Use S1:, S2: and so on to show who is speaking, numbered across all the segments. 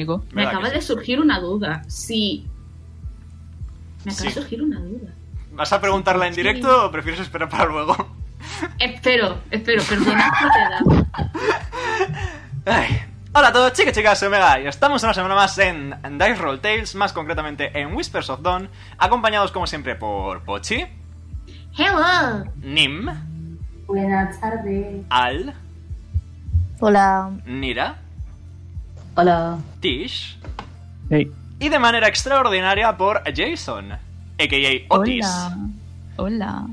S1: algo.
S2: Me,
S3: Me
S2: da
S3: acaba
S2: que
S3: de surgir una duda. Si. Me acaba
S2: Sí.
S3: de surgir una duda.
S2: sí. ¿Vas a preguntarla en
S3: Sí.
S2: directo o prefieres esperar para luego?
S3: Espero, espero, perdonad propiedad.
S2: Ay. Hola a todos, chicas, chicas, soy Omega y estamos una semana más en Dice Roll Tales, más concretamente en Whispers of Dawn, acompañados como siempre por Pochi,
S3: Hello.
S2: Nim,
S4: Buenas tardes.
S2: Al,
S5: Hola.
S2: Nira,
S4: Hola.
S2: Tish
S1: Hey.
S2: y de manera extraordinaria por Jason, a.k.a. Otis.
S1: Hola. Hola.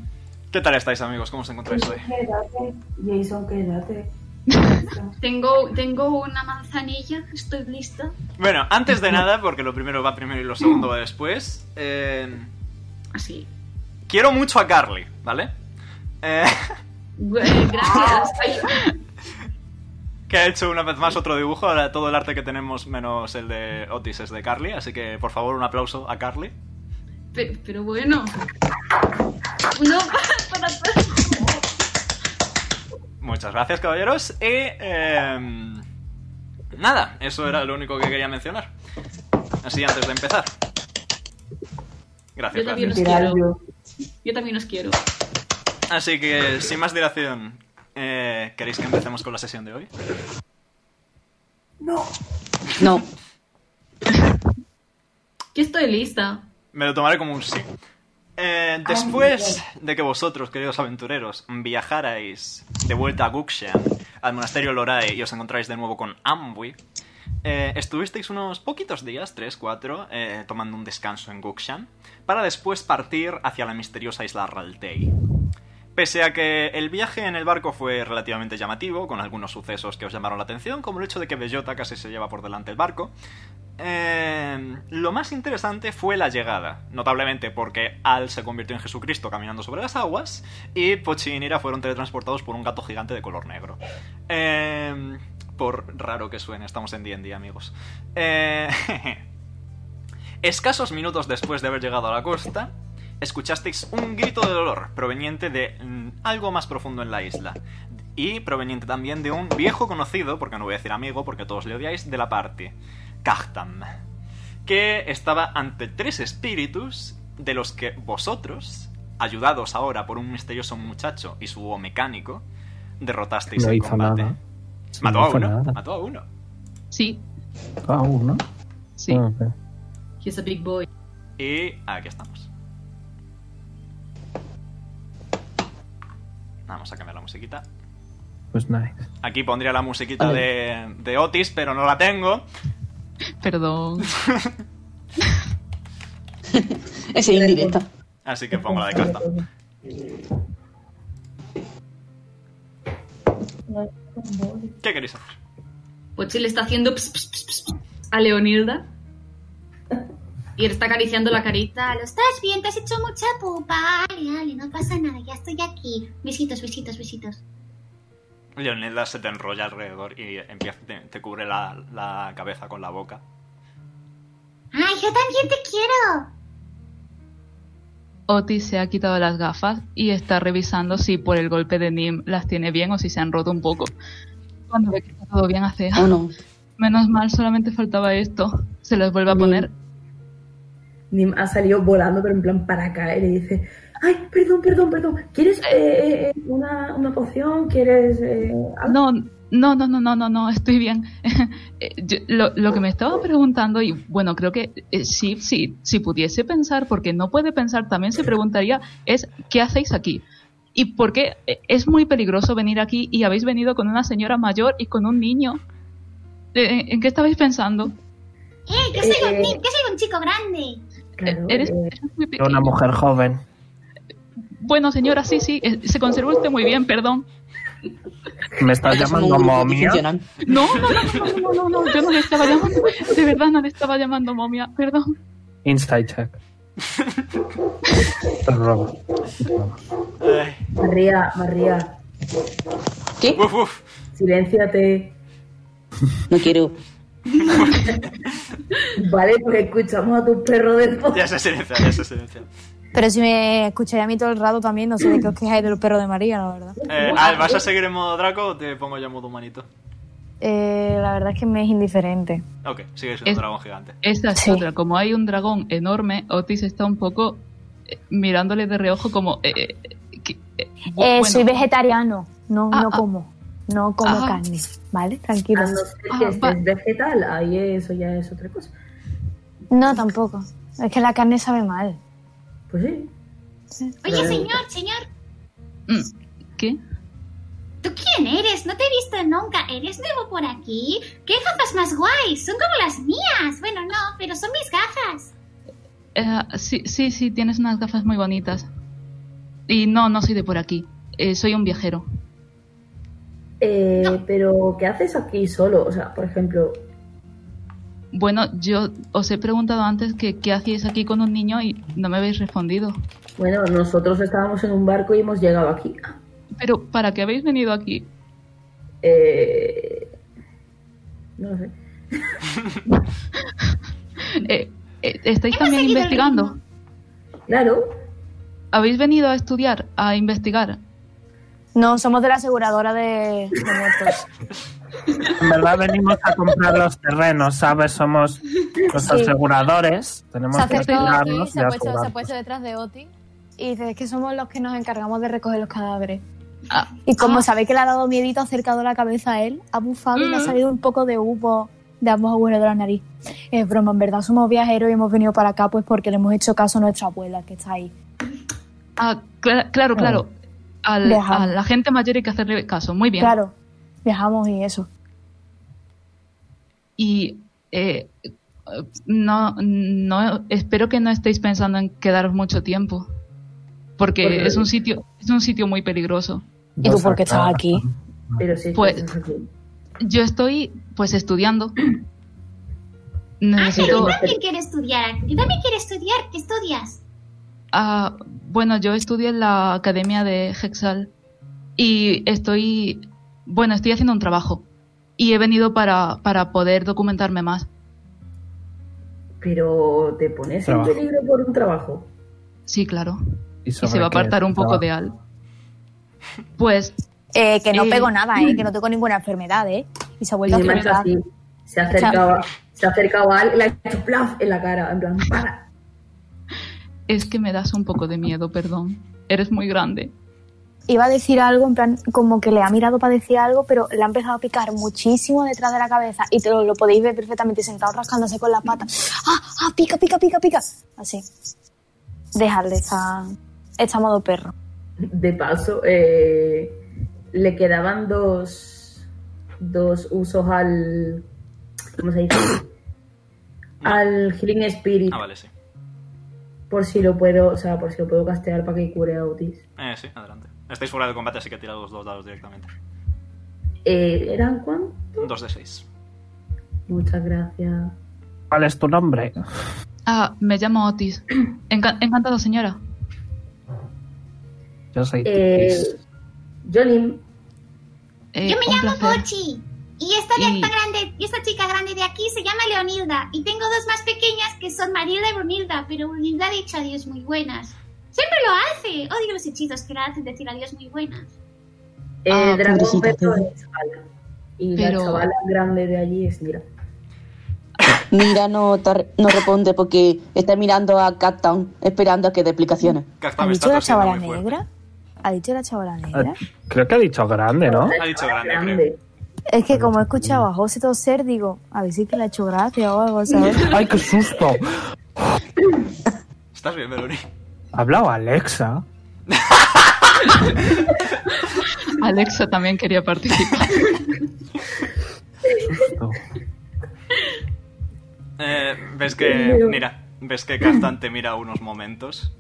S2: ¿Qué tal estáis, amigos? ¿Cómo os encontráis hoy?
S4: Quédate. Jason, quédate.
S3: Tengo, tengo una manzanilla, estoy lista.
S2: Bueno, antes de nada, porque lo primero va primero y lo segundo va después, eh,
S3: Así.
S2: quiero mucho a Carly, ¿vale? Eh,
S3: Gu- Gracias. Ay,
S2: que ha hecho una vez más otro dibujo, ahora todo el arte que tenemos menos el de Otis es de Carly, así que por favor un aplauso a Carly.
S3: pe- Pero, bueno. No, para, para-
S2: Muchas gracias, caballeros. Y... eh, nada, eso era lo único que quería mencionar. Así antes de empezar. Gracias,
S3: Yo también
S2: gracias.
S3: os quiero. Yo también os quiero.
S2: Así que, sin más dilación, eh, ¿queréis que empecemos con la sesión de hoy?
S6: No.
S3: Yo estoy lista.
S2: Me lo tomaré como un sí. Eh, después de que vosotros, queridos aventureros, viajarais de vuelta a Guxian, al monasterio Lorae, y os encontráis de nuevo con Amwi, eh, estuvisteis unos poquitos días, 3, 4, tomando un descanso en Guxian, para después partir hacia la misteriosa isla Raltei. Pese a que el viaje en el barco fue relativamente llamativo, con algunos sucesos que os llamaron la atención, como el hecho de que Bellota casi se lleva por delante el barco, eh, lo más interesante fue la llegada, notablemente porque Al se convirtió en Jesucristo caminando sobre las aguas y Pochi y Nira fueron teletransportados por un gato gigante de color negro. Eh, por raro que suene, estamos en D&D, amigos. Eh, Escasos minutos después de haber llegado a la costa, escuchasteis un grito de dolor proveniente de mm, algo más profundo en la isla. Y proveniente también de un viejo conocido, porque no voy a decir amigo, porque todos le odiáis, de la parte. Cahtam, que estaba ante tres espíritus de los que vosotros, ayudados ahora por un misterioso muchacho y su mecánico, derrotasteis
S7: No
S2: en
S7: hizo
S2: combate.
S7: nada.
S2: Mató
S7: No
S2: a
S7: hizo
S2: uno,
S7: nada.
S2: mató a uno.
S1: Sí,
S7: Aún, ¿no?
S1: sí.
S7: Ah, ok.
S3: He's a big boy.
S2: Y aquí estamos. Vamos a cambiar la musiquita.
S7: Pues nice.
S2: Aquí pondría la musiquita de, de Otis, pero no la tengo.
S1: Perdón.
S6: Es en directo.
S2: Así que pongo la de carta. ¿Qué queréis hacer?
S3: Pochi Pues le está haciendo ps, ps, ps, ps, ps a Leonilda. Y le está acariciando la carita.
S8: ¿Lo estás bien? ¿Te has hecho mucha pupa? Vale, vale, no pasa nada, ya estoy aquí. Besitos, besitos, besitos.
S2: Leonelda se te enrolla alrededor y empieza, te, te cubre la, la cabeza con la boca.
S8: ¡Ay, yo también te quiero!
S1: Otis se ha quitado las gafas y está revisando si por el golpe de Nim las tiene bien o si se han roto un poco. Cuando ve que está todo bien hace,
S6: ¿O no?
S1: menos mal, solamente faltaba esto. Se las vuelve a
S4: Nim.
S1: poner.
S4: Nim ha salido volando, pero en plan para acá, y le dice, ay, perdón, perdón, perdón, ¿quieres eh, eh, eh, una, una poción? ¿Quieres eh, algo?
S1: No, no, no, no, no, no, no, estoy bien. Eh, yo- lo, lo que me estaba preguntando, y bueno, creo que eh, sí, sí, si pudiese pensar, porque no puede pensar, también se preguntaría, es ¿qué hacéis aquí? ¿Y por qué eh, es muy peligroso venir aquí y habéis venido con una señora mayor y con un niño? Eh, ¿En qué estabais pensando?
S8: ¡Eh, que soy
S4: Eh,
S8: un niño, que soy un chico grande!
S4: Claro,
S1: Eres,
S4: eh,
S1: eres muy
S7: Era una
S1: pequeño.
S7: mujer joven.
S1: Bueno, señora, sí, sí, eh, se conservó usted muy bien, perdón.
S7: ¿Me estás
S6: Ellos son
S7: llamando
S6: un grupo
S7: momia?
S6: disfuncional.
S1: No, no, no, no, no, no, no, yo no le estaba llamando, de verdad no le estaba llamando momia, perdón.
S7: Inside check. Te robo. Te robo.
S2: Ay.
S4: eh, María, María,
S6: ¿Qué?
S2: Uf, uf.
S4: silénciate.
S6: No quiero.
S4: Vale, pues escuchamos a tus perros de fondo.
S2: Ya se silencia, ya se silencia.
S5: Pero si me escucháis a mí todo el rato también, no sé de qué os quejáis de los perros de María, la verdad.
S2: Eh, Al, ¿vas a seguir en modo Draco o te pongo ya en modo humanito?
S5: eh, la verdad es que me es indiferente.
S2: Ok, sigue siendo
S1: Es-
S2: un dragón gigante.
S1: Esta es
S5: Sí.
S1: otra. Como hay un dragón enorme, Otis está un poco eh, mirándole de reojo como... eh, eh, eh, que- eh, bu-
S5: Eh,
S1: bueno.
S5: soy vegetariano, no,
S1: Ah,
S5: no
S1: ah.
S5: como. No como
S1: Ah.
S5: carne, ¿vale? Tranquilo.
S4: A no ser que
S1: Ah,
S4: estés
S1: va-
S4: vegetal, ahí eso ya es otra cosa.
S5: No, tampoco. Es que la carne sabe mal.
S4: Pues sí.
S8: Oye, señor, señor,
S1: Mm, ¿Qué?
S8: ¿tú quién eres? No te he visto nunca. ¿Eres nuevo por aquí? ¿Qué gafas más guays? Son como las mías. Bueno, no, pero son mis gafas.
S1: Eh, sí, sí, sí, tienes unas gafas muy bonitas. Y no, no soy de por aquí. Eh, soy un viajero.
S4: Eh, Pero, ¿qué haces aquí solo? O sea, por ejemplo,
S1: Bueno, yo os he preguntado antes que qué hacíais aquí con un niño y no me habéis respondido.
S4: bueno, nosotros estábamos en un barco y hemos llegado aquí.
S1: Pero, ¿para qué habéis venido aquí?
S4: Eh, no lo sé.
S1: Eh, eh, ¿Estáis
S8: Hemos
S1: también
S8: seguido el
S1: investigando?
S8: ritmo.
S4: Claro,
S1: ¿Habéis venido a estudiar, a investigar?
S5: No, somos de la aseguradora de, de muertos.
S7: En verdad venimos a comprar los terrenos, ¿sabes? Somos los
S5: Sí.
S7: aseguradores.
S5: Se
S7: Tenemos que
S5: acercó a Oti,
S7: asegurarnos
S5: se
S7: y
S5: ha, puesto, se ha
S7: asegurarnos.
S5: puesto detrás de Oti y dice es que somos los que nos encargamos de recoger los cadáveres.
S1: Ah,
S5: Y como
S1: ah.
S5: sabe que le ha dado miedito, ha acercado la cabeza a él, ha bufado y le ha
S1: Mm.
S5: salido un poco de humo de ambos agujeros de la nariz. Es broma, en verdad somos viajeros y hemos venido para acá pues porque le hemos hecho caso a nuestra abuela que está ahí.
S1: Ah, cla- claro, claro. Al-
S5: Deja.
S1: a la gente mayor hay que hacerle caso. Muy bien.
S5: Claro, viajamos y eso.
S1: Y eh, eh, no, no, espero que no estéis pensando en quedaros mucho tiempo. Porque
S4: Porque-
S1: es un sitio, es un sitio muy peligroso.
S5: ¿Y tú por qué estás aquí?
S4: pero sí.
S1: Pues-
S4: estás aquí.
S1: Yo estoy, pues, estudiando.
S8: Ah, sí,
S1: Necesito.
S8: yo también quiero estudiar. Yo también quiero estudiar. ¿Qué estudias?
S1: Ah, bueno, yo estudio en la Academia de Hexal y estoy, bueno, estoy haciendo un trabajo y he venido para, para poder documentarme más.
S4: Pero te pones
S7: Trabajo.
S4: en peligro por un trabajo.
S1: Sí, claro.
S7: Y,
S1: Y se va a apartar un poco de Al. Pues,
S5: Eh, que no
S1: Eh,
S5: pego nada, eh, que no tengo ninguna enfermedad, eh. Y se ha vuelto a
S4: Y me ha hecho
S5: enfermedad.
S4: así. Se ha acercado, a- se ha acercado a él, le ha hecho plaf en la cara, en plan, para.
S1: es que me das un poco de miedo, perdón. Eres muy grande.
S5: Iba a decir algo, en plan, como que le ha mirado para decir algo, pero le ha empezado a picar muchísimo detrás de la cabeza y te lo, lo podéis ver perfectamente sentado rascándose con la pata. ¡Ah, ah, pica, pica, pica, pica! Así. Dejarle esta, esta modo perro.
S4: De paso, eh, le quedaban dos, dos usos al. ¿Cómo se dice? al Healing Spirit.
S2: Ah, vale, sí.
S4: Por si lo puedo, o sea, por si lo puedo castear para que cure a Otis.
S2: Eh, sí, adelante. Estáis fuera de combate, así que tirad los dos dados directamente.
S4: Eh, ¿Eran cuánto?
S2: Dos de seis.
S4: Muchas gracias.
S7: ¿Cuál es tu nombre?
S1: Ah, me llamo Otis. Enca- encantado, señora.
S7: Yo soy
S4: Eh,
S7: Titis.
S4: Jolín,
S1: Eh,
S8: Yo me
S1: un
S8: llamo
S1: placer.
S8: Pochi. Y esta, de
S1: Y-
S8: esta grande, y esta chica grande de aquí se llama Leonilda. Y tengo dos más pequeñas que son Marilda y Brunilda. Pero Brunilda ha dicho adiós muy buenas. Siempre lo hace. Odio los hechizos que la hacen decir adiós muy buenas.
S4: eh,
S1: Ah,
S4: dragón
S6: pobrecita,
S4: Beto
S6: tío.
S4: es chavala. Y
S1: Pero-
S4: la chavala grande de allí es Mira.
S6: Mira, no, te- no responde porque está mirando a Cat Town esperando a que dé explicaciones.
S5: ¿Ha
S2: Cactam está
S5: dicho la
S2: tosiendo
S5: chavala
S2: muy fuerte.
S5: negra? ¿Ha dicho la chavala negra?
S7: Ah, Creo que ha dicho grande, ¿no?
S2: Ha dicho grande,
S5: Es que como he escuchado a José toser, digo, a ver si que le ha hecho gracia o algo, ¿sabes?
S7: ¡Ay, qué susto!
S2: ¿Estás bien, Meloni?
S7: ¿Ha hablado Alexa?
S1: Alexa también quería participar.
S7: Susto.
S2: Eh, ves que. Mira, ves que Cactam te mira unos momentos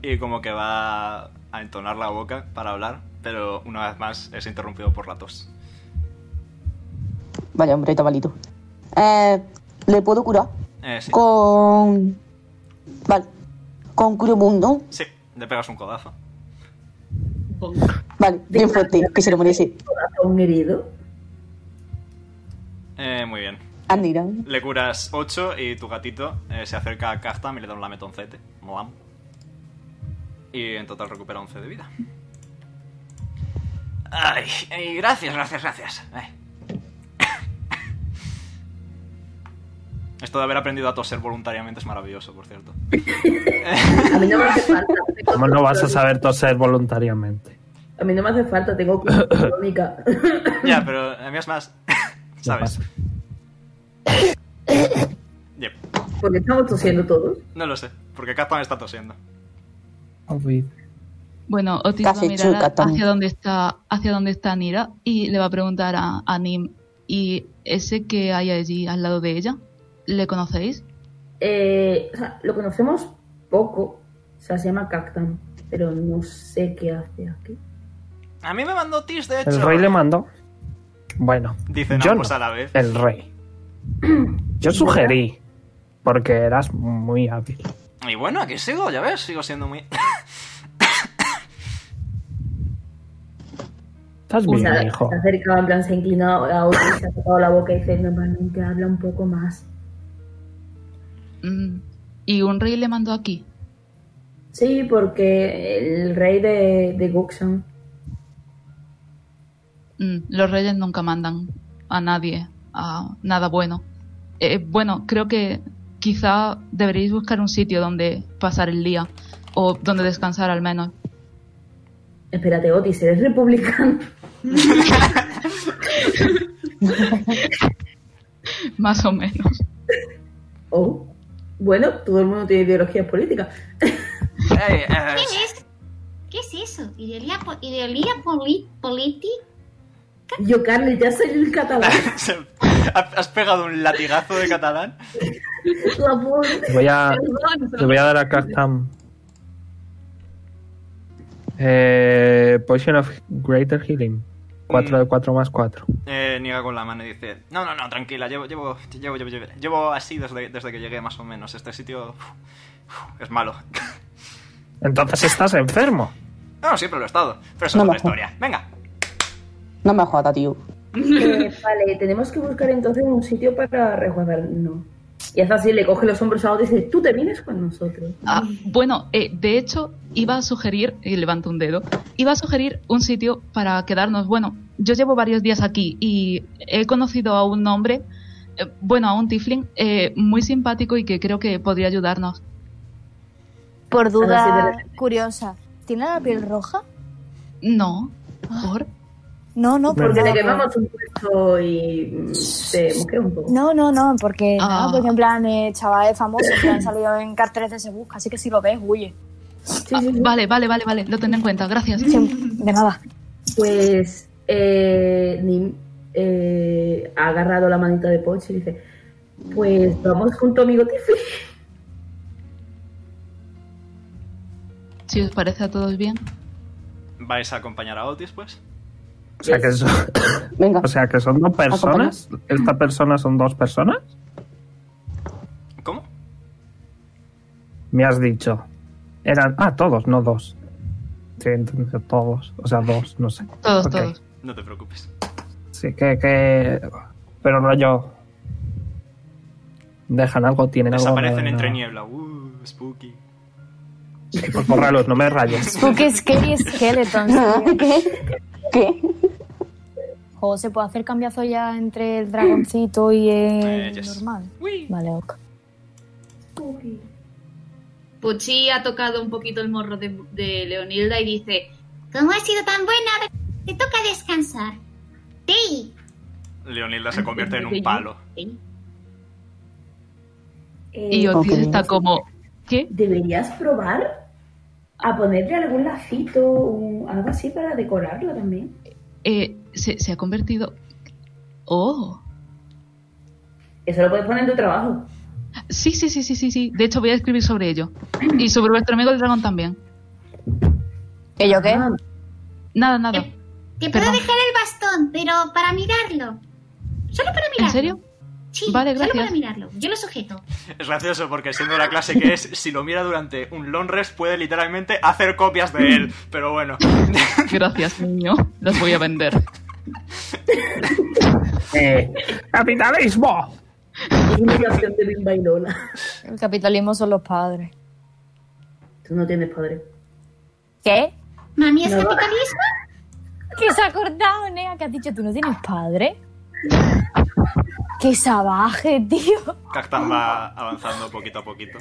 S2: y como que va a entonar la boca para hablar, pero una vez más es interrumpido por la tos.
S6: Vaya, hombre, tabalito. Eh, ¿Le puedo curar?
S2: Eh, sí.
S6: Con. Vale. Con Curomundo.
S2: Sí, le pegas un codazo.
S6: Vale, bien fuerte, que se lo merece.
S4: Un herido.
S2: Eh, muy bien.
S6: Andira.
S2: Le curas 8 y tu gatito eh, se acerca a Cactam y le da un lametoncete. Moam. Y en total recupera 11 de vida. Ay, ay, gracias, gracias, gracias. Ay. Esto de haber aprendido a toser voluntariamente es maravilloso, por cierto.
S4: A mí no me hace falta. tengo
S7: ¿Cómo no vas a
S4: control-
S7: saber toser voluntariamente?
S4: A mí no me hace falta, tengo crónica.
S2: ya, pero a mí es más. ¿Sabes?
S7: pasa.
S2: Yep.
S4: Porque estamos tosiendo todos.
S2: No lo sé, porque Captain está tosiendo.
S7: Ovid.
S1: Bueno, Otis
S6: Casi
S1: va a mirar
S6: chuca,
S1: a-
S6: Tom.
S1: hacia donde está hacia donde está Nira y le va a preguntar a, a Nim y ese que hay allí al lado de ella, ¿le conocéis?
S4: Eh, o sea, lo conocemos poco. O sea, se llama Cactan, pero no sé qué hace aquí.
S2: A mí me mandó Tis, de hecho. pues
S7: El rey le mandó. Bueno,
S2: Dicen
S7: yo
S2: ambos
S7: no,
S2: a la vez.
S7: el rey. Yo sugerí, porque eras muy hábil.
S2: Y bueno, aquí sigo, ya ves, sigo siendo muy.
S7: Estás
S4: O sea,
S7: bien, hijo.
S4: se acerca, en plan, se ha inclinado a otro y se ha tocado la boca y dice, normalmente habla un poco más.
S1: Mm, Y un rey le mandó aquí.
S4: Sí, porque el rey de, de Guxan.
S1: Mm, Los reyes nunca mandan a nadie a nada bueno. Eh, bueno, creo que quizá deberíais buscar un sitio donde pasar el día o donde descansar al menos.
S4: Espérate, Otis, ¿eres republicano?
S1: Más o menos.
S4: Oh. Bueno, todo el mundo tiene ideologías políticas.
S2: Ey, eh,
S8: ¿Qué es? ¿Qué es eso? ¿Ideología, po- ideología poli- política?
S4: Yo, Carly, ya soy el catalán.
S2: se- ¿Has pegado un latigazo de catalán?
S4: La pobre.
S7: Te voy a,
S3: Perdón,
S7: te voy a dar a Cactam. Eh, Potion of Greater Healing. 4 de 4 más 4.
S2: Eh, niega con la mano y dice: No, no, no, tranquila, llevo, llevo, llevo, llevo, llevo, llevo así desde, desde que llegué, más o menos. Este sitio. uf, uf, es malo.
S7: Entonces estás enfermo.
S2: No, no, siempre lo he estado, pero eso es otra
S6: No me jodas.
S2: historia. Venga,
S6: No me jodas, tío.
S4: Eh, vale, tenemos que buscar entonces un sitio para resguardar. No. Y hace así, le coge los hombros a Otis y dice, tú te vienes con nosotros.
S1: Ah, bueno, eh, de hecho, iba a sugerir, y levanto un dedo, iba a sugerir un sitio para quedarnos. Bueno, yo llevo varios días aquí y he conocido a un hombre, eh, bueno, a un tifling, eh, muy simpático y que creo que podría ayudarnos.
S5: Por
S4: Ahora
S5: duda
S4: sí,
S5: curiosa, ¿tiene la piel roja?
S1: No, por.
S5: No, no, por
S4: Porque
S5: duda,
S4: le
S5: por-
S4: quemamos un puesto y mm, se mojea un poco.
S5: No, no, no, porque,
S1: Ah.
S5: no, porque en plan, eh, chavales famosos que han salido en carteles de Se Busca, así que si lo ves, huye.
S4: Sí,
S1: Ah,
S4: sí, sí.
S1: vale, vale, vale, vale, lo tendré en cuenta, gracias.
S5: Siempre- de nada.
S4: Pues eh, Nim eh, ha agarrado la manita de Poch y dice, pues vamos junto amigo Tiffy.
S1: Si os parece a todos bien.
S2: ¿vais a acompañar a Otis, pues?
S7: O sea que son,
S6: Venga.
S7: o sea que son dos personas. Esta persona son dos personas.
S2: ¿Cómo?
S7: Me has dicho. Eran. Ah, todos, no dos. Sí, entonces todos. O sea, dos, no sé.
S1: Todos,
S7: Ok.
S1: todos.
S2: No te preocupes.
S7: Sí, que, que. Pero rollo. Dejan algo, tienen algo.
S2: Desaparecen
S7: no,
S2: entre
S7: no.
S2: niebla. Uh, spooky.
S7: Sí, Pues bórralos, no me rayes.
S5: Spooky Scary Skeletons.
S6: ¿Qué? ¿Qué?
S5: O se puede hacer cambiazo ya entre el dragoncito y el
S2: Eh, yes.
S5: normal.
S2: Uy.
S5: Vale, ok.
S3: Pochi ha tocado un poquito el morro de, de Leonilda y dice,
S8: ¿Cómo has sido tan buena? Te toca descansar. Sí.
S2: Leonilda se convierte en un palo.
S3: "Ey,
S1: Y Otis
S6: Ok.
S1: está como, ¿qué?
S4: Deberías probar a ponerle algún lacito o algo así para decorarlo también.
S1: Eh, se, se ha convertido. Oh.
S4: Eso lo puedes poner en tu trabajo.
S1: Sí, sí, sí, sí, sí, sí. De hecho, voy a escribir sobre ello. Y sobre vuestro amigo el dragón también.
S5: ¿Y yo qué?
S4: Ah,
S1: Nada, nada.
S5: Eh,
S8: ¿Qué? Te puedo
S1: Perdón.
S8: dejar el bastón, pero para mirarlo. Solo para mirarlo.
S1: ¿En serio?
S8: Sí,
S1: Vale, gracias.
S8: solo para mirarlo. Yo lo sujeto.
S2: Es gracioso porque siendo la clase que es, si lo mira durante un long rest puede literalmente hacer copias de él. Pero bueno,
S1: Gracias, niño. Los voy a vender.
S7: Eh, ¡Capitalismo!
S4: Es una canción de Bimba y Lola.
S5: El capitalismo son los padres.
S4: Tú no tienes padre.
S5: ¿Qué?
S8: Mami, ¿es
S4: No.
S8: capitalismo?
S5: ¿Qué se ha cortado, Nea? ¿Qué has dicho? ¿Tú no tienes padre? ¡Qué sabaje, tío!
S2: Cactan va avanzando poquito a poquito.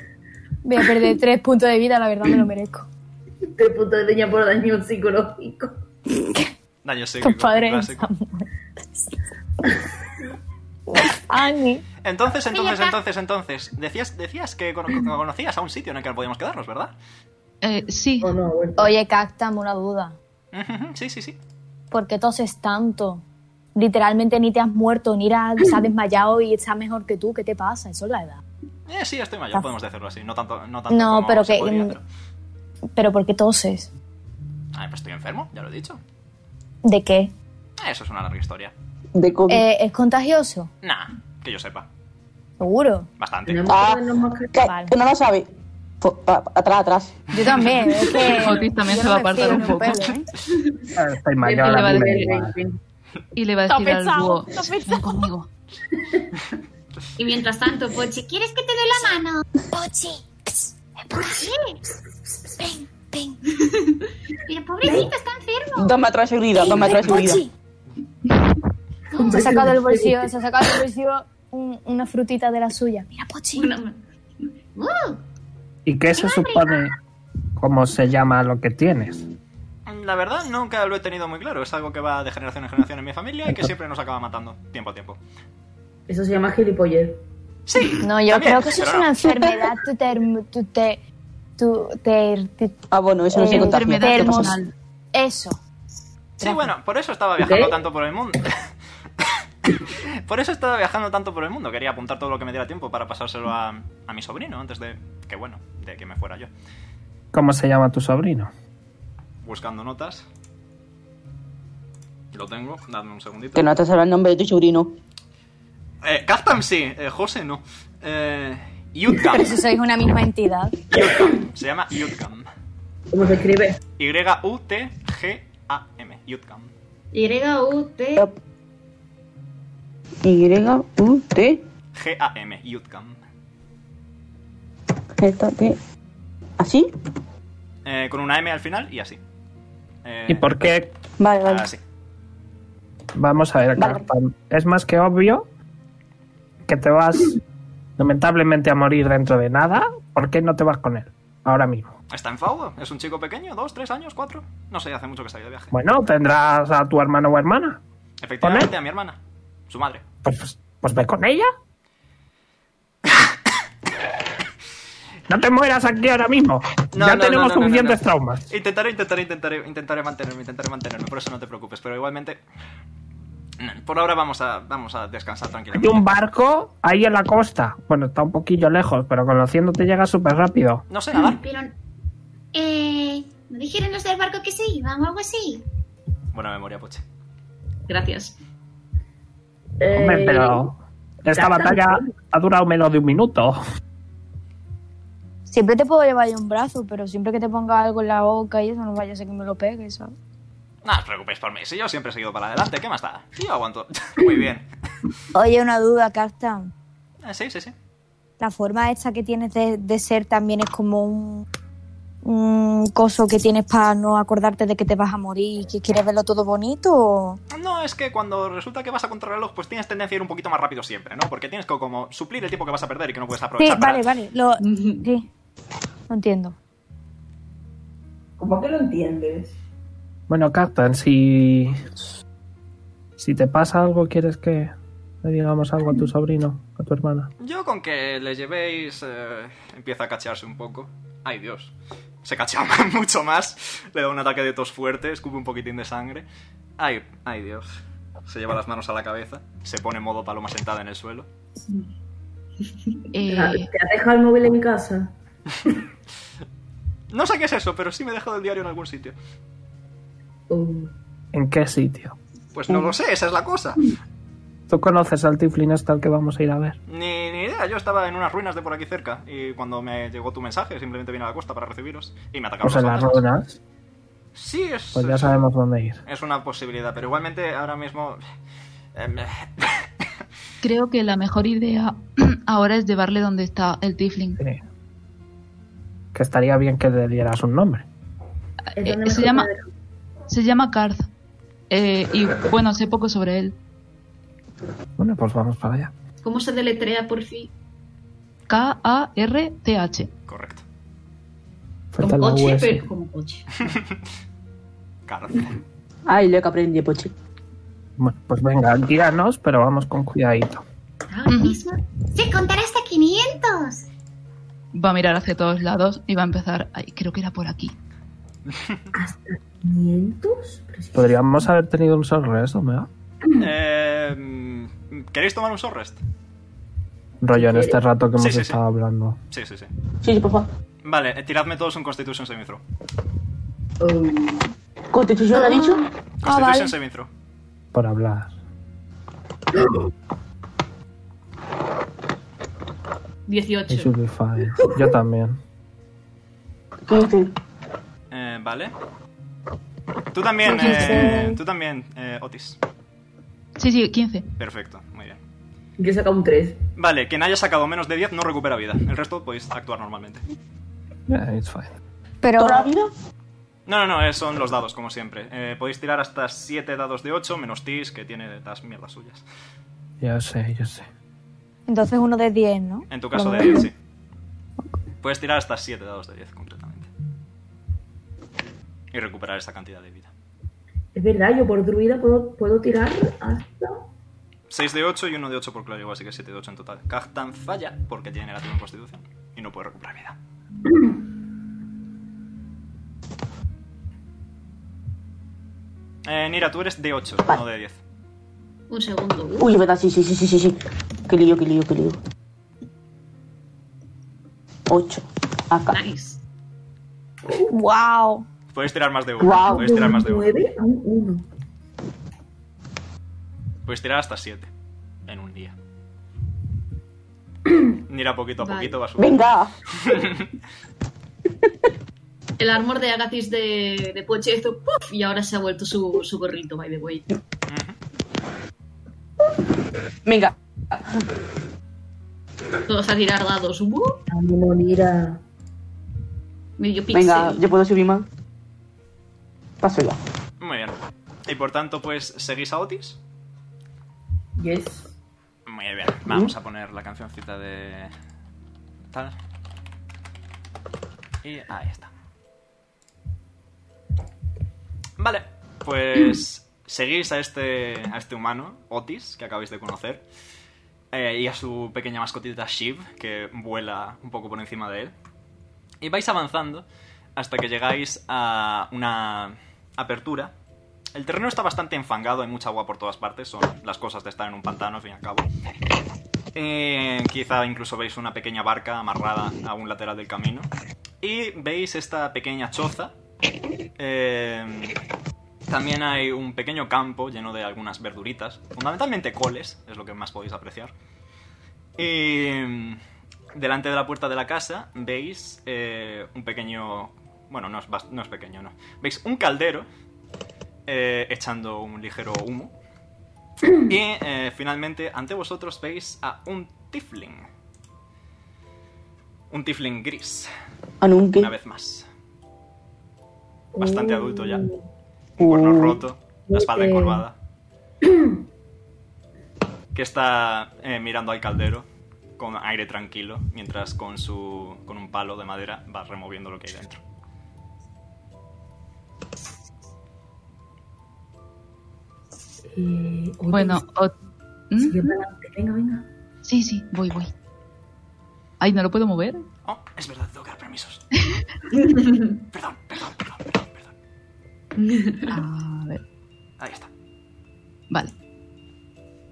S5: Voy a perder tres puntos de vida, la verdad me lo merezco.
S4: Este puto de leña por daño psicológico.
S2: Daño psíquico.
S5: Tus padres
S2: clásico.
S5: están muertos. Annie.
S2: Entonces, entonces,
S8: Venga.
S2: entonces, entonces. Decías, decías que cono- que conocías a un sitio en el que podíamos quedarnos, ¿verdad?
S1: Eh, sí,
S4: O no, bueno.
S5: Oye, Cactam, una duda.
S2: Ujú, ujú, Sí, sí, sí.
S5: ¿Por qué toses tanto? Literalmente ni te has muerto, ni era- se ha desmayado y está mejor que tú. ¿Qué te pasa? Eso es la edad.
S2: Eh, sí, estoy mayor, podemos decirlo así. No tanto, no tanto
S5: No,
S2: como
S5: pero
S2: se
S5: que-
S2: podría, pero-
S5: ¿Pero por qué toses?
S2: Ay, pues estoy enfermo, ya lo he dicho.
S5: ¿De qué?
S2: Ah, Eso es una larga historia.
S6: De COVID.
S5: Eh, ¿Es contagioso?
S2: Nah, que yo sepa.
S5: Seguro.
S2: Bastante.
S4: Tenemos
S6: Ah.
S4: que ponernos máscaras.
S6: Que-
S5: vale.
S6: que no lo sabe. Po- pa- atrás, atrás.
S5: Yo también. Es que
S1: Otis también se
S5: yo no
S1: va a
S5: me
S1: apartar
S5: fío
S1: un
S5: ni
S1: poco.
S5: pelo, ¿eh?
S7: Ah, Estoy mayor.
S1: le va a
S7: a mí me
S1: decir-
S7: da igual.
S1: y le va a
S5: Está
S1: decir al
S5: pensado,
S1: dúo,
S5: está
S1: ven conmigo.
S3: Y mientras tanto, Pochi, ¿quieres que te dé la
S8: La mano.
S5: Pochi.
S8: Ven, ven. Pero pobrecito, está enfermo.
S6: Dos metros de seguridad, dos metros de seguridad.
S5: Pochi. ¿eh? Se ha sacado del bolsillo, se ha sacado del bolsillo un- una frutita de la suya.
S2: Mm.
S5: Mira, Pochi.
S3: una mano?
S7: ¿Y qué se supone cómo se llama lo que tienes?
S2: La verdad, nunca lo he tenido muy claro. Es algo que va de generación en generación en mi familia y que siempre nos acaba matando, tiempo a tiempo.
S4: Eso se llama gilipollez.
S2: Sí.
S5: No, yo
S2: también,
S5: creo que eso es
S2: pero no.
S5: una enfermedad. Tú te, tú te, tú te- te-
S6: Ah, bueno, eso no se
S5: Eh,
S6: contagia.
S1: Enfermedad
S6: ¿Qué
S5: termos.
S6: pasa?
S1: personal.
S5: eso.
S2: Sí, bueno, por eso estaba viajando
S4: ¿Ve?
S2: tanto por el mundo. por eso estaba viajando tanto por el mundo. Quería apuntar todo lo que me diera tiempo para pasárselo a, a mi sobrino antes de que, bueno, de que me fuera yo.
S7: ¿Cómo se llama tu sobrino?
S2: Buscando notas. Lo tengo, dadme un segundito.
S6: Que no te sabe el nombre de tu sobrino.
S2: Eh, Captain sí, eh, José no. Eh, Yutkam.
S5: Pero si sois una misma entidad.
S2: Yutkam. Se llama Yutkam.
S4: ¿Cómo se escribe?
S2: Y-U-T-G-A-M. Yutkam.
S3: Y-U-T.
S6: Y-U-T.
S2: G-A-M. Yutkam.
S6: Esta T. ¿Así?
S2: Eh, con una M al final y así. Eh,
S7: ¿Y por qué?
S6: Vale, vale.
S2: Así.
S7: Vamos a ver,
S6: Vale.
S7: Cartan, Es más que obvio que te vas lamentablemente a morir dentro de nada. ¿Por qué no te vas con él ahora mismo?
S2: Está enfadado. Es un chico pequeño, dos, tres años, cuatro. No sé, hace mucho que salió de viaje.
S7: Bueno, tendrás a tu hermano o hermana.
S2: Efectivamente,
S7: ¿Con
S2: a mi hermana. Su madre.
S7: Pues, pues, pues ve con ella. No te mueras aquí ahora mismo.
S2: No,
S7: ya
S2: no,
S7: tenemos
S2: no, no, no,
S7: suficientes
S2: no.
S7: traumas.
S2: Intentaré, intentaré, intentaré, intentaré mantenerme, intentaré mantenerme. Por eso no te preocupes. Pero igualmente. no, Por ahora vamos a, vamos a descansar
S7: Hay
S2: tranquilamente.
S7: un barco ahí en la costa. Bueno, está un poquillo lejos, pero conociéndote llega súper rápido.
S2: No sé nada.
S8: Pero, eh, ¿no dijeron los del barco que se iban o algo así?
S2: Buena memoria, Poche.
S3: Gracias.
S4: Eh,
S7: Hombre, pero esta
S4: ya
S7: batalla ha durado menos de un minuto.
S5: Siempre te puedo llevar yo un brazo, pero siempre que te ponga algo en la boca y eso, no vaya a ser que me lo pegue, ¿sabes?
S2: No os preocupéis por mí. Si yo siempre he seguido para adelante, ¿qué más da? Yo aguanto. Muy bien.
S5: Oye, una duda, Carta.
S2: Eh, Sí, sí, sí.
S5: La forma esta que tienes de, de ser también es como un, un coso que tienes para no acordarte de que te vas a morir y que quieres verlo todo bonito o...
S2: No, es que cuando resulta que vas a contrarreloj, pues tienes tendencia a ir un poquito más rápido siempre, ¿no? Porque tienes que como suplir el tiempo que vas a perder y que no puedes
S5: Sí,
S2: aprovechar. para-
S5: vale, vale. Lo, sí. No entiendo.
S4: ¿Cómo que lo entiendes?
S7: Bueno, Captain, si. Si te pasa algo, ¿quieres que le digamos algo a tu sobrino, a tu hermana?
S2: Yo con que le llevéis eh, empieza a cachearse un poco. Ay Dios. Se cachea mucho más. Le da un ataque de tos fuerte, escupe un poquitín de sangre. Ay, ay Dios. Se lleva las manos a la cabeza, se pone en modo paloma sentada en el suelo.
S4: ¿Te
S1: Eh,
S4: has dejado el móvil en casa?
S2: No sé qué es eso, pero sí me he dejado el diario en algún sitio.
S4: Uh,
S7: ¿En qué sitio?
S2: Pues no lo sé, esa es la cosa.
S7: ¿Tú conoces al Tiflin hasta el que vamos a ir a ver?
S2: Ni, ni idea, yo estaba en unas ruinas de por aquí cerca y cuando me llegó tu mensaje simplemente vine a la costa para recibiros y me atacaron
S7: Pues en
S2: los
S7: las
S2: fantasmas.
S7: runas.
S2: Sí, es,
S7: Pues ya sabemos dónde ir.
S2: es una posibilidad, pero igualmente ahora mismo... em,
S1: creo que la mejor idea ahora es llevarle donde está el Tifling.
S7: Sí. Que estaría bien que le dieras un nombre.
S4: es
S1: Eh,
S4: donde
S1: se
S4: mejor
S1: llama-
S4: te dejo.
S1: Se llama Karth. Eh, y bueno, sé poco sobre él.
S7: Bueno, pues vamos para allá.
S3: ¿Cómo se deletrea por fin?
S1: K-A-R-T-H.
S2: Correcto.
S7: Falta
S3: Como
S7: la
S3: coche,
S7: US.
S3: pero como coche.
S2: Cárcel.
S6: Ay, lo que aprendí, poche.
S7: Bueno, pues venga, guíanos, pero vamos con cuidadito.
S4: Ah,
S8: Ahora mismo se contará hasta 500.
S1: Va a mirar hacia todos lados y va a empezar. Ay, creo que era por aquí.
S4: ¿Hasta 500? Pero si-
S7: Podríamos haber tenido un solo resto, ¿me va?
S2: Eh, mm, ¿Queréis tomar un short rest?
S7: Rollo en este rato que hemos
S2: Sí, sí, sí.
S7: estado hablando.
S2: Sí, sí, sí.
S6: Sí, sí, por favor.
S2: Vale, eh, tiradme todos un Constitution Saving Throw.
S6: ¿Constitución lo ha dicho?
S2: Constitution
S5: vale.
S2: Saving Throw.
S7: Por hablar. I
S3: 18.
S7: should be fine. Yo también.
S6: 15.
S2: Eh, vale. Tú también, eh, tú también, eh, Otis.
S1: Sí, sí, 15.
S2: Perfecto, muy bien.
S4: Yo he sacado un 3.
S2: Vale, quien haya sacado menos de 10 no recupera vida. El resto podéis actuar normalmente.
S7: Yeah, it's fine.
S5: Pero
S6: ¿Toda la vida?
S2: No, no, no, eh, son los dados, como siempre. Eh, podéis tirar hasta 7 dados de 8, menos Tis, que tiene las mierdas suyas.
S7: Yo sé, yo sé.
S5: entonces uno de 10, ¿no?
S2: En tu caso de
S5: Vale.
S2: 10, sí. Puedes tirar hasta 7 dados de 10 completamente. Y recuperar esa cantidad de vida.
S4: Es verdad, yo por druida puedo, puedo tirar hasta...
S2: 6 de 8 y 1 de 8 por clérigo, así que 7 de 8 en total. Cactan falla porque tiene negativo en constitución y no puede recuperar vida. Eh, Nira, tú eres de 8, no de 10.
S3: Un segundo. Uh,
S6: Uy, es verdad, sí, sí, sí, sí, sí, sí. Qué lío, qué lío, qué lío. 8. Acá.
S3: nice.
S5: ¡Wow!
S2: Puedes tirar más de 1.
S6: Guau.
S2: Puedes tirar más de 1.
S4: 9 a un 1.
S2: Puedes tirar hasta 7 en un día. Nira, poquito a
S3: Vale.
S2: poquito va subiendo.
S6: Venga.
S3: El armor de Agatis de, de Poche hizo ¡puf! y ahora se ha vuelto su, su gorrito, by the way.
S6: Venga.
S3: Todos a ¡Uh! tirar dados. ¡buh!
S4: Ánimo, mira.
S3: Medio pixel.
S6: Venga, yo puedo subir más. Paso ya.
S2: Muy bien. Y por tanto, pues, ¿seguís a Otis?
S4: Yes.
S2: Muy bien. Vamos a poner la cancioncita de... Tal. Y ahí está. Vale, pues seguís a este, a este humano, Otis, que acabáis de conocer, eh, y a su pequeña mascotita Shiv, que vuela un poco por encima de él. Y vais avanzando hasta que llegáis a una apertura. El terreno está bastante enfangado, hay mucha agua por todas partes, son las cosas de estar en un pantano, al fin y al cabo. Eh, quizá incluso veis una pequeña barca amarrada a un lateral del camino. Y veis esta pequeña choza. Eh, también hay un pequeño campo lleno de algunas verduritas, fundamentalmente coles, es lo que más podéis apreciar. Y mm, delante de la puerta de la casa veis eh, un pequeño... Bueno, no es, bas- no es pequeño, no. Veis un caldero eh, echando un ligero humo. Y eh, finalmente ante vosotros veis a un tifling. Un tifling gris,
S6: Anunque.
S2: una vez más. Bastante adulto ya. Un cuerno
S6: Uh.
S2: roto, la espalda
S4: Eh.
S2: encorvada. Que está eh, mirando al caldero con aire tranquilo, mientras con su con un palo de madera va removiendo lo que hay dentro.
S4: Eh, oye,
S1: Bueno, o- ¿Mm?
S4: sigue para adelante. Venga, venga.
S1: Sí, sí, voy, voy. Ay, ¿no lo puedo mover?
S2: Oh, es verdad, tengo que dar permisos. perdón, perdón, perdón, perdón, perdón.
S4: Ah.
S1: A ver,
S2: Ahí está.
S1: vale.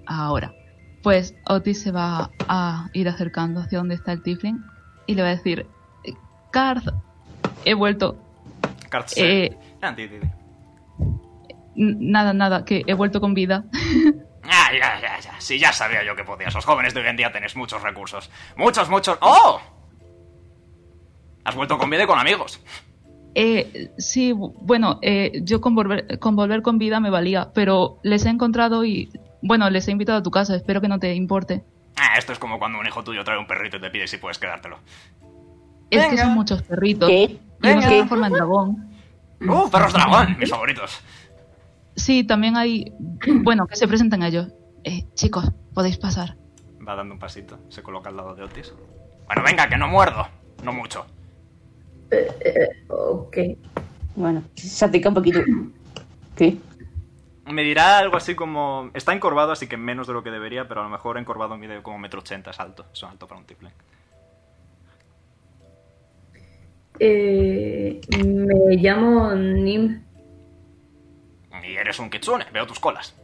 S1: Ahora. Pues Otis se va a ir acercando hacia donde está el Tiflin y le va a decir: "Eh, Card, he vuelto.
S2: Cards.
S1: Eh,
S2: Ah, di, di, di.
S1: N- Nada, nada, que he vuelto con vida.
S2: Ah, ya, ya, ya. Sí, ya sabía yo que podías. Los jóvenes de hoy en día tenéis muchos recursos. Muchos, muchos. ¡Oh! Has vuelto con vida y con amigos.
S1: Eh, sí, bu- bueno, eh, yo con volver, con volver con vida me valía, pero les he encontrado y, bueno, les he invitado a tu casa, espero que no te importe.
S2: Ah, esto es como cuando un hijo tuyo trae un perrito y te pide si puedes quedártelo.
S1: Es que son muchos perritos.
S6: ¿Qué?
S1: Y uno se
S6: ¿Qué?
S1: transforma en dragón.
S2: ¡Uh, perros dragón! Mis favoritos.
S1: Sí, también hay, bueno, que se presentan ellos. Eh, chicos, podéis pasar.
S2: Va dando un pasito, se coloca al lado de Otis. Bueno, venga, que no muerdo. No mucho.
S4: Eh, eh, ok.
S6: Bueno, se aplica un poquito. ¿Qué?
S2: Me dirá algo así como... Está encorvado, así que menos de lo que debería, pero a lo mejor encorvado mide como metro ochenta, es alto. Eso es alto para un tiple.
S4: Eh, me llamo Nim.
S2: Y eres un kitsune, veo tus colas.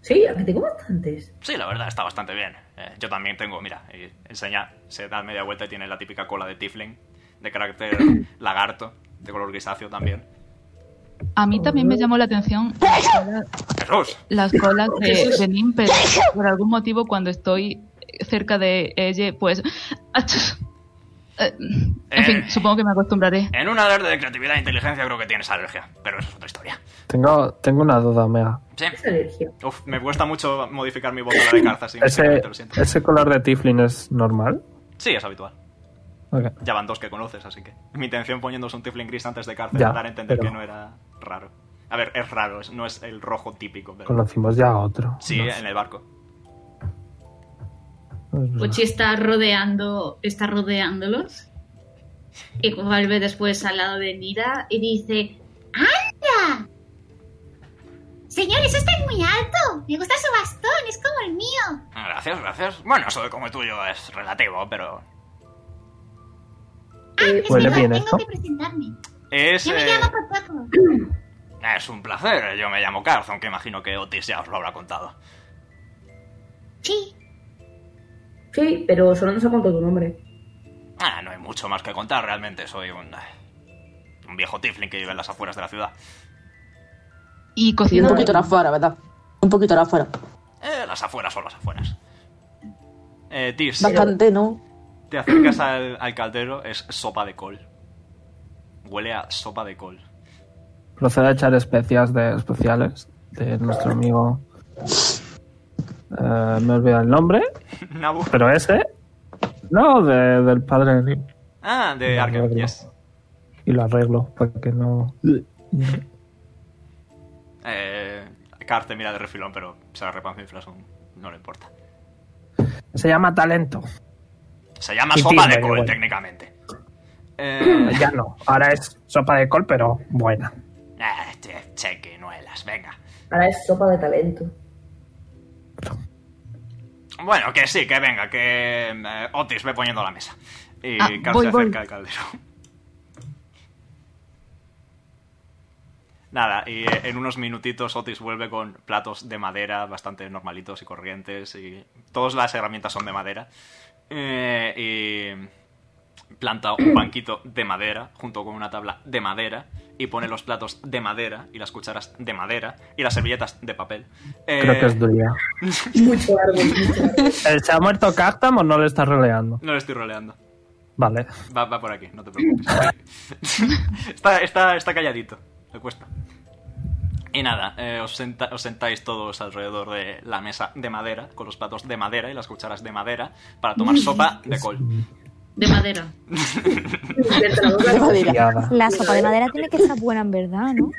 S4: Sí, aunque tengo bastantes.
S2: Sí, la verdad, está bastante bien. Eh, yo también tengo, mira, y enseña, se da media vuelta y tiene la típica cola de Tifling, de carácter lagarto, de color grisáceo también.
S1: A mí también me llamó la atención
S2: ¡Jesús!
S1: las colas de, de Nim, pero por algún motivo cuando estoy cerca de ella, pues... achus. Eh, En fin,
S2: Eh.
S1: supongo que me acostumbraré.
S2: En un alarde de creatividad e inteligencia creo que tienes alergia, pero eso es otra historia.
S7: Tengo, tengo una duda, Omega.
S2: Sí.
S4: Es alergia.
S2: Uf, me cuesta mucho modificar mi voz a la de Carza, así que
S7: ¿Ese,
S2: sinceramente lo siento.
S7: ese color de Tiflin es normal?
S2: Sí, es habitual.
S7: Ok.
S2: Ya van dos que conoces, así que. Mi intención poniéndose un Tifling gris antes de Carza
S7: Ya,
S2: era dar a entender
S7: pero-
S2: que no era raro. A ver, es raro, es- no es el rojo típico, pero.
S7: Conocimos ya a otro.
S2: Sí,
S7: No
S2: en el barco.
S7: sé.
S3: Pochi está rodeando, está rodeándolos y vuelve después al lado de Nira y dice
S8: ¡Anda! Señores, eso está muy alto. Me gusta su bastón, es como el mío.
S2: Ah, Gracias, gracias. Bueno, eso de como el tuyo es relativo, pero.
S4: Eh,
S8: Es
S7: Huele
S8: verdad,
S7: bien
S8: tengo
S7: esto.
S8: que presentarme.
S2: Es.
S8: Yo me
S2: eh,
S8: llamo Potaco.
S2: Es un placer, yo me llamo Carza, aunque imagino que Otis ya os lo habrá contado.
S8: Sí,
S4: sí, pero solo nos ha contado tu nombre.
S2: Ah, no hay mucho más que contar, realmente soy un. Un viejo Tifling que vive en las afueras de la ciudad.
S1: Y
S6: Sí, un
S1: cocina.
S6: poquito afuera, ¿verdad? Un poquito afuera.
S2: Eh, las afueras son las afueras. Eh, Tis,
S6: Bastante, ¿no?
S2: te acercas al, al caldero, es sopa de col. Huele a sopa de col.
S7: Procede a echar especias de, especiales de nuestro amigo. Eh, me he olvidado el nombre,
S2: Nabu.
S7: pero ese. No, de- del padre de Nim.
S2: Ah, de Arkham, yes.
S7: Y lo arreglo para que no.
S2: Eh, Car te mira de refilón, pero se la repanfiflas un. No le importa.
S7: Se llama talento.
S2: Se llama
S7: Y
S2: sopa
S7: Tifling,
S2: de col,
S7: igual.
S2: técnicamente. Eh,
S7: Ya no, ahora es sopa de col, pero buena.
S2: Ah, che- chequinuelas, venga.
S4: Ahora es sopa de talento.
S2: Bueno, que sí, que venga, que eh, Otis ve poniendo la mesa. Y
S1: Ah,
S2: Carl
S1: voy,
S2: se
S1: voy.
S2: acerca al caldero. Nada, y eh, en unos minutitos Otis vuelve con platos de madera bastante normalitos y corrientes. Y todas las herramientas son de madera. Eh, y planta un banquito de madera junto con una tabla de madera. Y pone los platos de madera y las cucharas de madera y las servilletas de papel.
S7: Creo
S2: Eh,
S7: que es día.
S4: Mucho árbol, mucho árbol.
S7: ¿Se ha muerto Cactam o no le está roleando?
S2: No le estoy roleando.
S7: Vale.
S2: Va, va por aquí, no te preocupes. está, está, está calladito, le cuesta. Y nada, eh, os, senta- os sentáis todos alrededor de la mesa de madera, con los platos de madera y las cucharas de madera, para tomar sopa de col.
S3: de madera.
S4: Verte la boca.
S6: De madera.
S7: Fiada.
S5: La sopa de madera tiene que estar buena en verdad, ¿no?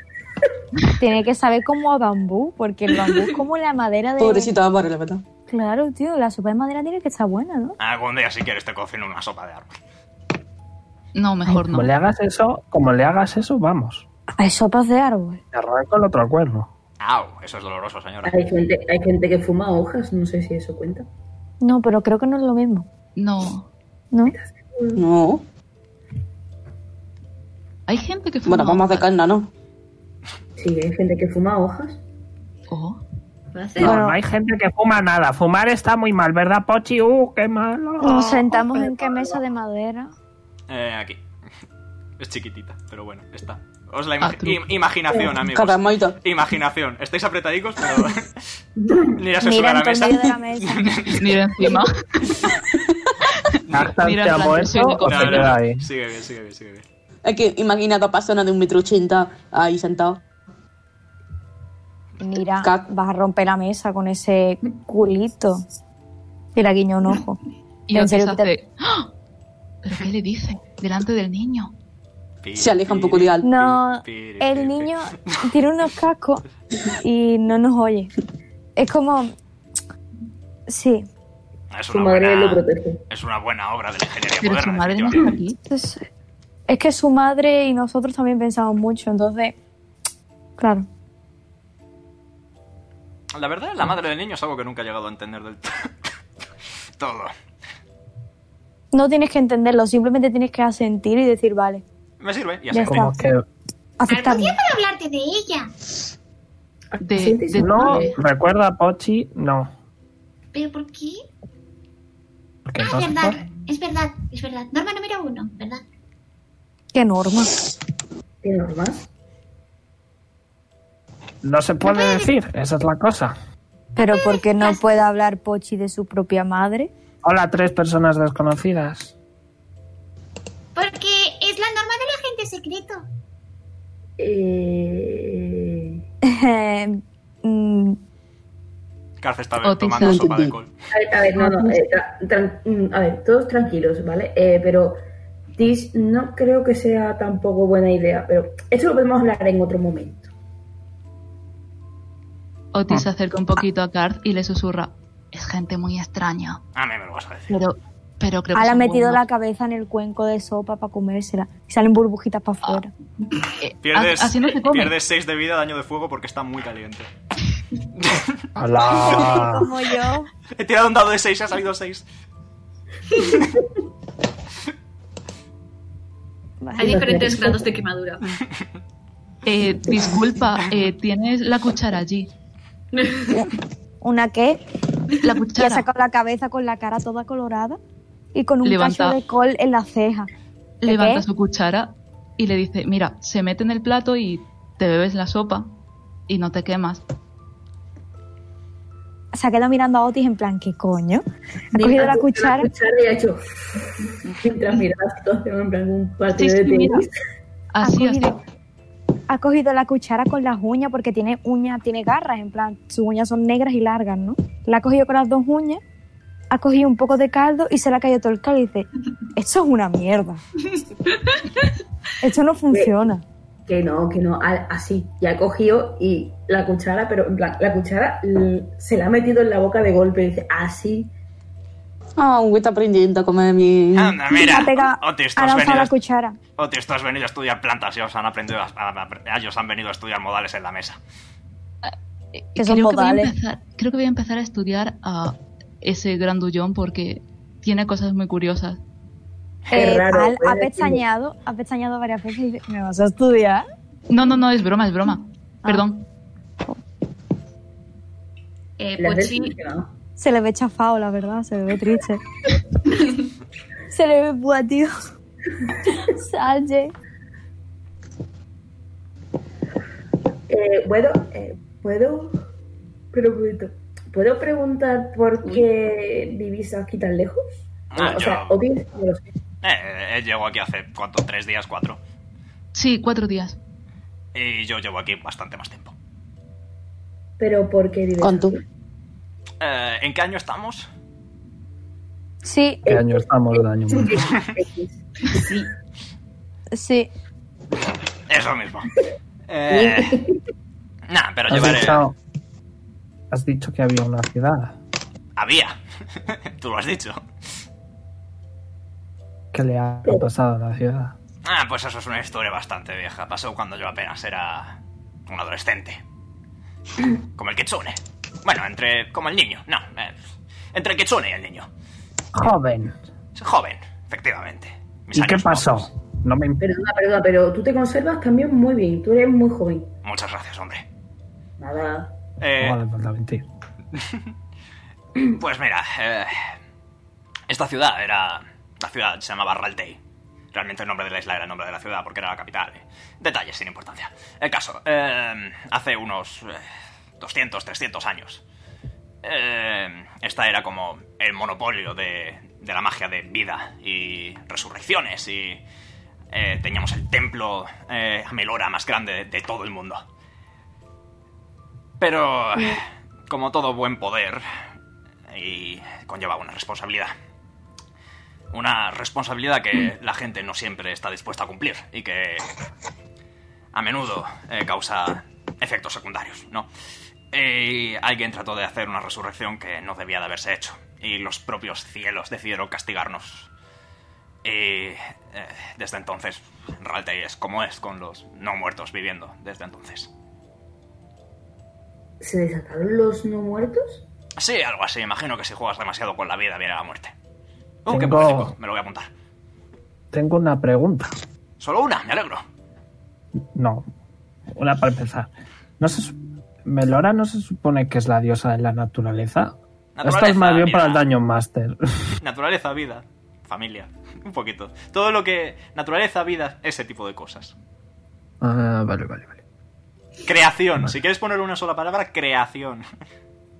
S5: Tiene que saber como a bambú, porque el bambú es como la madera de...
S6: Pobrecita Bárbara, la verdad.
S5: Claro, tío, la sopa de madera tiene que estar buena, ¿no?
S2: Algún día, si quieres, te cocino una sopa de árbol.
S1: No, mejor no.
S7: Como le hagas eso, como le hagas eso, vamos.
S5: Hay sopas de árbol.
S7: Te arranco el otro cuerno.
S2: ¡Au! Eso es doloroso, señora.
S4: Hay gente, hay gente que fuma hojas, no sé si eso cuenta.
S5: No, pero creo que no es lo mismo,
S1: No.
S5: ¿no?
S6: No.
S1: Hay gente que fuma.
S6: Bueno, vamos de carne, ¿no?
S4: Sí, hay gente que fuma hojas.
S1: Oh.
S3: ¿Lo hace?
S7: No,
S5: Bueno.
S7: no hay gente que fuma nada. Fumar está muy mal, ¿verdad, Pochi? ¡Uh, qué malo!
S2: Oh.
S5: Nos sentamos en qué mesa de madera.
S2: Eh, aquí. Es chiquitita, pero bueno, está. Os la
S1: Ah,
S2: imagi-
S1: tú.
S2: im- imaginación, amigos.
S6: Caramaita.
S2: Imaginación. Estáis apretadicos, pero. Mira, se sube
S5: Mira
S2: a la
S5: en todo el
S2: mesa.
S5: medio de la mesa.
S1: Mira encima.
S7: Cartan,
S1: Mira,
S7: ¿te
S1: en
S7: ha
S1: plan,
S7: muerto
S1: soy de
S7: o
S1: cocina.
S7: se
S2: No,
S7: queda
S2: no,
S7: ahí?
S2: Sigue bien, sigue bien, sigue bien.
S6: Es que imagina dos personas de un metro ochenta ahí sentado.
S5: Mira,
S6: Cat.
S5: vas a romper la mesa con ese culito. Y la guiño un ojo.
S1: Y
S5: En
S1: Otis
S5: serio, quítate.
S1: hace. ¡Ah! ¿Pero qué le dice? Delante del niño.
S6: Se aleja un poco de algo.
S5: No,
S2: Pi, pi, pi, pi.
S5: el niño tiene unos cascos y no nos oye. Es como... Sí.
S2: Es
S4: Su
S2: una,
S4: madre lo
S2: buena,
S4: protege.
S2: es una buena obra de la ingeniería
S1: Pero su
S2: moderna,
S1: madre no está
S2: efectivamente.
S1: aquí.
S5: Es, es que su madre y nosotros también pensamos mucho, entonces... Claro.
S2: La verdad, la madre del niño es algo que nunca he llegado a entender del t- todo.
S5: No tienes que entenderlo, simplemente tienes que asentir y decir, vale,
S2: Me sirve, y
S5: Ya
S2: así.
S5: está.
S7: Como que...
S5: aceptable.
S8: Para hablarte de ella.
S1: De-
S4: Sí, sí, sí.
S1: de-
S7: No, recuerda a Pochi, no.
S8: ¿Pero por qué?
S7: Porque
S8: Ah,
S7: no
S8: es
S7: se
S8: verdad.
S7: puede.
S8: Es verdad, es verdad. Norma número uno, ¿verdad?
S5: Qué norma.
S4: ¿Tiene normas?
S7: No se puede decir, esa es la cosa.
S5: Pero porque no puede hablar Pochi de su propia madre?
S7: Hola, tres personas desconocidas.
S8: Porque es la norma del agente secreto.
S4: Eh...
S5: Mm,
S2: Carce está
S1: Otis
S2: tomando
S6: está-
S2: sopa de col.
S4: A ver, a ver, no,
S5: Ah,
S4: no. eh, tra- tran- mm, a ver, todos tranquilos, ¿vale? Eh, pero Tis no creo que sea tampoco buena idea, pero eso lo podemos hablar en otro momento.
S5: Mm.
S1: Otis se acerca un poquito a Garth y le susurra. Es gente muy extraña.
S2: A mí Ah, me lo vas a decir.
S1: Pero, pero creo que.
S5: ah, le ha
S1: son
S5: metido
S1: buenos.
S5: la cabeza en el cuenco de sopa para comérsela. Y salen burbujitas para afuera.
S1: Eh,
S2: Pierdes,
S1: así no se come.
S2: pierdes 6 de vida, daño de fuego porque está muy caliente.
S7: Hola.
S5: Como yo.
S2: He tirado un dado de 6 y ha salido 6.
S3: Hay diferentes grados de quemadura.
S4: Ah.
S1: Eh, disculpa, eh, tienes la cuchara allí.
S5: Una que
S1: La
S5: que ha
S1: cuchara.
S5: sacado la cabeza con la cara toda colorada y con un
S1: Levanta.
S5: cacho de col en la ceja.
S1: levanta
S5: ¿Qué?
S1: su cuchara y le dice, mira, se mete en el plato y te bebes la sopa y no te quemas.
S5: Se ha quedado mirando a Otis en plan, ¿qué coño? Ha
S4: Tis
S5: cogido la
S4: cogido
S5: cuchara.
S4: y ha hecho. Mientras miraba la situación, en plan un partido
S1: Sí,
S4: de
S1: sí,
S4: tenis.
S1: mira. Así,
S5: ha
S1: así.
S5: cogido, ha cogido la cuchara con las uñas porque tiene uñas, tiene garras, en plan, sus uñas son negras y largas, ¿no? La ha cogido con las dos uñas, ha cogido un poco de caldo y se le ha caído todo el caldo y dice, esto es una mierda. Esto no funciona.
S4: Que no, que no, al- así. Y ha cogido y la cuchara, pero en plan, la cuchara l- se la ha metido en la boca de golpe y dice, "Ah, así.
S6: Aún Ah, está aprendiendo a comer bien.
S2: Anda,
S5: ha
S2: mira. Oh,
S5: pegado-
S2: Otis, tú
S5: ha
S2: has
S5: lanzado
S2: venido.
S5: la cuchara.
S2: Otis, tú has venido a estudiar plantas y os han aprendido a, a- a- ellos han venido a estudiar modales en la mesa.
S1: Eh,
S5: Que son
S1: Creo que, voy a
S5: modales.
S1: empezar, creo que voy a empezar a estudiar a ese grandullón porque tiene cosas muy curiosas.
S4: Qué
S5: Eh,
S4: raro, puede
S5: ha- ha,
S4: decirlo.
S5: pestañado, ha pestañado varias veces y dice, ¿me vas a estudiar?
S1: No, no, no, es broma, es broma.
S5: Ah.
S1: Perdón.
S3: Eh,
S4: Le has
S3: Pochi,
S4: desilusionado.
S5: Se le ve chafado, la verdad, se le ve triste. se le ve batido. Salle.
S4: Eh, ¿Puedo? eh, ¿Puedo? Pero un momento. ¿Puedo preguntar por qué vivís aquí tan lejos?
S2: Ah,
S4: o
S2: yo-
S4: sea, obvio, no lo sé.
S2: Eh, él llegó aquí hace, ¿cuánto? ¿Tres días? ¿Cuatro?
S1: Sí, cuatro días.
S2: Y yo llevo aquí bastante más tiempo.
S4: Pero ¿por qué vivís
S6: ¿Cuánto?
S4: aquí?
S2: Eh, ¿En qué año estamos?
S5: Sí,
S7: ¿Qué año estamos de año?
S4: Sí, sí, sí.
S5: sí.
S2: Eso mismo. Eh, nah, pero
S7: Has
S2: llevaré...
S7: dicho, has dicho que había una ciudad.
S2: Había. Tú lo has dicho.
S7: ¿Qué le ha pasado a la ciudad?
S2: Ah, pues eso es una historia bastante vieja. Pasó cuando yo apenas era un adolescente. Como el Kitsune. Bueno, entre... como el niño. No, eh, entre el Kitsune y el niño.
S7: Joven.
S2: Joven, efectivamente. Mis
S7: ¿Y qué
S2: años
S7: pasó?
S2: mozos.
S7: No me importa.
S4: Perdona, perdona, pero tú te conservas también muy bien. Tú eres muy joven.
S2: Muchas gracias, hombre.
S4: Nada.
S2: Eh,
S7: No le falta mentir.
S2: Pues mira, eh, esta ciudad era... La ciudad se llamaba Raltei. Realmente el nombre de la isla era el nombre de la ciudad porque era la capital. Detalles sin importancia. El caso, eh, hace unos eh, 200, 300 años. eh, esta era como el monopolio de, de la magia de vida y resurrecciones y eh, teníamos el templo eh, Amelora más grande de, de todo el mundo. Pero, como todo buen poder, y conlleva una responsabilidad. Una responsabilidad que la gente no siempre está dispuesta a cumplir y que a menudo eh, causa efectos secundarios, ¿no? Y alguien trató de hacer una resurrección que no debía de haberse hecho. Y los propios cielos decidieron castigarnos. Y eh, desde entonces, Raltei es como es, con los no muertos viviendo desde entonces.
S4: ¿Se desataron los no muertos?
S2: Sí, algo así. Imagino que si juegas demasiado con la vida viene la muerte. Oh, qué
S7: Tengo-
S2: poético. Me lo voy a apuntar.
S7: Tengo una pregunta.
S2: Solo una, me alegro.
S7: No, una para empezar. No se, su- Melora no se supone que es la diosa de la naturaleza. Esto es
S2: Naturaleza,
S7: más bien para el
S2: vida.
S7: daño master.
S2: Naturaleza, vida, familia. Un poquito. Todo lo que... Naturaleza, vida, ese tipo de cosas.
S7: ah, vale, vale, vale.
S2: Creación. Si quieres poner una sola palabra, creación.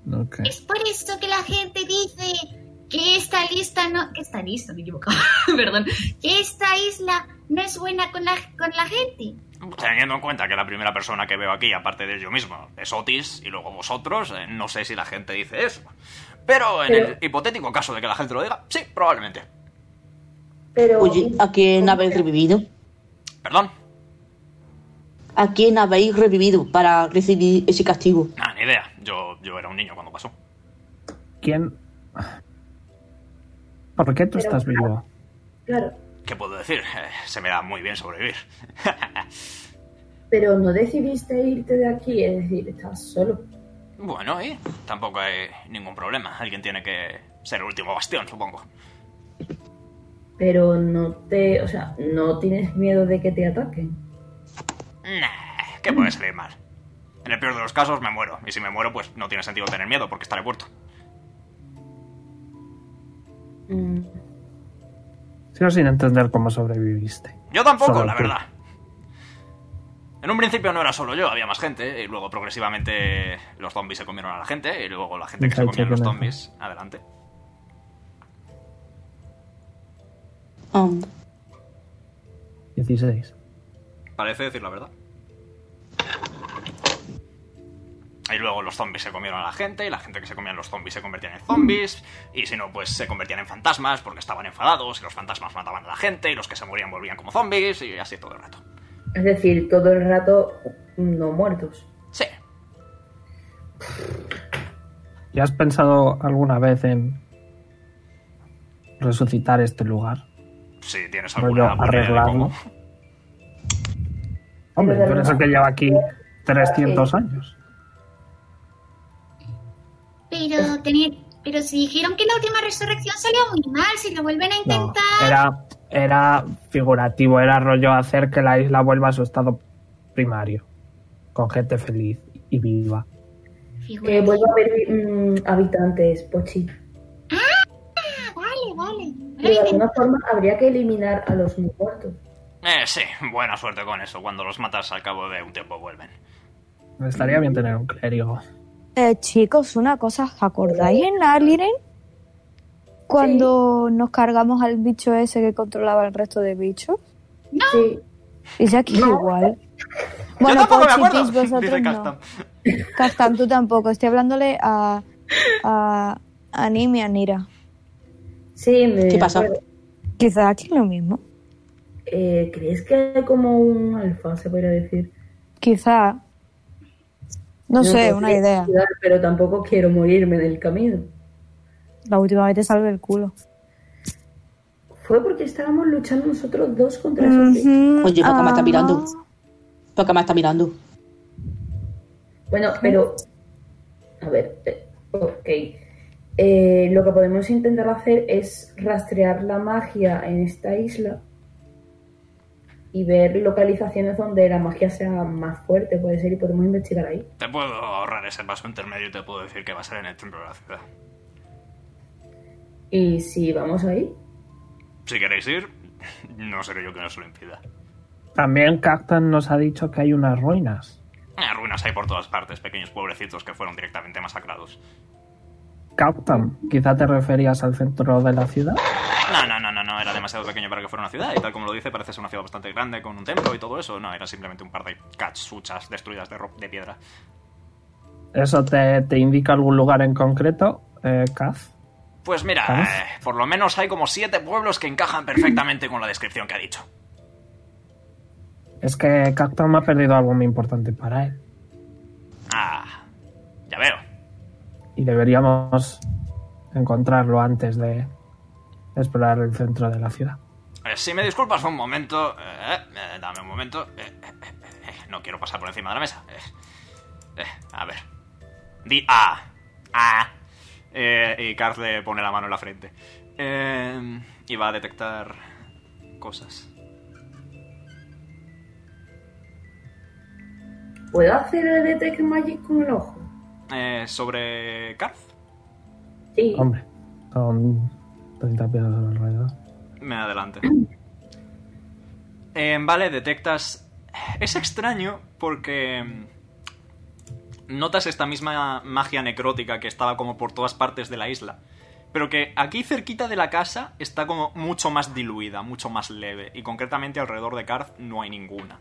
S7: Ok.
S8: Es por eso que la gente dice que esta lista no. que esta lista, me he equivocado. Perdón. Que esta isla no es buena con la, con la gente.
S2: Teniendo en cuenta que la primera persona que veo aquí, aparte de yo mismo, es Otis y luego vosotros, eh, no sé si la gente dice eso. Pero en
S4: Pero-
S2: el hipotético caso de que la gente lo diga, sí, probablemente.
S4: Pero.
S6: Oye, ¿a quién habéis revivido?
S2: Perdón.
S6: ¿A quién habéis revivido para recibir ese castigo?
S2: Ah, ni idea. Yo, yo era un niño cuando pasó.
S7: ¿Quién? ¿Por qué
S4: Pero-
S7: tú estás vivo?
S4: Claro,
S2: ¿Qué puedo decir? Eh, se me da muy bien sobrevivir.
S4: pero no decidiste irte de aquí, es decir, estás solo.
S2: Bueno, y tampoco hay ningún problema. Alguien tiene que ser el último bastión, supongo.
S4: Pero no te. O sea, no tienes miedo de que te ataquen.
S2: Nah, ¿qué puede salir mal? En el peor de los casos me muero. Y si me muero, pues no tiene sentido tener miedo porque estaré muerto.
S4: Mm,
S7: Sigo sin entender cómo sobreviviste.
S2: Yo tampoco,
S7: Solo
S2: la
S7: tú.
S2: verdad. En un principio no era solo yo, había más gente, y luego progresivamente los zombies se comieron a la gente, y luego la gente que se
S7: Muchacho,
S2: comía a
S7: que
S2: los
S7: me-
S2: zombies. Adelante.
S6: Ah,
S7: 16.
S2: Parece decir la verdad. Y luego los zombies se comieron a la gente, y la gente que se comían los zombies se convertían en zombies, y si no, pues se convertían en fantasmas porque estaban enfadados, y los fantasmas mataban a la gente, y los que se morían volvían como zombies, y así todo el rato.
S4: Es decir, todo el rato mm, no muertos.
S2: Sí.
S7: ¿Ya has pensado alguna vez en resucitar este lugar?
S2: Si tienes
S7: Rollo,
S2: alguna buena idea de
S7: arreglarlo.
S2: cómo.
S7: Hombre,
S4: Pero
S7: tú eres el que lleva aquí 300 años.
S8: Pero tener. Pero si dijeron que la última resurrección salió muy mal, si lo vuelven a
S7: No,
S8: intentar.
S7: era, era figurativo, era rollo hacer que la isla vuelva a su estado primario, con gente feliz y viva.
S4: Que
S8: Figura.
S4: vuelva a haber mm, habitantes, Pochi.
S8: Ah, vale, vale.
S4: Que de alguna forma habría que eliminar a los no muertos.
S2: Eh, sí, buena suerte con eso. Cuando los matas al cabo de un tiempo vuelven.
S7: Estaría bien tener un clérigo.
S5: Eh, chicos, una cosa, ¿acordáis en Arliren? Cuando nos cargamos al bicho ese que controlaba el resto de bichos.
S4: Sí,
S5: Y si aquí igual.
S2: Yo tampoco me
S5: Pochi,
S2: acuerdo.
S5: Tis, pues, vosotros
S2: Dice
S5: no.
S2: Castam.
S5: Castan, tú tampoco. Estoy hablándole a, a, a Nim y a Nira.
S4: sí, me
S6: ¿Qué pasa?
S4: acuerdo.
S5: Quizás aquí es lo mismo.
S4: Eh, ¿Crees que hay como un alfa, se podría decir?
S5: Quizás. No, sé,
S4: podría
S5: una idea.
S4: ayudar, pero tampoco quiero morirme del camino.
S5: La última vez te salvé el culo.
S4: Fue porque estábamos luchando nosotros dos contra esos bichos.
S5: Ujú,
S6: Oye, Paco me está
S5: ajá.
S6: mirando. Paco me está mirando.
S4: Bueno, pero. A ver, eh, ok. Eh, lo que podemos intentar hacer es rastrear la magia en esta isla y ver localizaciones donde la magia sea más fuerte, puede ser, y podemos investigar ahí.
S2: Te puedo ahorrar ese paso intermedio y te puedo decir que va a ser en el templo de la ciudad.
S4: Y si vamos ahí,
S2: Si queréis ir, no seré yo quien os lo impida.
S7: También Cactan nos ha dicho que hay unas ruinas.
S2: Eh, ruinas hay por todas partes, pequeños pueblecitos que fueron directamente masacrados.
S7: Cactan, quizá te referías al centro de la ciudad.
S2: No, no, no, no, no, era demasiado pequeño para que fuera una ciudad, y tal como lo dice, parece ser una ciudad bastante grande con un templo y todo eso. No, era simplemente un par de catsuchas destruidas de, ro- de piedra.
S7: ¿Eso te, te indica algún lugar en concreto, eh, Kaz?
S2: Pues mira,
S7: ¿Ah?
S2: eh, por lo menos hay como siete pueblos que encajan perfectamente con la descripción que ha dicho.
S7: Es que Cactan me ha perdido algo muy importante para él.
S2: Ah,
S7: y deberíamos encontrarlo antes de explorar el centro de la ciudad.
S2: Eh, si me disculpas un momento, eh, eh, dame un momento. eh, eh, eh, eh, no quiero pasar por encima de la mesa. Eh, eh, a ver. Di A. A. Eh, y Karl le pone la mano en la frente. Eh, y va a detectar cosas.
S4: ¿Puedo hacer el Detect Magic con el ojo?
S2: Eh, sobre Karl,
S4: Sí.
S7: Hombre, son 30 piedras alrededor.
S2: me adelante. Eh, vale, detectas... Es extraño porque... mm, Notas esta misma magia necrótica que estaba como por todas partes de la isla. Pero que aquí cerquita de la casa está como mucho más diluida, mucho más leve. Y concretamente alrededor de Karth no hay ninguna.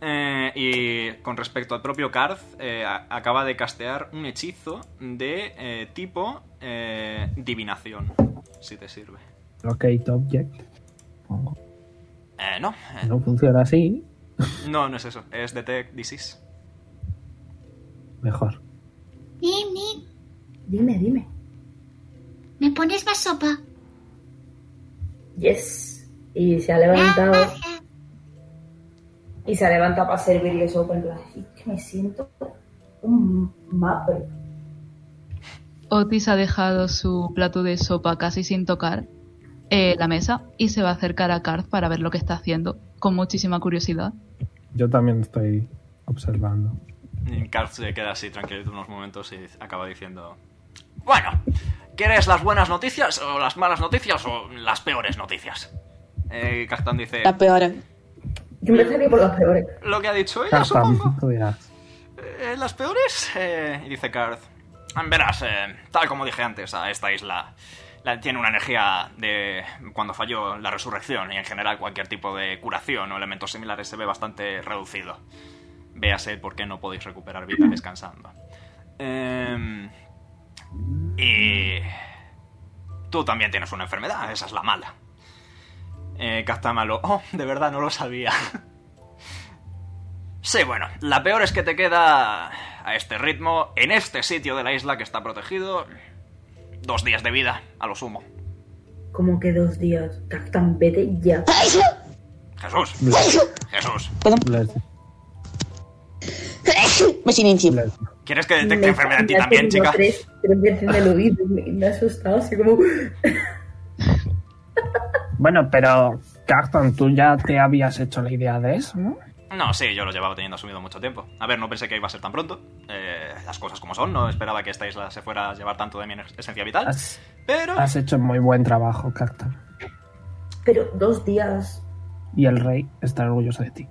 S2: Eh, y con respecto al propio Karth, eh, a- acaba de castear un hechizo de eh, tipo eh, divinación. Si te sirve.
S7: Locate object. Pongo.
S2: Eh, no, eh,
S7: No funciona así,
S2: no, no es eso. Es Detect Disease.
S7: mejor.
S8: Nim, Nim,
S4: Dime, dime.
S8: ¿me pones más sopa?
S4: Yes. Y se ha levantado.
S8: Gracias.
S4: Y se levanta para servirle sopa en plan, "Es que me siento un mapper.
S1: Otis ha dejado su plato de sopa casi sin tocar eh, la mesa y se va a acercar a Karth para ver lo que está haciendo con muchísima curiosidad.
S7: Yo también estoy observando.
S2: Y Karth se queda así tranquilito unos momentos y acaba diciendo... Bueno, ¿quieres las buenas noticias o las malas noticias o las peores noticias? Eh, Cactán dice...
S6: La peor.
S4: Yo
S2: Mm.
S4: empezaría por las peores.
S2: Lo que ha dicho ella,
S7: Cartam,
S2: supongo.
S7: tú dirás.
S2: Eh, ¿Las peores? Eh, y dice Karth. Verás, eh, tal como dije antes, a esta isla la- tiene una energía de cuando falló la resurrección y en general cualquier tipo de curación o elementos similares se ve bastante reducido. Véase por qué no podéis recuperar vida descansando. Em, y... Tú también tienes una enfermedad, esa es la mala. Eh, Castamalo. Oh, de verdad, no lo sabía. Sí, bueno, la peor es que te queda a este ritmo, en este sitio de la isla que está protegido, dos días de vida, a lo sumo.
S4: Como que dos días. Cactan, vete ya.
S2: Jesús, Jesús,
S6: Perdón,
S7: Les-
S6: me silencio.
S7: les-
S2: ¿quieres que
S4: Me-
S2: detecte enfermedad en ti
S4: me ha
S2: también,
S4: tenido
S2: chica?
S4: Tres, tres veces en el oído. Me, me ha asustado así como.
S7: Bueno, pero Carton, tú ya te habías hecho la idea de eso, ¿no?
S2: No, sí, yo lo llevaba teniendo asumido mucho tiempo. A ver, no pensé que iba a ser tan pronto. Eh, las cosas como son, no esperaba que esta isla se fuera a llevar tanto de mi ener- esencia vital.
S7: Has,
S2: Pero...
S7: has hecho muy buen trabajo, Carton.
S4: Pero dos días.
S7: Y el rey está orgulloso de ti.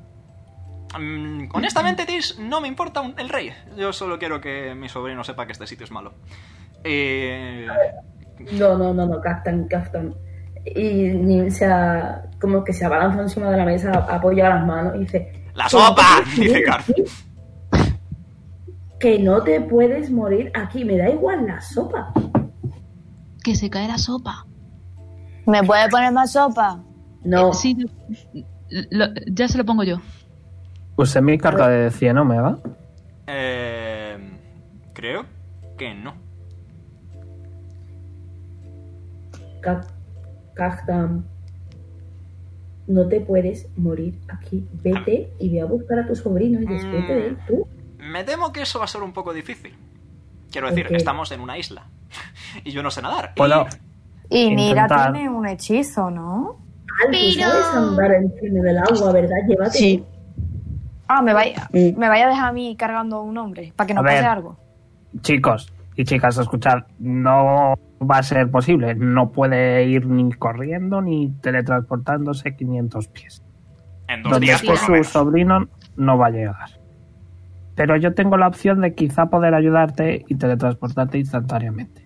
S2: mm, honestamente, Tis, no me importa un- el rey. Yo solo quiero que mi sobrino sepa que este sitio es malo. Eh,
S4: No, no, no, no. Cactan, cactan. Y ni se ha- como que se abalanza encima de la mesa, apoya las manos y dice:
S2: ¡La
S4: "Que no te
S2: sopa!
S4: puedes
S2: Dice
S4: morir
S2: Garth.
S4: aquí. Que no te puedes morir aquí. Me da igual la sopa.
S1: Que se cae la sopa.
S5: ¿Me puede poner más sopa?
S4: No.
S1: Sí, lo- ya se lo pongo yo.
S7: Usé Pues mi carga de 100 omega.
S2: Eh, creo que no.
S4: Ca- Cactam, no te puedes morir aquí. Vete y ve a buscar a tu sobrino y despídete
S2: Mm.
S4: de él tú.
S2: Me temo que eso va a ser un poco difícil. Quiero decir,
S4: Ok.
S2: estamos en una isla. y yo no sé nadar.
S7: Puedo,
S5: Y Nira
S7: Intentar.
S5: tiene un hechizo, ¿no?
S4: Al, tú
S8: Pero-
S4: sabes andar encima del agua, ¿verdad? Llévate.
S6: Sí.
S5: Ah, me vaya,
S6: Mm.
S5: me vaya a dejar a mí cargando a un hombre para que no
S7: A
S5: pase
S7: ver.
S5: algo.
S7: chicos y chicas, escuchad, no va a ser posible. No puede ir ni corriendo ni teletransportándose 500 pies.
S2: En dos
S7: Donde
S2: días, pues, por lo
S7: esté su
S2: menos.
S7: sobrino no va a llegar. Pero yo tengo la opción de quizá poder ayudarte y teletransportarte instantáneamente.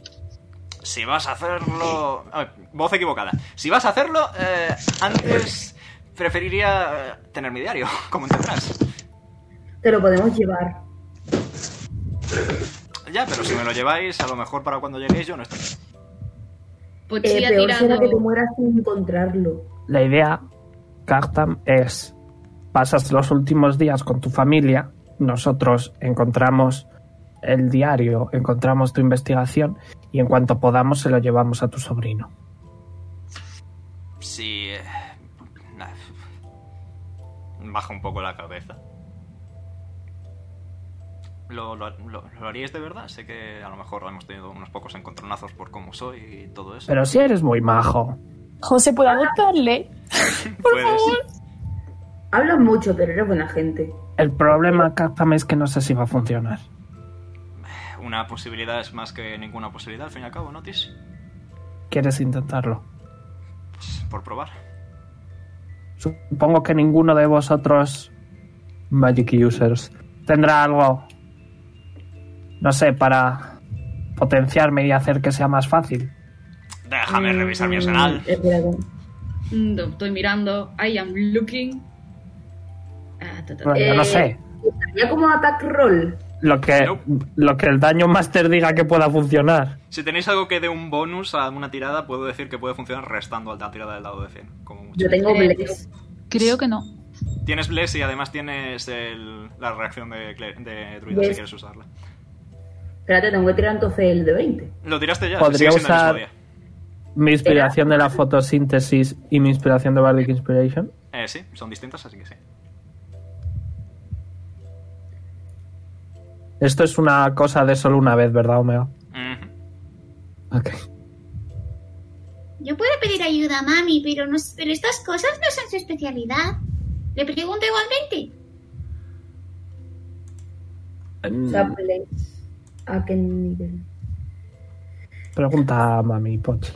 S2: Si vas a hacerlo... A ver, voz equivocada. Si vas a hacerlo, eh, antes preferiría eh, tener mi diario, como entenderás.
S4: Te lo podemos llevar.
S2: Ya, pero si me lo lleváis, a lo mejor para cuando lleguéis yo no estoy.
S4: Eh,
S3: Pochi pues ha
S4: peor será que te
S3: tirado.
S4: mueras sin encontrarlo.
S7: La idea, Cartam, es pasas los últimos días con tu familia, nosotros encontramos el diario, encontramos tu investigación y en cuanto podamos se lo llevamos a tu sobrino.
S2: Sí. eh, nah. Baja un poco la cabeza. ¿Lo, lo, lo- lo haríais de verdad? Sé que a lo mejor hemos tenido unos pocos encontronazos por cómo soy y todo eso.
S7: Pero si eres muy majo.
S5: José, ¿puedo adoptarle?
S2: Puedes.
S4: Hablas mucho, pero eres buena gente.
S7: El problema, Cáptame, es que no sé si va a funcionar.
S2: Una posibilidad es más que ninguna posibilidad, al fin y al cabo, ¿no, Tis?
S7: ¿Quieres intentarlo?
S2: Por probar.
S7: Supongo que ninguno de vosotros Magic Users tendrá algo, no sé, para potenciarme y hacer que sea más fácil.
S2: Déjame revisar mi
S4: Mm,
S2: arsenal.
S4: espérate.
S3: Mm, lo estoy mirando. I am looking. Ah, ta, ta, ta.
S7: Bueno, yo no
S4: Eh,
S7: sé.
S4: Ya como attack roll.
S7: Lo que,
S2: no.
S7: lo que el daño master diga que pueda funcionar.
S2: Si tenéis algo que dé un bonus a una tirada, puedo decir que puede funcionar restando a la tirada del dado de 100, como mucho.
S4: Yo tengo
S3: Eh,
S4: bless.
S1: Creo que no.
S2: Tienes Bless y además tienes el- la reacción de, Cle- de Druida si
S4: Bless.
S2: quieres usarla.
S4: Espérate, tengo que tirar entonces el de 20.
S2: Lo tiraste ya, sigue
S7: Podría
S2: siendo el mismo
S7: usar-
S2: día.
S7: Mi inspiración de la fotosíntesis y mi inspiración de Bardic Inspiration.
S2: Eh, sí, son distintas, así que sí.
S7: Esto es una cosa de solo una vez, ¿verdad, Omega?
S2: Ujú.
S7: Ok.
S8: Yo puedo pedir ayuda a mami, pero, no, pero estas cosas no son su especialidad. Le pregunto igualmente.
S4: O sea, bless. ¿A qué nivel?
S7: Pregunta a Mami Pochi.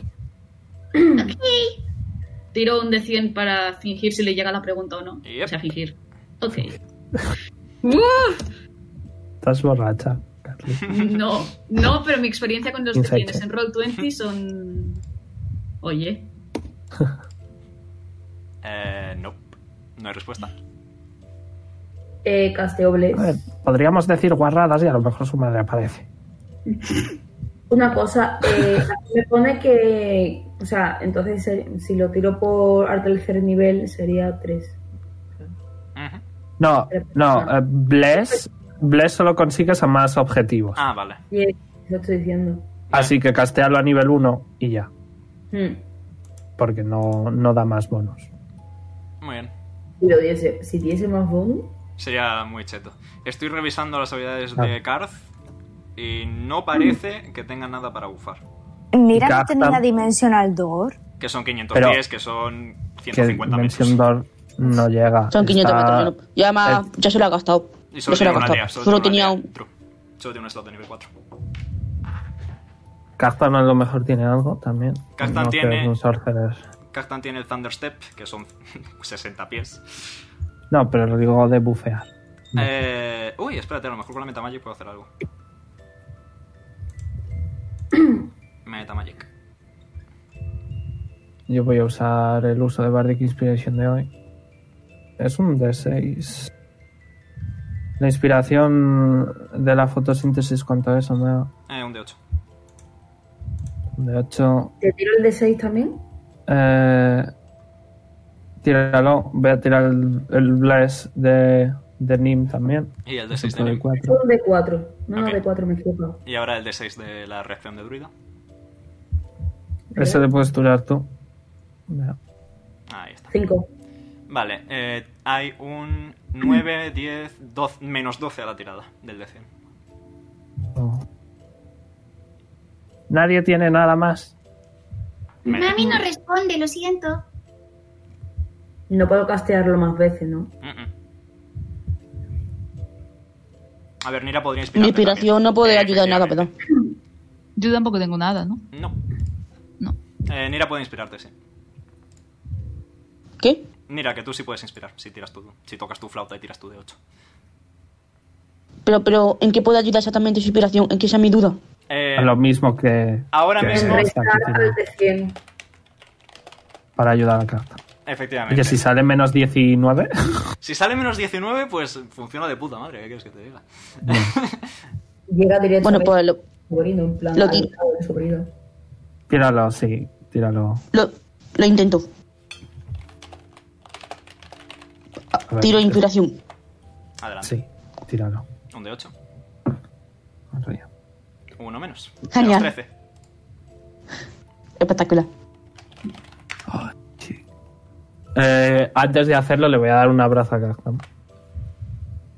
S3: Tiro un de 100 para fingir si le llega la pregunta o no.
S2: Yep.
S3: O sea, fingir. Ok. ¡Uf!
S7: Estás borracha, Carly.
S3: No, no, pero mi experiencia con los que
S7: Insight
S3: tienes
S7: check.
S3: en Roll20 son... Oye,
S2: Eh, no. No hay respuesta.
S4: Eh, casteo
S7: A ver,
S4: bless.
S7: podríamos decir guarradas y a lo mejor su madre aparece.
S4: Una cosa, eh, aquí me pone que. O sea, entonces eh, si lo tiro por al tercer nivel sería 3.
S2: Ujú.
S7: No, no,
S4: Ah.
S7: eh, Bless, Bless solo consigues a más objetivos.
S2: Ah, vale.
S4: Y es- lo estoy diciendo.
S7: Así que castealo a nivel 1 y ya,
S4: Hmm.
S7: porque no, no da más bonos.
S2: Muy bien.
S4: Si lo diese, si diese más bonus.
S2: Sería muy cheto. Estoy revisando las habilidades
S7: Ah.
S2: de Karth y no parece que tenga nada para bufar.
S5: Mira, no
S7: Gasta.
S5: tenía Dimensional Door.
S2: Que son 510,
S7: Pero-
S2: que son
S7: Que
S2: 150
S7: Dimension
S2: metros.
S7: Door no llega.
S6: Son 500
S7: Está-
S6: metros. ¿no? Y además, ya se lo ha gastado.
S2: Y
S6: Ya
S2: solo
S6: se
S2: tiene
S6: lo ha
S2: una
S6: gastado.
S2: aldea,
S6: Solo
S2: tiene
S6: tenía
S2: una
S6: un.
S2: aldea. True. Solo tiene un slot de nivel 4.
S7: Kaztan a lo mejor tiene algo también.
S2: Kaztan
S7: No,
S2: tiene-
S7: que es un sorcerer.
S2: Kaztan tiene el Thunder Step, que son 60 pies.
S7: No, pero lo digo de bufear. No.
S2: Eh, uy, espérate, a lo mejor con la Metamagic puedo hacer algo. Metamagic.
S7: Yo voy a usar el uso de Bardic Inspiration de hoy. Es un D6. La inspiración de la fotosíntesis, ¿cuánto es? Omega?
S2: Eh, un D8.
S7: Un D8.
S4: ¿Te tiro el de 6 también?
S7: Eh, tíralo. Voy a tirar el, el Bless de, de Nim también.
S2: Y el
S7: Es
S2: D6 de
S7: otro
S2: Nim.
S7: D4.
S4: Solo un de 4. No,
S2: Ok.
S4: no, de 4 me equivoco.
S2: Y ahora el D6 de la reacción de druida.
S4: ¿Eh?
S7: Ese le puedes tirar tú. Omega.
S2: Ahí está.
S4: 5.
S2: Vale, eh, hay un 9, 10, 12, menos 12 a la tirada del D100.
S7: Oh. Nadie tiene nada más.
S2: Me-
S8: Mami no responde, lo siento.
S4: No puedo castearlo más veces, ¿no?
S2: Mm, mm. A ver, Nira podría inspirar.
S6: Mi inspiración no puede ayudar en nada, perdón.
S1: Yo tampoco tengo nada, ¿no?
S2: No.
S1: No.
S2: Eh, Nira puede inspirarte, sí.
S6: ¿Qué?
S2: Nira, que tú sí puedes inspirar si tiras tú, si tocas tu flauta y tiras tú de 8.
S6: Pero, pero, ¿en qué puede ayudar exactamente su inspiración? ¿En qué sea mi duda?
S2: Eh,
S7: A lo mismo que.
S2: ahora
S7: que
S2: mismo-
S7: esta
S4: Restar
S7: que tiene
S4: al de 100.
S7: para ayudar a carta. Y
S2: efectivamente.
S7: que si sale menos 19.
S2: Si sale menos 19, pues funciona de puta madre, ¿qué quieres que te diga?
S4: Llega
S6: Bueno,
S4: directamente
S6: pues lo,
S4: al sobrino, en plan.
S6: lo
S4: al
S6: quito.
S4: lado del sobrino.
S7: tíralo, sí, tíralo.
S6: lo, lo intento.
S7: A ver,
S6: Tiro inspiración.
S2: Adelante.
S7: Sí, tíralo.
S2: Un de 8.
S7: Ahora.
S2: Uno menos.
S6: Genial.
S2: Menos 13.
S6: Espectacular.
S7: Eh, antes de hacerlo, le voy a dar un abrazo a Gagman.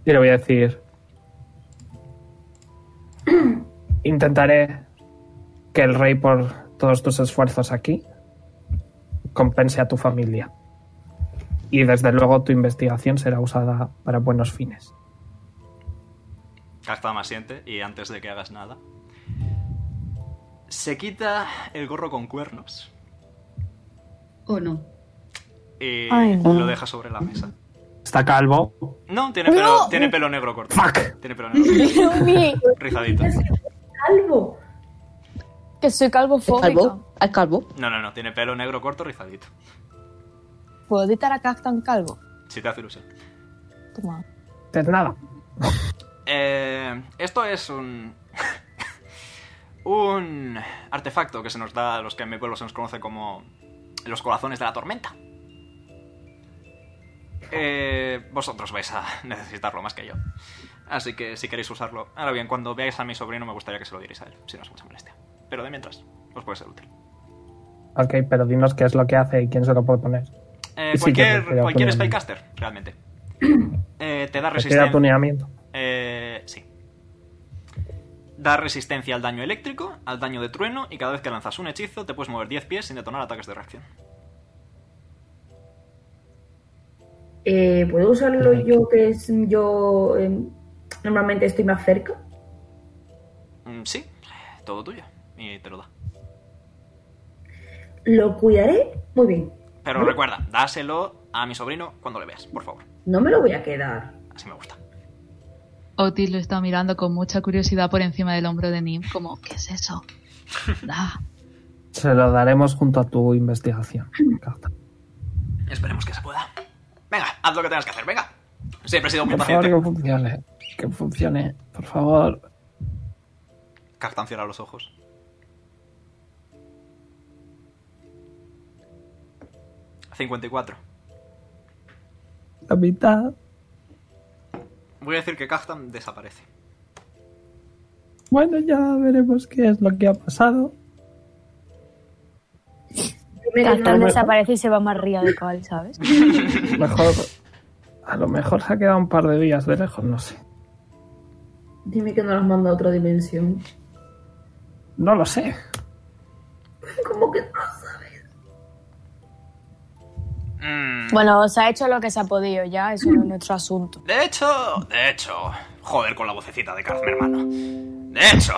S7: Y le voy a decir: Intentaré que el rey, por todos tus esfuerzos aquí, compense a tu familia. Y desde luego, tu investigación será usada para buenos fines.
S2: Cacta más siente y antes de que hagas nada. Se quita el gorro con cuernos
S3: ¿O no?
S2: y
S5: Ay, no.
S2: lo deja sobre la mesa.
S7: Está calvo.
S2: No, tiene pelo,
S5: No.
S2: tiene pelo negro corto.
S7: Fuck.
S2: Tiene pelo negro corto,
S5: Mi,
S2: rizadito.
S4: Calvo.
S5: que soy
S6: ¿Es
S5: calvofóbica.
S6: calvo? ¿Es calvo?
S2: No, no, no, tiene pelo negro corto, rizadito.
S5: ¿Puedo editar a Cactan calvo?
S2: Si te hace ilusión.
S5: Toma.
S7: Pues nada.
S2: Eh, esto es un. un artefacto que se nos da a los que en mi pueblo se nos conoce como los corazones de la tormenta. Eh, vosotros vais a necesitarlo más que yo. Así que si queréis usarlo. Ahora bien, cuando veáis a mi sobrino, me gustaría que se lo dierais a él, si no es mucha molestia. Pero de mientras, os puede ser útil.
S7: Ok, pero dinos qué es lo que hace y quién se lo puede poner.
S2: Eh,
S7: Sí,
S2: cualquier
S7: que me queda
S2: cualquier
S7: con-
S2: spellcaster, realmente. Eh, te da
S7: Te queda
S2: resistencia.
S7: tuneamiento.
S2: Eh, sí. Da resistencia al daño eléctrico, al daño de trueno, y cada vez que lanzas un hechizo te puedes mover 10 pies sin detonar ataques de reacción.
S4: Eh, ¿Puedo usarlo yo que es yo em, normalmente estoy más cerca?
S2: Mm, sí, todo tuyo. Y te lo da.
S4: Lo cuidaré muy bien.
S2: Pero recuerda, dáselo a mi sobrino cuando le veas, por favor.
S4: No me lo voy a quedar.
S2: Así me gusta.
S1: Otis lo está mirando con mucha curiosidad por encima del hombro de Nim, como, ¿qué es eso? Ah, Da.
S7: Se lo daremos junto a tu investigación. Carta.
S2: Esperemos que se pueda. Venga, haz lo que tengas que hacer, venga. Siempre he sido muy
S7: Por favor,
S2: paciente.
S7: que funcione. Que funcione, por favor.
S2: Cactan cierra los ojos. ¿54?
S7: La mitad.
S2: Voy a decir que Cactan desaparece.
S7: Bueno, ya veremos qué es lo que ha pasado.
S4: Primero,
S5: Cactan
S4: no-
S5: desaparece y se va más ría de cal, ¿sabes?
S7: Mejor. A lo mejor se ha quedado un par de días de lejos, no sé.
S4: Dime que no las manda a otra dimensión.
S7: No lo sé.
S4: ¿Cómo que no?
S2: Mm,
S5: Bueno, se ha hecho lo que se ha podido ya, eso no es nuestro asunto.
S2: De hecho, de hecho. Joder con la vocecita de Kaz, mi hermano. De hecho.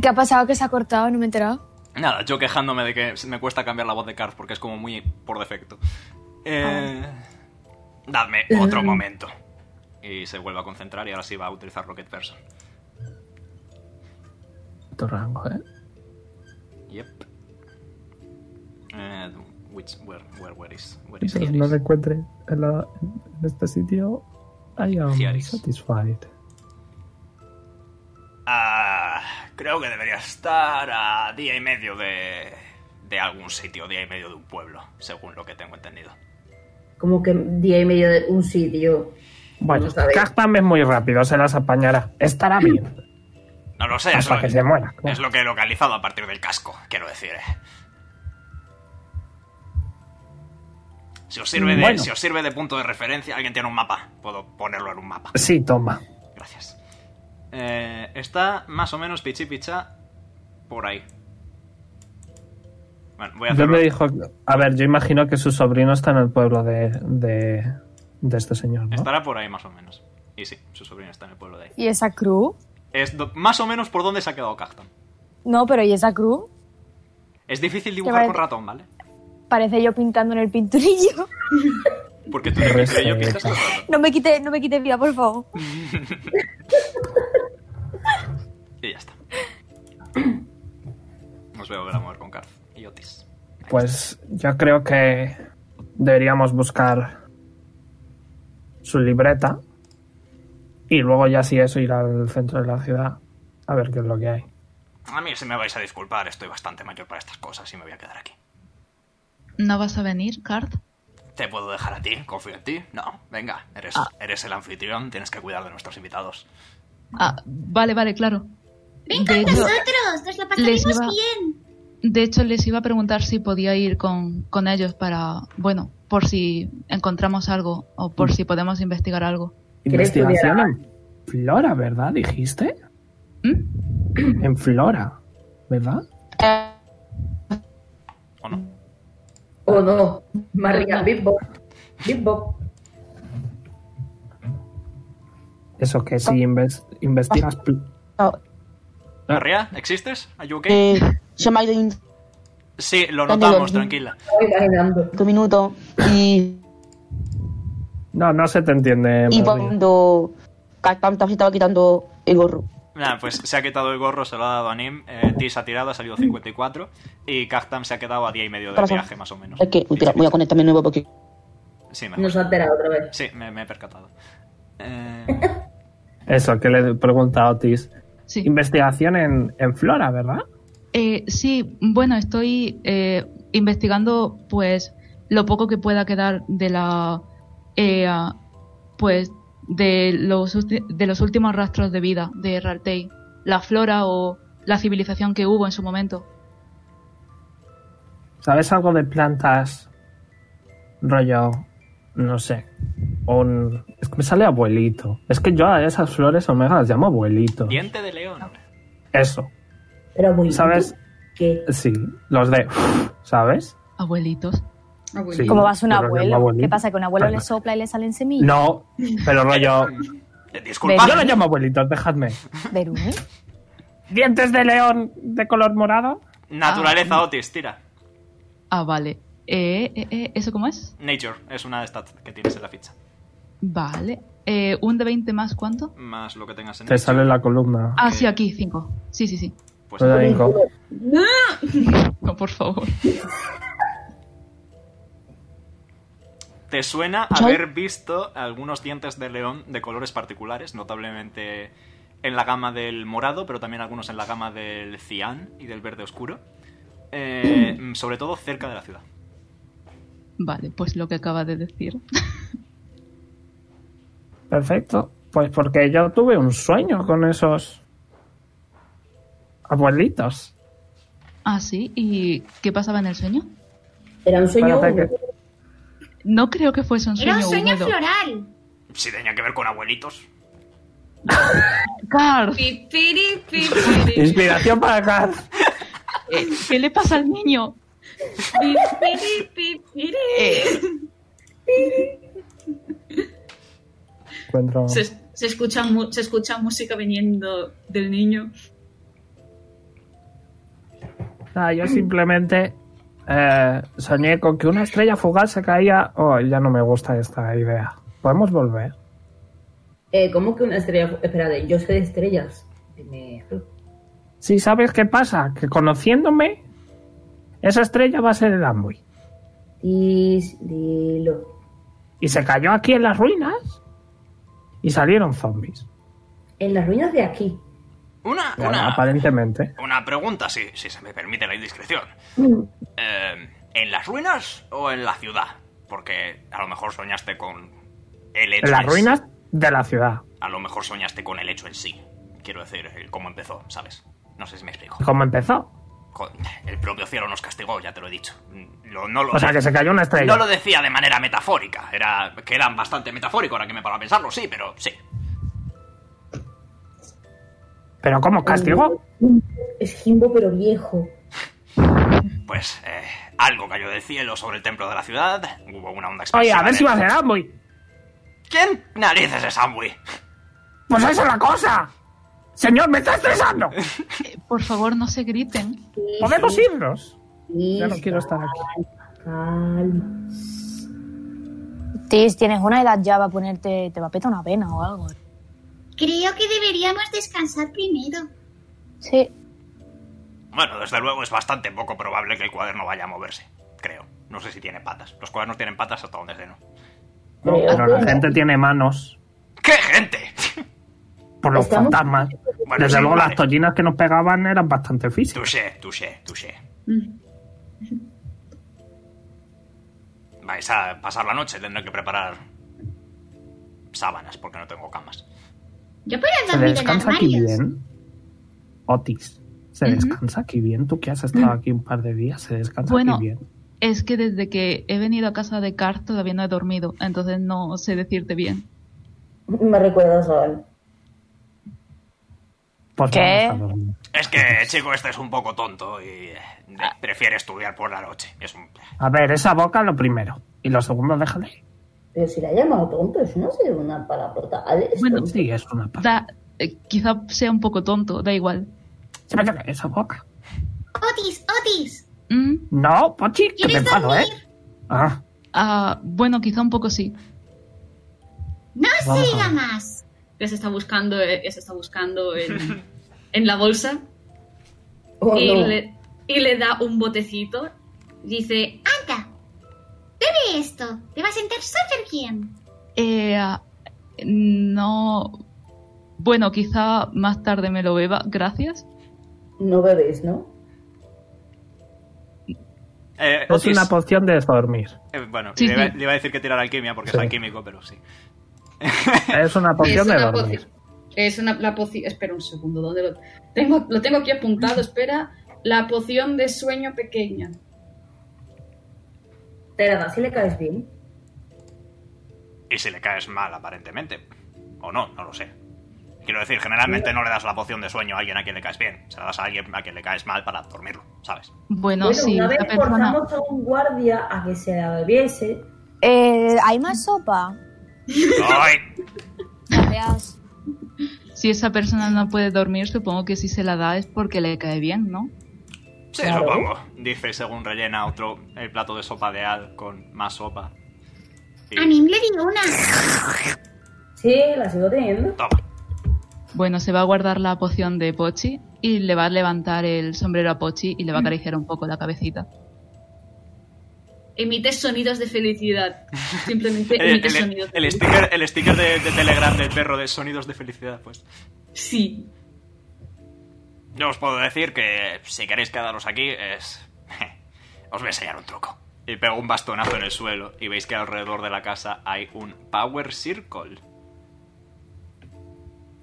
S5: ¿Qué ha pasado que se ha cortado? No me he enterado.
S2: Nada, yo quejándome de que me cuesta cambiar la voz de Kaz porque es como muy por defecto. Eh, dadme otro momento. Y se vuelve a concentrar y ahora sí va a utilizar Rocket Person.
S7: Tu rango, ¿eh?
S2: Yep. Eh, which, where, where, where is, where is
S7: Mientras no lo
S2: Hieris?
S7: encuentre en, la- en este sitio, I am
S2: Ciaris.
S7: satisfied.
S2: Ah, creo que debería estar a día y medio de, de algún sitio, día y medio de un pueblo, según lo que tengo entendido.
S4: Como que día y medio de un sitio.
S7: Bueno,
S4: Vamos a ver.
S7: Cactam es muy rápido, se las apañará. Estará bien.
S2: No lo sé, es
S7: Hasta
S2: lo-
S7: que se muera.
S2: Es lo que he localizado a partir del casco, quiero decir. eh. Si os, sirve de,
S7: Bueno.
S2: si os sirve de punto de referencia, alguien tiene un mapa. Puedo ponerlo en un mapa.
S7: Sí, toma.
S2: Gracias. Eh, está más o menos pichi picha por ahí. Bueno, voy a
S7: Yo
S2: hacerlo.
S7: me dijo, a ver, yo imagino que su sobrino está en el pueblo de, de, de este señor, ¿no?
S2: Estará por ahí más o menos. Y sí, su sobrino está en el pueblo de ahí.
S5: ¿Y esa cruz?
S2: Es do- más o menos por donde se ha quedado Cacton.
S5: No, pero ¿y esa cruz?
S2: Es difícil
S5: va
S2: dibujar
S5: a-
S2: con ratón, ¿vale?
S5: Parece yo pintando en el pinturillo.
S2: Porque tú de
S7: Respeto.
S2: pincelillo pintas con ratón.
S5: No me quite, no me quite vida, por favor.
S2: Y ya está. Nos veo volver a mover con Karth y Otis.
S7: Pues yo creo que deberíamos buscar su libreta y luego ya si eso ir al centro de la ciudad a ver qué es lo que hay.
S2: A mí si me vais a disculpar, estoy bastante mayor para estas cosas y me voy a quedar aquí.
S1: ¿No vas a venir, Card?
S2: ¿Te puedo dejar
S6: Ah.
S2: a ti? ¿Confío en ti? No, venga, eres, eres el anfitrión, tienes que cuidar de nuestros invitados.
S1: Ah, vale, vale, claro.
S8: Ven con
S1: De hecho,
S8: nosotros, nos la pasaremos
S1: les iba-
S8: bien.
S1: De hecho, les iba a preguntar si podía ir con, con ellos para, bueno, por si encontramos algo o por si podemos investigar algo.
S4: ¿Quieres
S7: Investigación
S4: estudiar?
S7: en flora, ¿verdad? ¿Dijiste?
S1: ¿Mm?
S7: En flora, ¿verdad?
S2: ¿O no?
S4: O no, María, Bebop. Bebop.
S7: Eso que si inves- investigas... pl-
S6: Oh,
S2: ¿Ria? ¿Existes? ¿Are you okay?
S6: eh, se me ha ido un
S2: Sí, lo
S6: Daniel,
S2: notamos,
S6: Daniel.
S2: tranquila.
S4: Estaba imaginando.
S6: minuto y,
S7: No, no se te entiende.
S6: y
S7: María.
S6: cuando Cactam se estaba quitando el gorro.
S2: Nada, pues se ha quitado el gorro, se lo ha dado a Nim. Eh, Tis ha tirado, ha salido 54. Y Cactam se ha quedado a día y medio de
S6: Pasa.
S2: viaje, más o menos.
S6: Es que, uy, espera, voy a conectarme de nuevo porque
S2: Sí, mejor.
S4: Nos ha alterado otra vez.
S2: Sí, me, me he percatado. Eh,
S7: Eso que le pregunta a Otis.
S1: Sí.
S7: Investigación en, en flora, ¿verdad?
S1: Eh, sí, bueno, estoy eh, investigando pues lo poco que pueda quedar de la eh, ah, pues de los ulti- de los últimos rastros de vida de Raltei, la flora o la civilización que hubo en su momento.
S7: ¿Sabes algo de plantas? Rollo, no sé. Un... Es que me sale abuelito. Es que yo a esas flores omega las llamo abuelito.
S2: diente de león.
S7: Eso,
S4: Pero muy
S7: ¿sabes?
S4: ¿Qué?
S7: Sí, los de... ¿Sabes?
S1: Abuelitos.
S3: Abuelita.
S7: Sí.
S5: Como vas a un
S7: Pero llama
S5: abuelo.
S7: abuelito.
S5: ¿Qué pasa? ¿Que un abuelo
S7: Claro.
S5: le sopla y le salen semillas?
S7: No, pero rollo...
S2: Eh, Disculpa.
S7: Yo los llamo abuelitos, dejadme.
S5: Verumi.
S7: ¿Dientes de león de color morado?
S2: Naturaleza, Otis, tira.
S1: Ah, vale. Eh, eh, eh, ¿Eso cómo es?
S2: Nature es una de estas que tienes en la ficha.
S1: Vale. Eh, ¿Un de 20 más cuánto?
S2: Más lo que tengas en
S7: Te
S2: Nature,
S7: sale la columna.
S1: Ah, sí, aquí, 5. Sí, sí, sí.
S2: pues-
S7: Lo de Inco.
S1: No, por favor.
S2: Te suena haber visto algunos dientes de león de colores particulares, notablemente en la gama del morado, pero también algunos en la gama del cian y del verde oscuro, Eh, sobre todo cerca de la ciudad.
S1: Vale, pues lo que acaba de decir.
S7: Perfecto. Pues porque yo tuve un sueño con esos... Abuelitos.
S1: Ah, sí. ¿Y qué pasaba en el sueño?
S4: Era un sueño.
S7: Espérate
S4: húmedo.
S1: No creo que fuese un sueño
S8: Era un sueño
S1: húmedo.
S8: floral.
S2: Si tenía que ver con abuelitos.
S1: Garth,
S3: Pi, piri, pi, piri.
S7: Inspiración para Garth.
S1: eh, ¿qué le pasa al niño?
S3: Pi, piri, pi, piri.
S1: Eh,
S7: Encuentro...
S3: Se, se escucha mu- se escucha música viniendo del niño.
S7: Nada, yo simplemente eh, soñé con que una estrella fugaz se caía. Oh, ya no me gusta esta idea. Podemos volver.
S4: Eh, ¿Cómo que una estrella? fu- Espérate, yo sé de estrellas. Dime,
S7: Si sabes qué pasa, que conociéndome, esa estrella va a ser el Ambuy.
S4: Dis, dilo.
S7: Y se cayó aquí en las ruinas y salieron zombies.
S4: En las ruinas de aquí.
S2: Una,
S7: Bueno,
S2: una,
S7: aparentemente.
S2: una pregunta, si, si se me permite la indiscreción.
S7: Mm.
S2: Eh, ¿En las ruinas o en la ciudad? Porque a lo mejor soñaste con el hecho
S7: En las
S2: en
S7: ruinas de la ciudad.
S2: sí. A lo mejor soñaste con el hecho en sí. Quiero decir, el cómo empezó, ¿sabes? No sé si me explico.
S7: ¿Cómo empezó?
S2: Joder, El propio cielo nos castigó, ya te lo he dicho. Lo- no, lo
S7: O sea, que se cayó una estrella.
S2: no lo decía de manera metafórica. Era que era bastante metafórico, ahora que me paro a pensarlo, sí, pero sí.
S7: ¿Pero cómo
S2: Uh.
S7: castigó?
S4: Es Jimbo, pero viejo.
S2: Pues eh, algo cayó del cielo sobre el templo de la ciudad. Hubo una onda
S7: Oye,
S2: expansiva
S7: a ver
S2: de-
S7: si va a ser Ambuy.
S2: ¿Quién narices es Amway?
S7: Pues esa es la cosa. Señor, me está estresando.
S1: Eh, por favor, no se griten.
S7: Podemos
S4: ir?
S7: irnos. Ya no quiero estar aquí.
S4: Calma.
S5: Tis, tienes una edad ya, va a ponerte. Te va a petar una vena o algo.
S8: Creo que deberíamos descansar primero.
S5: Sí.
S2: Bueno, desde luego es bastante poco probable que el cuaderno vaya a moverse. Creo. No sé si tiene patas. Los cuadernos tienen patas hasta donde sé, ¿no?
S7: No, pero la gente tiene manos
S2: ¡Qué gente!
S7: por los
S4: Estamos-
S7: fantasmas.
S2: Bueno,
S7: Desde
S2: sí,
S7: luego
S2: vale.
S7: las tollinas que nos pegaban eran bastante físicas.
S2: Touché, touché, touché.
S3: Mm.
S2: Vais a pasar la noche, tendré que preparar sábanas porque no tengo camas.
S8: Yo puedo
S7: Se
S8: dormir en
S7: descansa aquí
S8: armarios.
S7: bien. Otis, se
S1: Ujú.
S7: descansa aquí bien. Tú que has estado aquí un par de días, se descansa
S1: Bueno.
S7: aquí bien.
S1: Es que desde que he venido a casa de Cart todavía no he dormido, entonces no sé decirte bien.
S4: Me recuerdas a Val.
S7: Pues
S5: ¿Qué?
S7: vamos a dormir.
S2: Es que, chico, este es un poco tonto y eh, prefiere estudiar por la noche. Es un... eh,
S7: A ver, esa boca lo primero. Y lo segundo, déjale.
S4: Pero si la ha llamado tonto, eso no ha sido una palabrota. Alex,
S1: Bueno,
S4: tonto.
S7: Sí, es una pa-
S1: Da, eh, quizá sea un poco tonto, da igual.
S7: Se me caga Esa boca.
S8: Otis, Otis.
S1: Mm,
S7: No, Pochi, que me
S8: ¿Quieres
S7: enfado, ¿eh?
S8: dormir?
S7: Ah,
S1: ah, bueno, quizá un poco sí.
S8: No
S7: Vamos a
S8: siga
S7: ver.
S8: más.
S3: Ya se está buscando, eh, ya se está buscando en, en la bolsa
S4: Oh,
S3: y,
S4: no.
S3: le, y le da un botecito. Dice,
S8: Anda. Bebe esto. Te vas a sentar súper bien.
S1: Eh, ah, no. Bueno, quizá más tarde me lo beba, gracias.
S4: No bebéis, ¿no?
S2: Eh,
S7: es
S2: Otis,
S7: Pues una poción de dormir.
S2: eh, bueno,
S1: Sí,
S2: le, iba,
S1: sí.
S2: le iba a decir que tirar alquimia porque
S7: Sí.
S2: es alquímico, pero sí.
S7: Es una
S3: es
S7: poción de
S3: una
S7: dormir.
S3: poci- Es una la poci- Espera un segundo, ¿dónde lo tengo? Lo tengo aquí apuntado, espera. La poción de sueño pequeña.
S4: Te la das y le caes bien.
S2: Y si le caes mal, aparentemente. O no, no lo sé. Quiero decir, generalmente no le das la poción de sueño a alguien a quien le caes bien. Se la das a alguien a quien le caes mal para dormirlo, ¿sabes?
S1: Bueno,
S4: bueno,
S1: sí,
S4: una vez
S1: la persona.
S4: forzamos a un guardia a que se la bebiese.
S5: Eh, ¿Hay más sopa?
S2: ¡Ay!
S5: Gracias.
S1: Si esa persona no puede dormir, supongo que si se la da es porque le cae bien, ¿no?
S2: Sí,
S4: Claro.
S2: supongo. Dice según rellena otro el plato de sopa de Al con más sopa. Y-
S8: A Nim le di una.
S4: Sí, la sigo teniendo.
S2: Toma.
S1: Bueno, se va a guardar la poción de Pochi y le va a levantar el sombrero a Pochi y le va a acariciar un poco la cabecita.
S3: Emite sonidos de felicidad. Simplemente
S2: Eh, El,
S3: emite
S2: el-
S3: sonidos de
S2: el
S3: felicidad.
S2: sticker, el sticker de, de Telegram del perro de sonidos de felicidad, pues.
S3: Sí.
S2: Yo os puedo decir que si queréis quedaros aquí es... Os voy a enseñar un truco. Y pego un bastonazo en el suelo y veis que alrededor de la casa hay un Power Circle.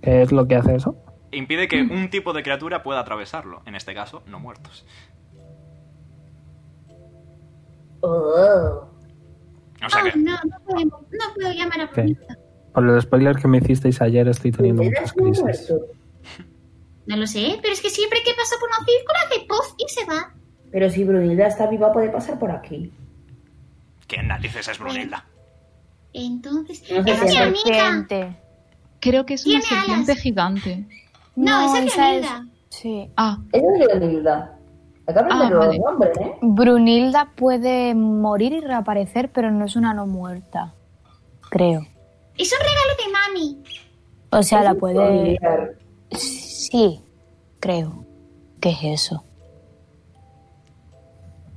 S7: ¿Qué es lo que hace eso?
S2: Impide que un tipo de criatura pueda atravesarlo. En este caso, no muertos.
S4: Oh.
S2: O sea
S8: Oh,
S2: que...
S8: no, no puedo, no puedo llamar a
S7: ¿Qué?
S8: Brunilda.
S7: Por el spoiler que me hicisteis ayer, estoy teniendo muchas
S4: ¿Eres un
S7: crisis.
S4: muerto?
S8: No lo sé, pero es que siempre que pasa por un círculo hace puff y se va.
S4: Pero si Brunilda está viva, puede pasar por aquí.
S2: ¿Quién narices es Brunilda?
S8: Entonces,
S4: No sé
S8: es
S4: si
S8: mi
S4: es
S8: amiga.
S5: Serpiente.
S1: Creo que es una
S8: Tiene alas.
S1: serpiente gigante.
S8: No, esa es mi
S5: esa es-
S8: amiga.
S5: Sí.
S1: Ah,
S4: Esa es Brunilda. Acaban
S1: Ah,
S4: de los
S1: vale.
S4: nombres, ¿eh?
S5: Brunilda puede morir y reaparecer, pero no es una no muerta. Creo.
S8: Es un regalo de mami.
S5: O sea, la puede.
S4: Familiar.
S5: Sí, creo. ¿Qué es eso?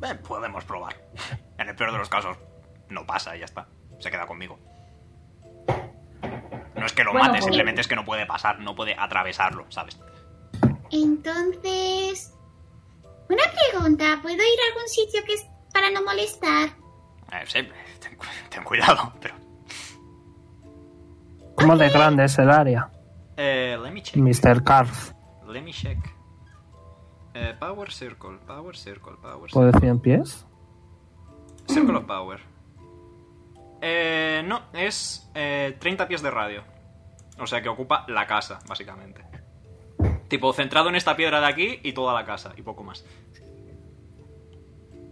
S2: Eh, podemos probar. En el peor de los casos, no pasa y ya está. Se queda conmigo. No es que lo
S3: Bueno,
S2: mate,
S3: pues-
S2: simplemente es que no puede pasar, no puede atravesarlo, ¿sabes?
S8: Entonces, una pregunta. ¿Puedo ir a algún sitio que es para no molestar?
S2: Eh, sí, ten, cu- ten cuidado, pero...
S7: ¿Cómo de grande es el área?
S2: Eh, let me check.
S7: Mr. Carth,
S2: Let me check. Eh, power circle, power circle, power circle.
S7: ¿puede 100 pies?
S2: Circle of power. Eh, no, es eh, 30 pies de radio. O sea que ocupa la casa, básicamente. Tipo, centrado en esta piedra de aquí y toda la casa, y poco más.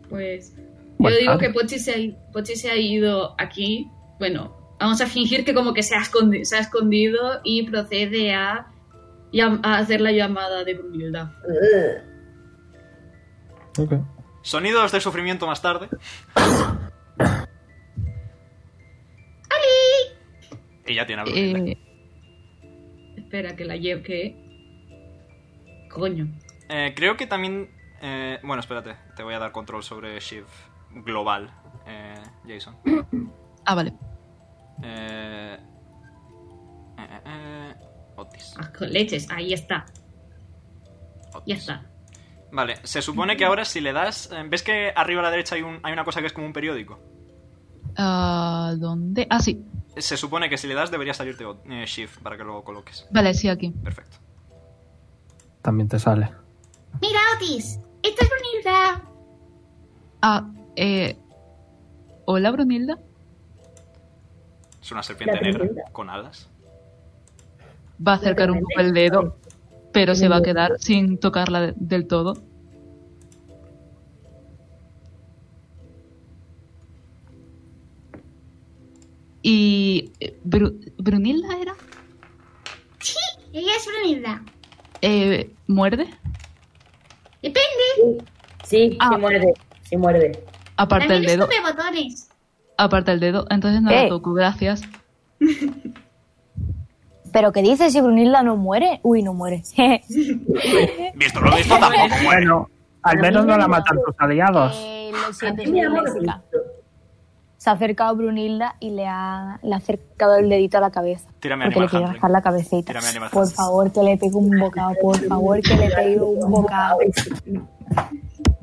S3: Pues
S7: Bueno,
S3: yo digo
S7: ah.
S3: que Pochi se, ha, i- Pochi se ha ido aquí. Bueno, vamos a fingir que como que se ha escondi- se ha escondido, y procede a, llam- a hacer la llamada de Brunilda.
S4: Ugh.
S7: Ok.
S2: Sonidos de sufrimiento más tarde. Y ya tiene a Brunilde.
S1: eh,
S3: Espera, que la lleve. Que... Coño.
S2: Eh, creo que también. eh, bueno, espérate, te voy a dar control sobre Shiv global, eh, Jason.
S1: ah, vale.
S2: Eh, eh, eh, eh, Otis.
S3: Ah, con leches, ahí está,
S2: Otis.
S3: ya está.
S2: Vale, se supone que ahora si le das. eh, ¿Ves que arriba a la derecha hay, un- hay una cosa que es como un periódico?
S1: Ah, ¿Dónde? Ah, sí.
S2: Se supone que si le das debería salirte eh, Shift para que lo coloques.
S1: Vale, sí, aquí.
S2: Perfecto.
S7: También te sale.
S8: Mira, Otis, esta es Brunilda.
S1: Ah, eh. Hola, Brunilda.
S2: Es una serpiente
S4: La
S2: negra
S4: primera.
S2: con alas.
S1: Va a acercar un poco el dedo, pero se va a quedar sin tocarla de- del todo. Y. eh, Bru- ¿Brunilda era?
S8: Ella es Brunilda.
S1: Eh, ¿Muerde?
S8: Depende,
S4: Sí,
S1: Ah.
S4: sí muerde, sí muerde.
S1: Aparta el
S8: también
S1: dedo.
S8: escupe botones.
S1: Aparta el dedo. Entonces no
S5: Eh.
S1: la toco, gracias.
S5: ¿Pero qué dices si Brunilda no muere? Uy, no muere. Eh,
S2: Visto lo visto, tampoco muere.
S7: Bueno, al
S5: Bueno,
S7: menos no la
S5: mira,
S7: matan tus aliados.
S5: Eh, lo
S1: Ah,
S4: A
S5: siento,
S4: mí me
S5: soy
S4: ha
S5: disléxica.
S4: mordido.
S5: Se ha acercado Brunilda y le ha, le ha acercado el dedito a la cabeza.
S2: Tírame
S5: Porque le
S2: Animal
S5: quiere
S2: Handling.
S5: rascar la cabecita.
S2: Tírame Animal
S5: Por
S2: Handling.
S5: favor, que le pegue un bocado. Por favor, que le pegue un bocado.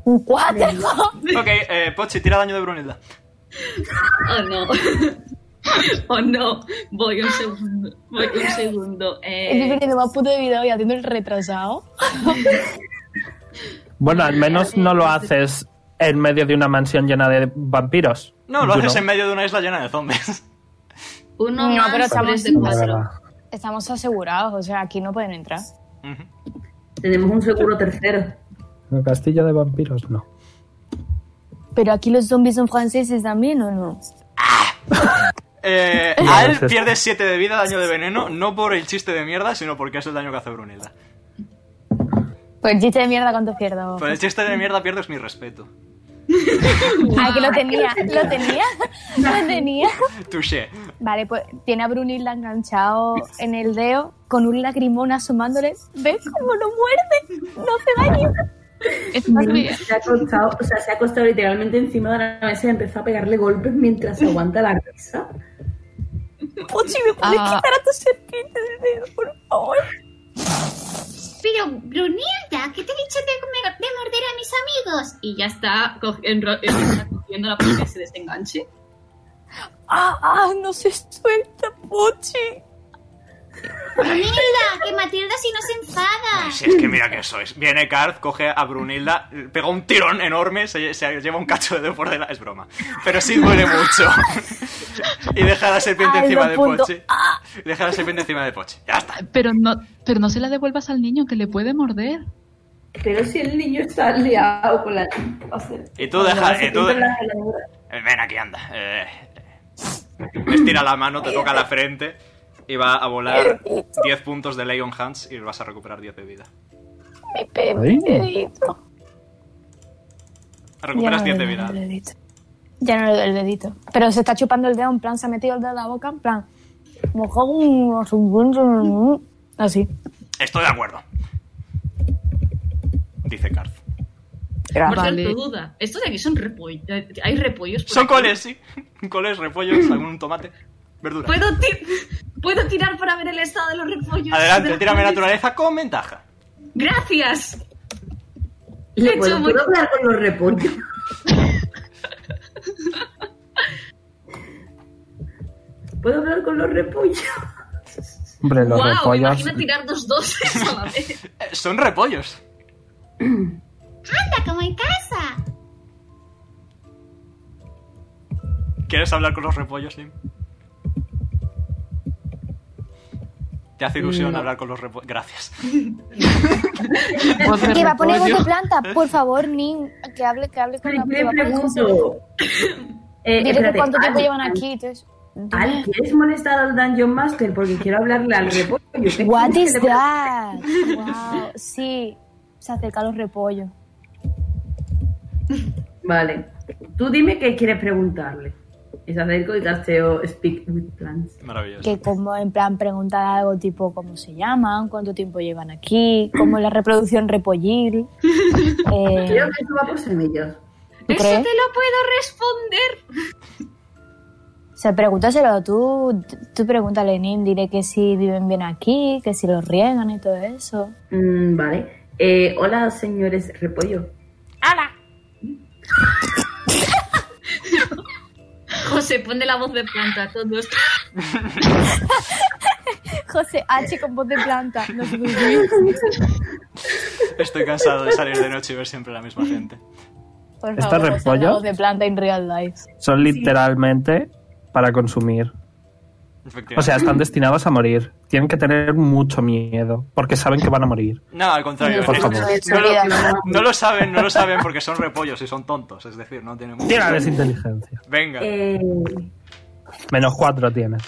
S5: ¡Un cuatro!
S2: Ok, eh, Pochi, tira daño de Brunilda.
S3: Oh no. oh no. Voy un segundo. Voy un segundo.
S5: Estoy
S3: Eh,
S5: perdiendo más puntos de vida hoy haciendo el retrasado.
S7: Bueno, al menos no lo haces en medio de una mansión llena de vampiros.
S2: No, lo
S7: You
S2: haces
S7: know.
S2: en medio de una isla llena de zombies.
S3: uno
S5: No,
S3: más,
S5: pero estamos-
S3: tres de
S7: La
S3: cuatro.
S7: verdad.
S5: Estamos asegurados, o sea, aquí no pueden entrar.
S2: Ujú.
S4: Tenemos un seguro tercero.
S7: El castillo de vampiros, no.
S5: Pero aquí los zombies son franceses también, ¿o no?
S2: Eh,
S7: No,
S2: Al
S7: ese es-
S2: pierde 7 de vida, daño de veneno, no por el chiste de mierda, sino porque es el daño que hace Brunilda.
S5: Pues chiste de mierda, ¿cuánto pierdo?
S2: Por el chiste de mierda pierdes mi respeto.
S5: Ah, que lo tenía, lo tenía, lo tenía.
S2: Touché.
S5: Vale, pues tiene a Brunilda enganchado en el dedo con un lagrimón asomándole. ¿Ves cómo lo muerde? No hace daño.
S1: Es más bien.
S4: Se ha acostado, o sea, se ha acostado literalmente encima de la mesa y empezó a pegarle golpes mientras aguanta la risa.
S5: Pochi, me puedes
S1: Ah.
S5: quitar a tu serpiente del dedo, por favor.
S8: Pero, Brunilda, ¿qué te he dicho de, comer- de morder a mis amigos?
S3: Y ya está co- enro- enro- cogiéndola para que se desenganche.
S5: Ah, ah, no se suelta, Pochi.
S8: Brunilda, que Matilda si no se enfada.
S2: Si es que mira que sois. Viene Karth, coge a Brunilda, pega un tirón enorme, se, se lleva un cacho de dedo por delante. Es broma. Pero sí duele mucho. y deja a la serpiente
S5: Ay,
S2: encima
S5: lo
S2: de
S5: punto.
S2: Pochi. Deja a la serpiente encima de Pochi. Ya está.
S1: Pero no, pero no se la devuelvas al niño que le puede morder.
S4: Pero si el niño está liado con la. o sea,
S2: Y tú deja-
S4: se
S2: y tú
S4: pinta
S2: de-
S4: la- la-
S2: Eh, Ven aquí, anda. Eh, estira la mano, te toca la frente y va a volar 10 puntos de Leon Hands y vas a recuperar 10 de vida.
S5: Mi pe-
S7: Ay.
S5: mi dedito.
S2: Recuperas
S5: Ya
S2: 10
S5: no
S2: de
S5: le
S2: vida.
S5: doy el dedito. Ya no le doy el dedito. Pero se está chupando el dedo, en plan, se ha metido el dedo en la boca, en plan. Mojó un. Así.
S2: Estoy de acuerdo. Dice Karth.
S3: Por
S1: Vale.
S3: cierto, duda. Estos de aquí son repollos. Hay repollos. por
S2: Son
S3: aquí?
S2: coles, sí. Coles, repollos, algún tomate, verdura.
S3: ¿Puedo, ti- ¿Puedo tirar para ver el estado de los repollos? De
S2: Adelante,
S3: los
S2: tírame
S3: coles.
S2: naturaleza con ventaja.
S3: Gracias.
S4: Le
S3: He
S4: puedo,
S3: hecho muy-
S4: puedo hablar con los repollos. ¿Puedo hablar con los repollos?
S7: Hombre, los
S3: wow,
S7: repollos.
S3: me imagino tirar dos doses a la vez.
S2: Eh, son repollos.
S8: Anda, como en casa.
S2: ¿Quieres hablar con los repollos, Lim? ¿Te hace ilusión hablar con los repollos? Gracias.
S1: Voz de
S5: Que va a poner voz
S1: repollo.
S5: de planta. Por favor, Nin, que hable, que hable con
S4: Pero
S5: la
S4: yo le
S5: que va a poner cosas.
S4: pregunto. Eh,
S5: Dile
S4: espérate,
S5: que cuánto tiempo
S4: Al,
S5: llevan aquí. entonces,
S4: Al, ¿quieres molestar al Dungeon Master? Porque quiero hablarle al repollo. ¿Qué
S5: What
S4: quieres
S5: is
S4: que le-
S5: that? Wow. Sí, se acerca a los repollos.
S4: Vale. Tú dime qué quieres preguntarle. Y se acerco y casteo Speak with Plants.
S2: Maravilloso.
S5: Que como en plan preguntar algo tipo cómo se llaman, cuánto tiempo llevan aquí, cómo es la reproducción repollil. Eh,
S4: Creo que tú vas por semillas.
S5: ¿tú
S3: Eso
S5: crees?
S3: te lo puedo responder.
S5: Se pregúntaselo tú, tú pregúntale Nin, diré que si viven bien aquí, que si los riegan y todo eso.
S4: Mm, vale. Eh, hola, señores repollo.
S8: Hola.
S3: José, ponle la voz de planta a todos.
S5: José H con voz de planta. No sé por qué.
S2: Estoy cansado de salir de noche y ver siempre la misma gente.
S5: Por
S7: ¿Esto
S5: favor,
S7: es
S5: José, la
S7: repollo?
S5: voz de planta en real life.
S7: Son literalmente para consumir.
S2: Efectivamente.
S7: O sea, están destinados a morir. Tienen que tener mucho miedo, porque saben que van a morir.
S2: no, al contrario.
S7: Por
S2: eh,
S7: favor.
S2: No, lo, no lo saben, no lo saben porque son repollos y son tontos. Es decir, no tienen mucho.
S7: Tírales inteligencia.
S2: Venga.
S4: Eh,
S7: Menos cuatro tienes.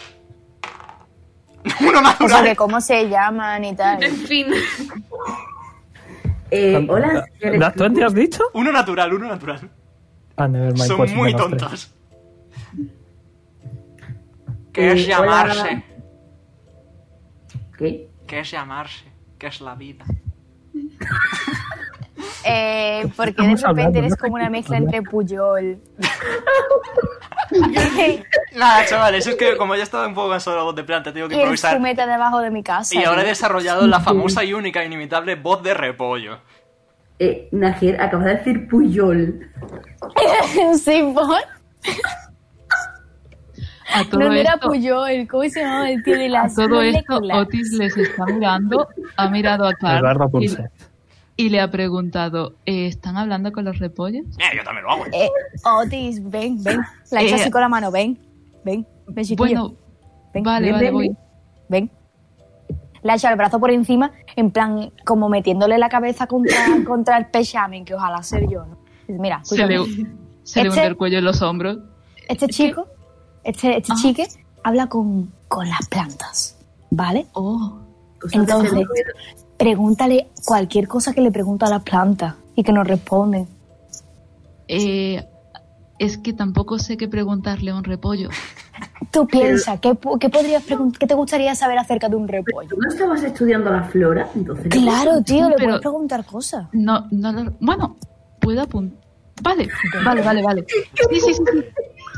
S2: Uno
S5: O sea, que
S2: natural.
S5: cómo se llaman y tal.
S3: En fin,
S4: eh, hola,
S7: ¿Da- ¿Tú te has dicho?
S2: Uno natural, uno natural.
S7: Ah, nevermind,
S2: Son
S7: pues
S2: muy
S7: menos tres.
S2: tontos. ¿Qué es
S4: Eh, hola.
S2: llamarse?
S4: ¿Qué?
S2: ¿Qué es llamarse? ¿Qué es la vida?
S5: Eh, porque de
S7: Estamos
S5: repente
S7: hablando,
S5: eres
S7: ¿no?
S5: como una mezcla entre Puyol.
S2: Nada, chavales, es que como ya estaba un poco cansado de la voz de planta, tengo que
S5: y el
S2: improvisar.
S5: fumeta debajo de mi casa.
S2: Y ahora he
S5: tío.
S2: desarrollado la famosa y única e inimitable voz de repollo.
S4: Eh, Najir, acabas de decir Puyol.
S5: Sí, por.
S1: A todo
S5: No, no era
S1: esto,
S5: Puyol. ¿Cómo se llamaba el tío de
S1: a
S5: las
S1: todo esto
S5: moléculas?
S1: Otis les está mirando, ha mirado a Carl
S7: Eduardo
S1: y,
S7: Pulse.
S1: y le ha preguntado, ¿eh, ¿están hablando con los repollos?
S2: Eh, yo también lo hago.
S5: Eh, Otis, ven, ven. La he hecho
S1: Eh,
S5: así con la mano, ven. Ven, ven, chiquillo.
S1: Bueno,
S5: ven,
S1: vale,
S5: ven,
S1: vale,
S5: ven,
S1: voy.
S5: ven, ven. Le ha echado el brazo por encima, en plan, como metiéndole la cabeza contra, contra el pechamen, que ojalá ser yo, ¿no? Dice, Mira,
S1: Se le,
S5: escúchame,
S1: se le
S5: Este-
S1: hunde el cuello en los hombros.
S5: este chico, este, este
S1: Ah.
S5: chique, habla con, con las plantas, ¿vale?
S1: Oh,
S5: Entonces, pregúntale cualquier cosa que le pregunto a las plantas y que nos responden.
S1: eh, es que tampoco sé qué preguntarle a un repollo.
S5: Tú piensa, ¿qué, pu- qué podrías pregun- qué te gustaría saber acerca de un repollo?
S4: ¿Tú no estabas estudiando la flora? Entonces,
S5: Claro, tío, le
S1: Pero-
S5: puedes preguntar cosas.
S1: No, no lo- Bueno, puedo apuntar. Vale, vale, vale, vale.
S5: Eh,
S1: Sí, sí, sí, sí.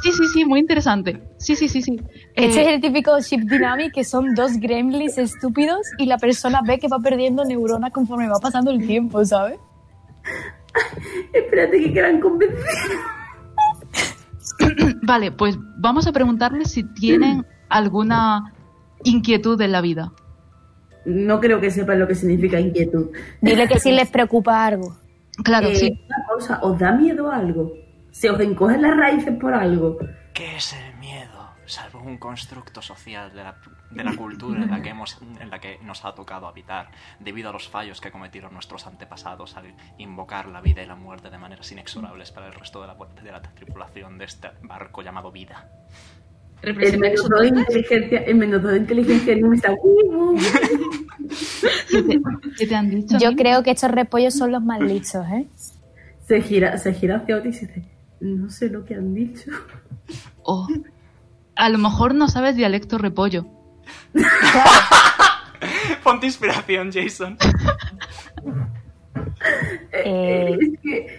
S1: Sí, sí, sí, muy interesante. Sí, sí, sí, sí. Eh,
S5: Este es el típico ship dynamic que son dos gremlins estúpidos y la persona ve que va perdiendo neuronas conforme va pasando el tiempo, ¿sabes?
S4: Espérate que quedan convencidos.
S1: Vale, pues vamos a preguntarles si tienen alguna inquietud en la vida.
S4: No creo que sepan lo que significa inquietud.
S5: Dile que sí les preocupa algo.
S1: Claro,
S4: Eh,
S1: sí.
S4: Una cosa, ¿os da miedo algo? ¿Se os encogen las raíces por algo?
S2: ¿Qué es el miedo? Salvo un constructo social de la, de la cultura en la, que hemos, en la que nos ha tocado habitar, debido a los fallos que cometieron nuestros antepasados al invocar la vida y la muerte de maneras inexorables para el resto de la, de la tripulación de este barco llamado vida.
S4: El
S3: representa que
S4: menos
S3: son
S4: dos de
S3: tontas.
S4: inteligencia, el menos dos de inteligencia no me está.
S1: ¿Qué te, qué te han dicho? ¿eh?
S5: Yo
S1: Mimi?
S5: creo que estos repollos son los más listos, ¿eh?
S4: Se gira, se gira hacia Otis y dice, no sé lo que han dicho.
S1: Oh, a lo mejor no sabes dialecto repollo.
S2: Ponte inspiración, Jason.
S5: Eh,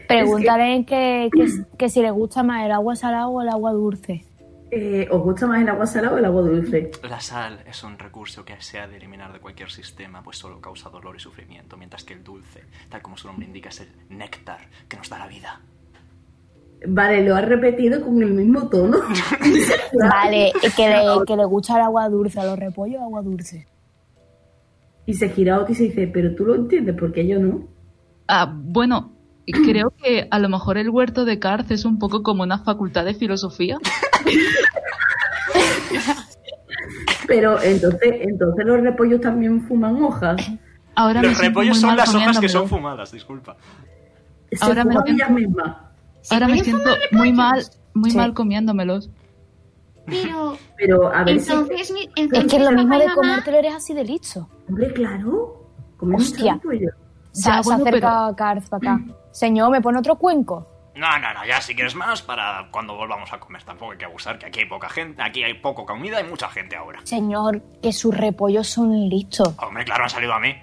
S5: pregúntale que, que- que si les gusta más el agua salada o el agua dulce.
S4: Eh, ¿Os gusta más el agua salada o el agua dulce?
S2: La sal es un recurso que se ha de eliminar de cualquier sistema, pues solo causa dolor y sufrimiento, mientras que el dulce, tal como su nombre indica, es el néctar que nos da la vida.
S4: Vale, lo ha repetido con el mismo tono.
S5: Vale, y que le, que le gusta el agua dulce a los repollos, agua dulce.
S4: Y se gira a Otis y dice, pero tú lo entiendes porque yo no.
S1: Ah, bueno, creo que a lo mejor el huerto de Carth es un poco como una facultad de filosofía.
S4: Pero entonces, entonces los repollos también fuman hojas.
S1: Ahora me
S2: Los
S1: siento
S2: repollos
S1: muy
S2: son
S1: mal
S2: las hojas que
S1: comiéndomelo.
S2: son fumadas, disculpa.
S4: Se
S1: Ahora me
S4: fuman
S1: entiendo.
S4: ellas mismas.
S1: Ahora me siento muy mal, muy
S5: Sí.
S1: mal comiéndomelos.
S8: Pero
S4: Pero a ver si...
S8: entonces, mi-
S5: Es
S8: entonces
S5: que es lo
S8: papá y
S5: mismo de
S8: mamá-
S5: comértelo, eres así de listo.
S4: Hombre, claro. Comer mucho
S5: Hostia.
S4: repollo.
S5: Se,
S1: Ya,
S5: se
S1: bueno,
S5: acerca
S1: pero-
S5: a Karth para acá. Señor, ¿me pone otro cuenco?
S2: No, no, no, ya si quieres más para cuando volvamos a comer. Tampoco hay que abusar, que aquí hay poca gente, aquí hay poco comida y mucha gente ahora.
S5: Señor, que sus repollos son listos.
S2: Hombre, claro, han salido a mí.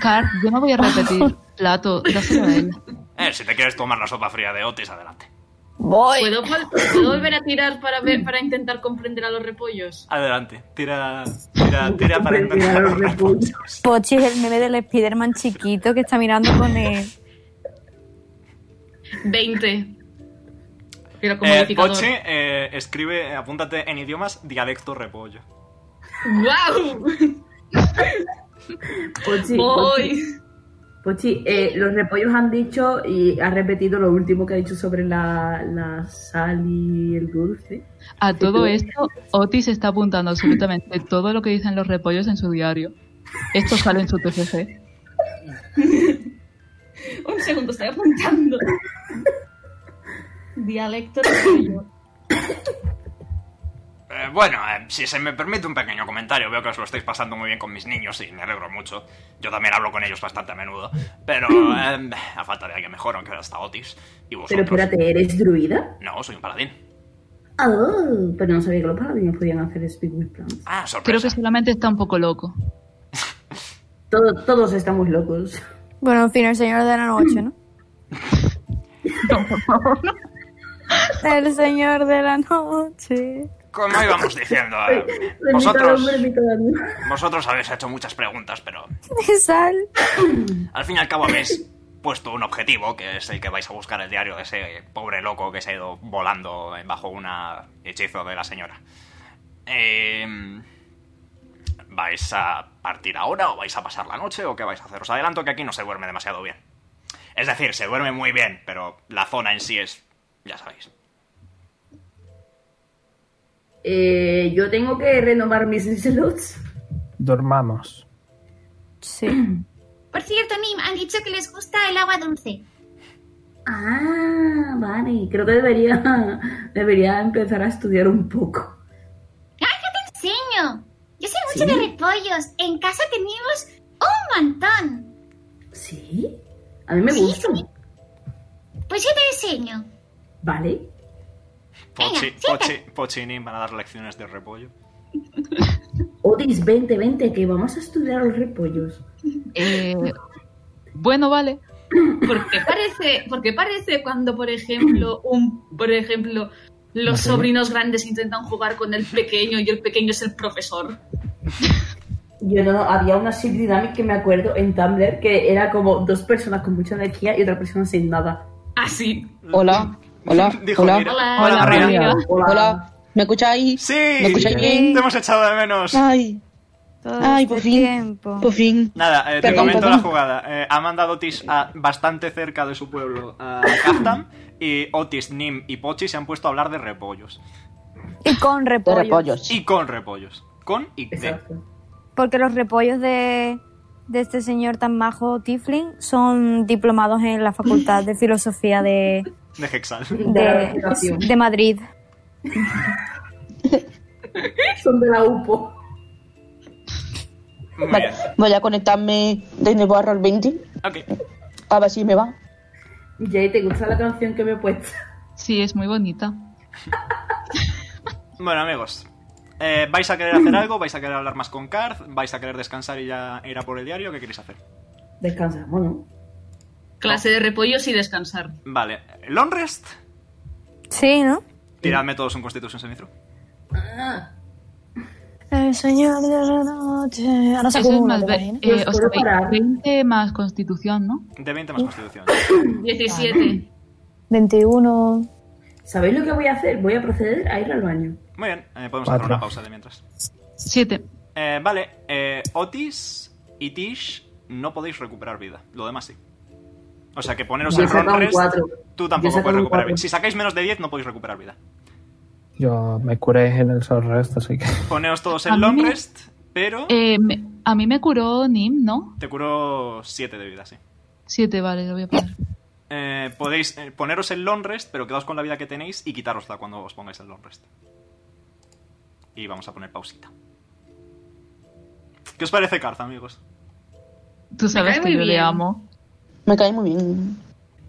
S1: Carth, yo no voy a repetir plato, dáselo a él.
S2: Eh, si te quieres tomar la sopa fría de Otis, adelante.
S5: Voy.
S3: ¿Puedo, vol- puedo volver a tirar para, ver, para intentar comprender a los repollos?
S2: Adelante, tira, tira, tira para
S4: Comprender
S2: intentar
S4: a
S2: los
S4: los
S2: repollos.
S5: Pochi es el meme del Spiderman chiquito que está mirando con él.
S3: 20. Pero como
S2: Eh,
S3: modificador.
S2: Pochi, eh, escribe, eh, apúntate en idiomas dialecto repollo.
S3: ¡Guau!
S4: Pochi, Pochi,
S3: Voy.
S4: Pochi, eh, los repollos han dicho y ha repetido lo último que ha dicho sobre la, la sal y el dulce.
S1: A todo esto, Otis está apuntando absolutamente todo lo que dicen los repollos en su diario. Esto sale en su TCC.
S3: Un segundo, estoy apuntando. Dialecto de
S2: Eh, bueno, eh, si se me permite un pequeño comentario, veo que os lo estáis pasando muy bien con mis niños y me alegro mucho. Yo también hablo con ellos bastante a menudo, pero eh, a falta de alguien mejor, aunque ahora está Otis. Y
S4: Pero
S2: vosotros.
S4: espérate, ¿eres druida?
S2: No, soy un paladín.
S4: Ah, pero no sabía que los paladinos podían hacer speak with plants.
S2: Ah,
S1: Creo
S2: sorpresa.
S1: que solamente está un poco loco.
S4: Todo- todos estamos locos.
S5: Bueno, en fin, el señor de la noche, ¿no? El señor de la noche.
S2: Como íbamos diciendo, eh, vosotros, vosotros habéis hecho muchas preguntas, pero
S5: De sal.
S2: al fin y al cabo habéis puesto un objetivo, que es el que vais a buscar el diario de ese pobre loco que se ha ido volando bajo un hechizo de la señora. Em, ¿Vais a partir ahora o vais a pasar la noche o qué vais a hacer? Os adelanto que aquí no se duerme demasiado bien. Es decir, se duerme muy bien, pero la zona en sí es... ya sabéis.
S4: Eh, yo tengo que renovar mis slots.
S7: Dormamos.
S5: Sí.
S8: Por cierto, Nim, han dicho que les gusta el agua dulce.
S4: Ah, vale. Creo que debería, debería empezar a estudiar un poco.
S8: Enseño. Yo sé
S4: ¿Sí?
S8: mucho de repollos. En casa tenemos un montón.
S4: ¿Sí? A mí me
S8: Sí,
S4: gusta.
S8: sí. Pues yo te enseño.
S4: Vale.
S2: Pochi,
S8: Venga,
S2: Pochi, Pochini van a dar lecciones de repollo.
S4: Odis, 20, 20, que vamos a estudiar los repollos.
S1: Eh, bueno, vale.
S3: ¿Por qué parece, porque parece cuando, por ejemplo, un, por ejemplo, los sobrinos grandes intentan jugar con el pequeño y el pequeño es el profesor?
S4: Yo no, había una ship dynamic que me acuerdo en Tumblr que era como dos personas con mucha energía y otra persona sin nada.
S3: Así.
S6: Hola, hola,
S2: Dijo
S6: hola,
S2: Mira.
S3: Hola.
S1: Hola,
S2: María.
S1: María.
S6: hola. ¿Me escucháis?
S2: ¡Sí!
S6: ¿Me escucháis bien?
S2: Te hemos echado de menos.
S6: Ay,
S5: Todo
S6: ay,
S5: este
S6: por fin.
S5: tiempo.
S6: por fin.
S2: Nada, eh, te
S6: Perdón,
S2: comento
S6: perdón.
S2: la jugada. Eh, ha mandado Otis a- bastante cerca de su pueblo a Kaftan y Otis, Nim y Pochi se han puesto a hablar de repollos.
S5: Y con
S6: De
S5: repollo.
S6: repollos.
S2: Y con repollos. Con y de.
S4: Exacto.
S5: Porque los repollos de, de este señor tan majo Tiflin son diplomados en la Facultad de Filosofía de,
S2: De Hexal.
S4: De la
S5: de,
S4: Reputación.
S5: de Madrid.
S4: Son de la UPO.
S2: Muy
S6: Vale,
S2: bien.
S6: voy a conectarme de nuevo a Roll20.
S2: Ok.
S6: A ver si me va.
S4: Jay, ¿te gusta la canción que me he puesto?
S1: Sí, es muy bonita.
S2: Bueno, amigos. eh, ¿Vais a querer hacer algo? ¿Vais a querer hablar más con Karth? ¿Vais a querer descansar y ya ir a por el diario? ¿Qué queréis hacer?
S4: Descansamos, ¿no?
S3: Clase de repollos y descansar.
S2: Vale. ¿Long rest?
S5: Sí, ¿no?
S2: Tiradme todos un Constitution Saving throw.
S7: Ah.
S5: El señor de la noche. Ahora
S1: Eso
S5: saco
S1: es
S5: uno,
S1: más
S5: ¿te
S1: ve-
S5: imaginas?
S1: eh,
S4: Los
S1: o sea,
S4: puedo parar.
S1: 20 más constitución, ¿no?
S2: De 20 más Constitución.
S3: 17.
S5: 21.
S4: ¿Sabéis lo que voy a hacer? Voy a proceder a ir al baño.
S2: Muy bien. eh, podemos hacer
S7: Cuatro.
S2: una pausa de mientras.
S1: 7.
S2: Eh, vale, eh, Otis y Tish no podéis recuperar vida. Lo demás sí. O sea que poneros
S4: Yo
S2: en
S4: he sacado
S2: Ron
S4: un
S2: Rest,
S4: cuatro.
S2: tú
S4: Yo
S2: tampoco
S4: he sacado
S2: puedes
S4: un
S2: recuperar
S4: cuatro.
S2: vida. Si sacáis menos de 10, no podéis recuperar vida.
S7: Yo me curé en el sol rest, así que.
S2: Poneos todos
S1: A
S2: en Long
S1: mí-
S2: Rest, pero
S4: Eh.
S1: a mí Eh, me curó Nim, ¿no?
S2: te curó 7 de vida, sí.
S1: 7, vale, lo voy a poner.
S2: Eh, podéis eh, poneros en Long Rest, pero quedaos con la vida que tenéis y quitárosla cuando os pongáis en Long Rest. Y vamos a poner pausita. ¿Qué os parece, Carza, amigos?
S1: Tú sabes
S3: cae
S1: que
S3: muy
S1: yo le
S3: bien.
S1: amo.
S6: Me cae muy bien.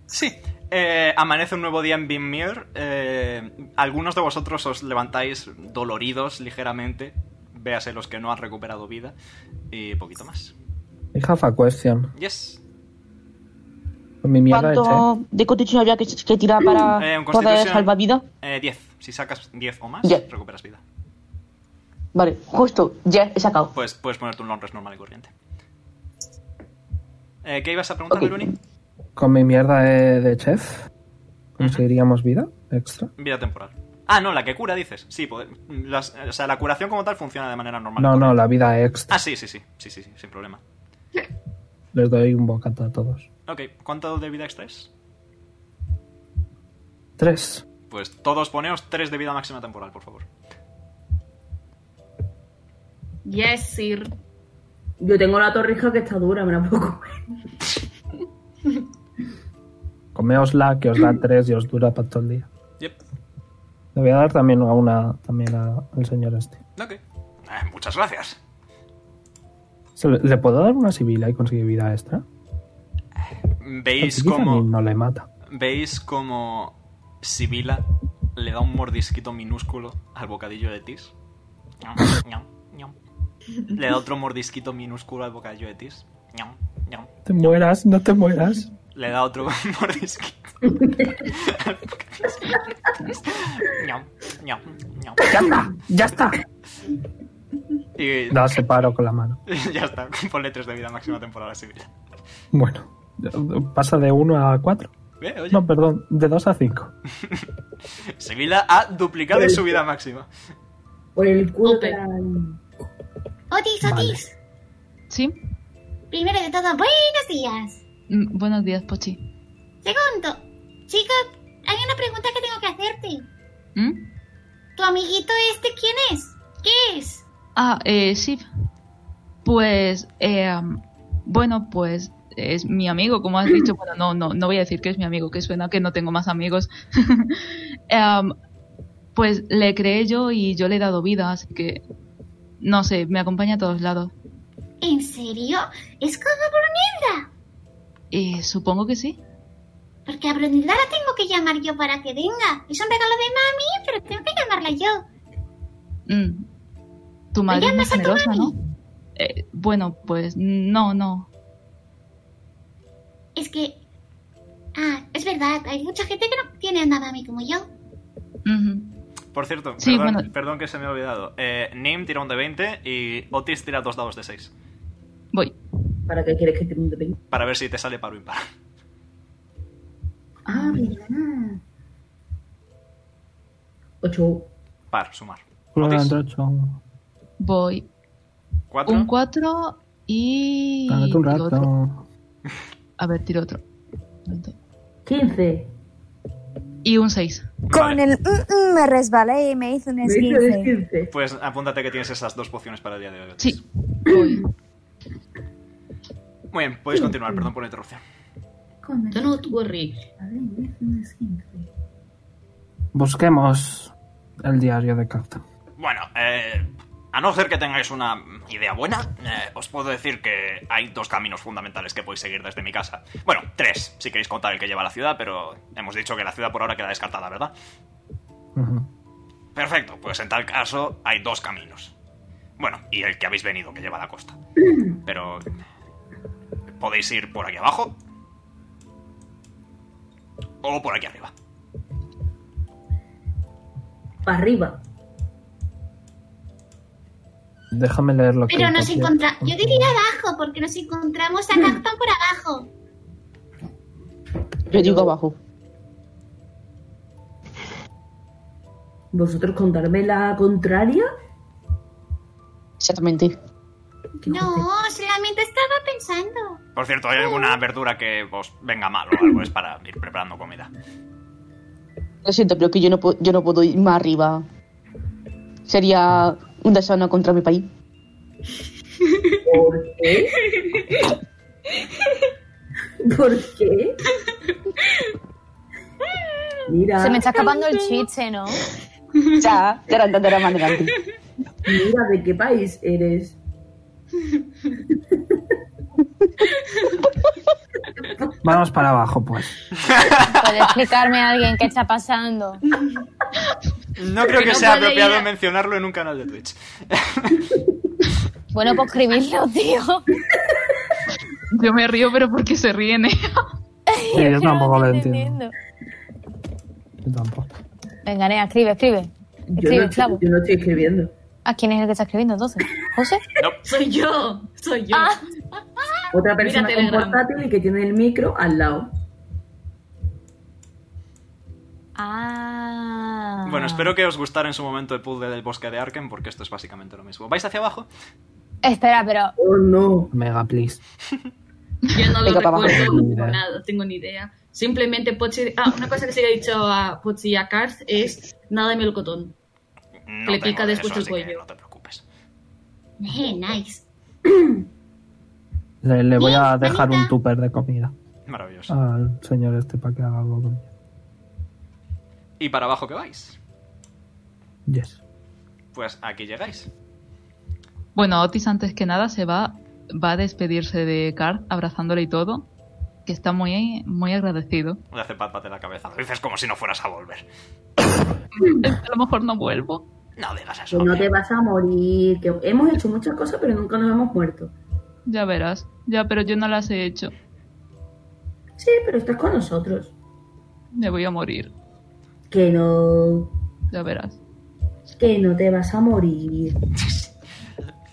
S2: Sí. Eh, amanece un nuevo día en Bimir. Eh, algunos de vosotros os levantáis doloridos ligeramente. Véase los que no han recuperado vida. Y poquito más.
S7: I have a question.
S2: Yes.
S7: Con mi mierda eché.
S6: ¿Cuánto de constitución había que, que tirar para
S2: Eh, un
S6: poder
S2: Constitution.
S6: salvar vida?
S2: Eh, 10. Si sacas 10 o más,
S6: Ya.
S2: recuperas vida.
S6: Vale, justo, ya he sacado.
S2: Pues puedes ponerte un long rest normal y corriente. Eh, ¿Qué ibas a preguntar,
S6: Ok.
S2: Luni?
S7: Con mi mierda de, de chef conseguiríamos vida. extra?
S2: Vida temporal. Ah, no, la que cura, dices. Sí, pode- las- o sea, la curación como tal funciona de manera normal.
S7: No, no, la vida extra.
S2: Ah, sí, sí, sí, sí, sí, sí, sin problema.
S7: Les doy un bocata a todos.
S2: Ok, ¿cuánto de vida extra es?
S7: Tres.
S2: Pues todos poneos 3 de vida máxima temporal, por favor.
S3: Yes, sir.
S4: Yo tengo la torrija que está dura, me la puedo comer.
S7: Comeosla, que os da tres y os dura para todo el día.
S2: Yep.
S7: Le voy a dar también a una, también a- al señor este.
S2: Ok. Ah, muchas gracias.
S7: ¿Se ¿Le le puedo dar una sibila y conseguir vida extra?
S2: Veis
S7: Porque quizá
S2: como...
S7: ni No le mata.
S2: Veis como Sibila le da un mordisquito minúsculo al bocadillo de Tis. Ñam, ñam, ñam. Le da otro mordisquito minúsculo al bocadillo de Tis. Ñam, ñam.
S7: Te mueras, no te mueras.
S2: Le da otro mordisquito. al bocadillo de Tis. Ñam, ñam, ñam.
S7: ¡Ya está! ¡Ya está!
S2: Y
S7: Da separo con la mano.
S2: ya está. Ponle 3 de vida máxima temporal a Sibila.
S7: Bueno, pasa de 1 a 4.
S2: Eh, oye,
S7: No, perdón, de 2 a 5.
S2: Sibila ha duplicado su vida máxima.
S4: Por el culo.
S3: Ope.
S8: Otis, Otis,
S1: ¿Sí?
S8: primero de todo, buenos días.
S1: Mm, Buenos días, Pochi.
S8: Segundo, chico, hay una pregunta que tengo que hacerte.
S1: ¿Mm?
S8: ¿Tu amiguito este quién es? ¿Qué es?
S1: Ah, eh, sí. Pues, eh, um, bueno, pues es mi amigo, como has dicho. Bueno, no, no, no voy a decir que es mi amigo, que suena que no tengo más amigos. Em, pues le creé yo y yo le he dado vida, así que, no sé, me acompaña a todos lados.
S8: ¿En serio? ¿Es como Brunilda?
S1: Y Eh, supongo que sí.
S8: Porque a Brunilda la tengo que llamar yo para que venga. Es un regalo de mami, pero tengo que llamarla yo.
S1: Mm. Tu madre es muy
S8: llamas a tu
S1: generosa, ¿no?
S8: mami?
S1: Eh, bueno, pues no, no.
S8: Es que... Ah, es verdad, hay mucha gente que no tiene una mami como yo.
S1: Ujú.
S2: Por cierto,
S1: Sí,
S2: perdón,
S1: bueno.
S2: perdón que se me ha olvidado. Eh, Nim tira un de 20 y Otis tira dos dados de 6.
S1: Voy.
S4: ¿Para qué quieres que te un de
S2: Para ver si te sale par o impar.
S4: Ah, verdad. Ocho.
S2: Par, sumar. Otis,
S7: 1
S1: Voy.
S2: cuatro.
S1: Un 4 y.
S7: un
S1: tiro otro.
S7: rato.
S1: A ver, tiro otro.
S4: Quince.
S1: Y un 6.
S5: Con
S2: Vale,
S5: el mm, mm, me resbalé y me hice un
S4: Me he hecho
S5: esguince.
S4: desquince.
S2: Pues apúntate que tienes esas dos pociones para el día de hoy. Otis.
S1: Sí. Voy.
S2: Muy bien, podéis continuar, perdón por la interrupción.
S4: Con el-
S3: Don't worry.
S4: A ver, me he hecho un desquince.
S7: Busquemos el diario de Cacta.
S2: Bueno, eh, a no ser que tengáis una idea buena, eh, os puedo decir que hay dos caminos fundamentales que podéis seguir desde mi casa. Bueno, tres, si queréis contar el que lleva a la ciudad, pero hemos dicho que la ciudad por ahora queda descartada, ¿verdad?
S7: Ujú.
S2: Perfecto, pues en tal caso hay dos caminos. Bueno, y el que habéis venido, que lleva a la costa. Pero... Podéis ir por aquí abajo. O por aquí arriba.
S4: Para arriba.
S7: Déjame leer lo que.
S8: Pero nos
S7: porque-
S8: encontramos... Yo diría abajo, porque nos encontramos a Cactón por abajo.
S6: Yo digo abajo.
S4: ¿Vosotros contarme la contraria?
S6: Exactamente.
S4: ¿Qué hijos
S8: No, solamente estaba pensando.
S2: Por cierto, ¿hay alguna
S3: Oh.
S2: verdura que os venga mal o algo? Es para ir preparando comida.
S6: Lo siento, pero que yo no, pu- yo no puedo ir más arriba. Sería un desano contra mi país.
S4: de- ¿Por qué? ¿Por qué? Mira,
S5: Se me está escapando el chiste, ¿no?
S6: Ya, ya era tanto, era más grande.
S4: mira de qué país eres.
S7: Vamos para abajo, pues.
S5: ¿Puede explicarme a alguien qué está pasando?
S2: No creo que
S3: no
S2: sea
S3: puede
S2: apropiado
S3: ir a-
S2: mencionarlo en un canal de Twitch.
S5: Bueno, pues escribirlo, tío.
S1: Yo me río, pero porque se ríen. ¿eh?
S7: Sí, yo
S5: que no
S7: tampoco
S5: lo
S7: lo
S5: estoy
S7: entiendo. Yo tampoco.
S5: Venga, Nea, escribe, escribe.
S4: Yo no,
S5: Escribe,
S4: estoy,
S5: Flavo.
S4: yo no estoy escribiendo.
S5: ¿A quién es el que está escribiendo entonces? ¿José?
S2: No,
S3: Soy yo. Soy yo.
S5: Ah.
S4: Otra persona
S3: Mira
S4: con
S3: Telegram.
S4: portátil y que tiene el micro al lado.
S5: Ah,
S2: Bueno, espero que os gustara en su momento el puzzle del bosque de Arkham, porque esto es básicamente lo mismo. ¿Vais hacia abajo?
S5: Espera, pero
S4: Oh, no.
S7: Mega, please.
S3: Yo no lo
S6: Venga, pa' abajo.
S3: recuerdo, no tengo nada, no tengo ni idea. Simplemente Pochi... Ah, una cosa que se le ha dicho a Pochi y a Karth es nada de melocotón.
S2: No
S3: Le
S2: tengo
S3: pica
S2: de
S3: después
S2: eso,
S3: el
S2: así que
S3: cuello.
S2: no te preocupes.
S8: Eh, nice.
S7: Le, le voy a
S8: Bien,
S7: dejar un
S8: manita.
S7: tupper de comida
S2: Maravilloso.
S3: Ah.
S7: al señor este para que haga algo con
S2: ¿Y para abajo qué vais?
S7: Yes.
S2: Pues aquí llegáis.
S1: Bueno, Otis antes que nada se va, va a despedirse de Card abrazándole y todo, que está muy, muy agradecido.
S2: Le hace pat pat en la cabeza. Lo dices como si no fueras a volver.
S1: A lo mejor no vuelvo.
S2: No digas
S4: Que
S2: eso.
S4: Pues no
S2: hombre.
S4: te vas a morir. Que hemos hecho muchas cosas, pero nunca nos hemos muerto.
S1: Ya verás. Ya, pero yo no las he hecho.
S4: Sí, pero estás con nosotros.
S1: Me voy a morir.
S4: Que no.
S1: Ya verás.
S4: Que no te vas a morir.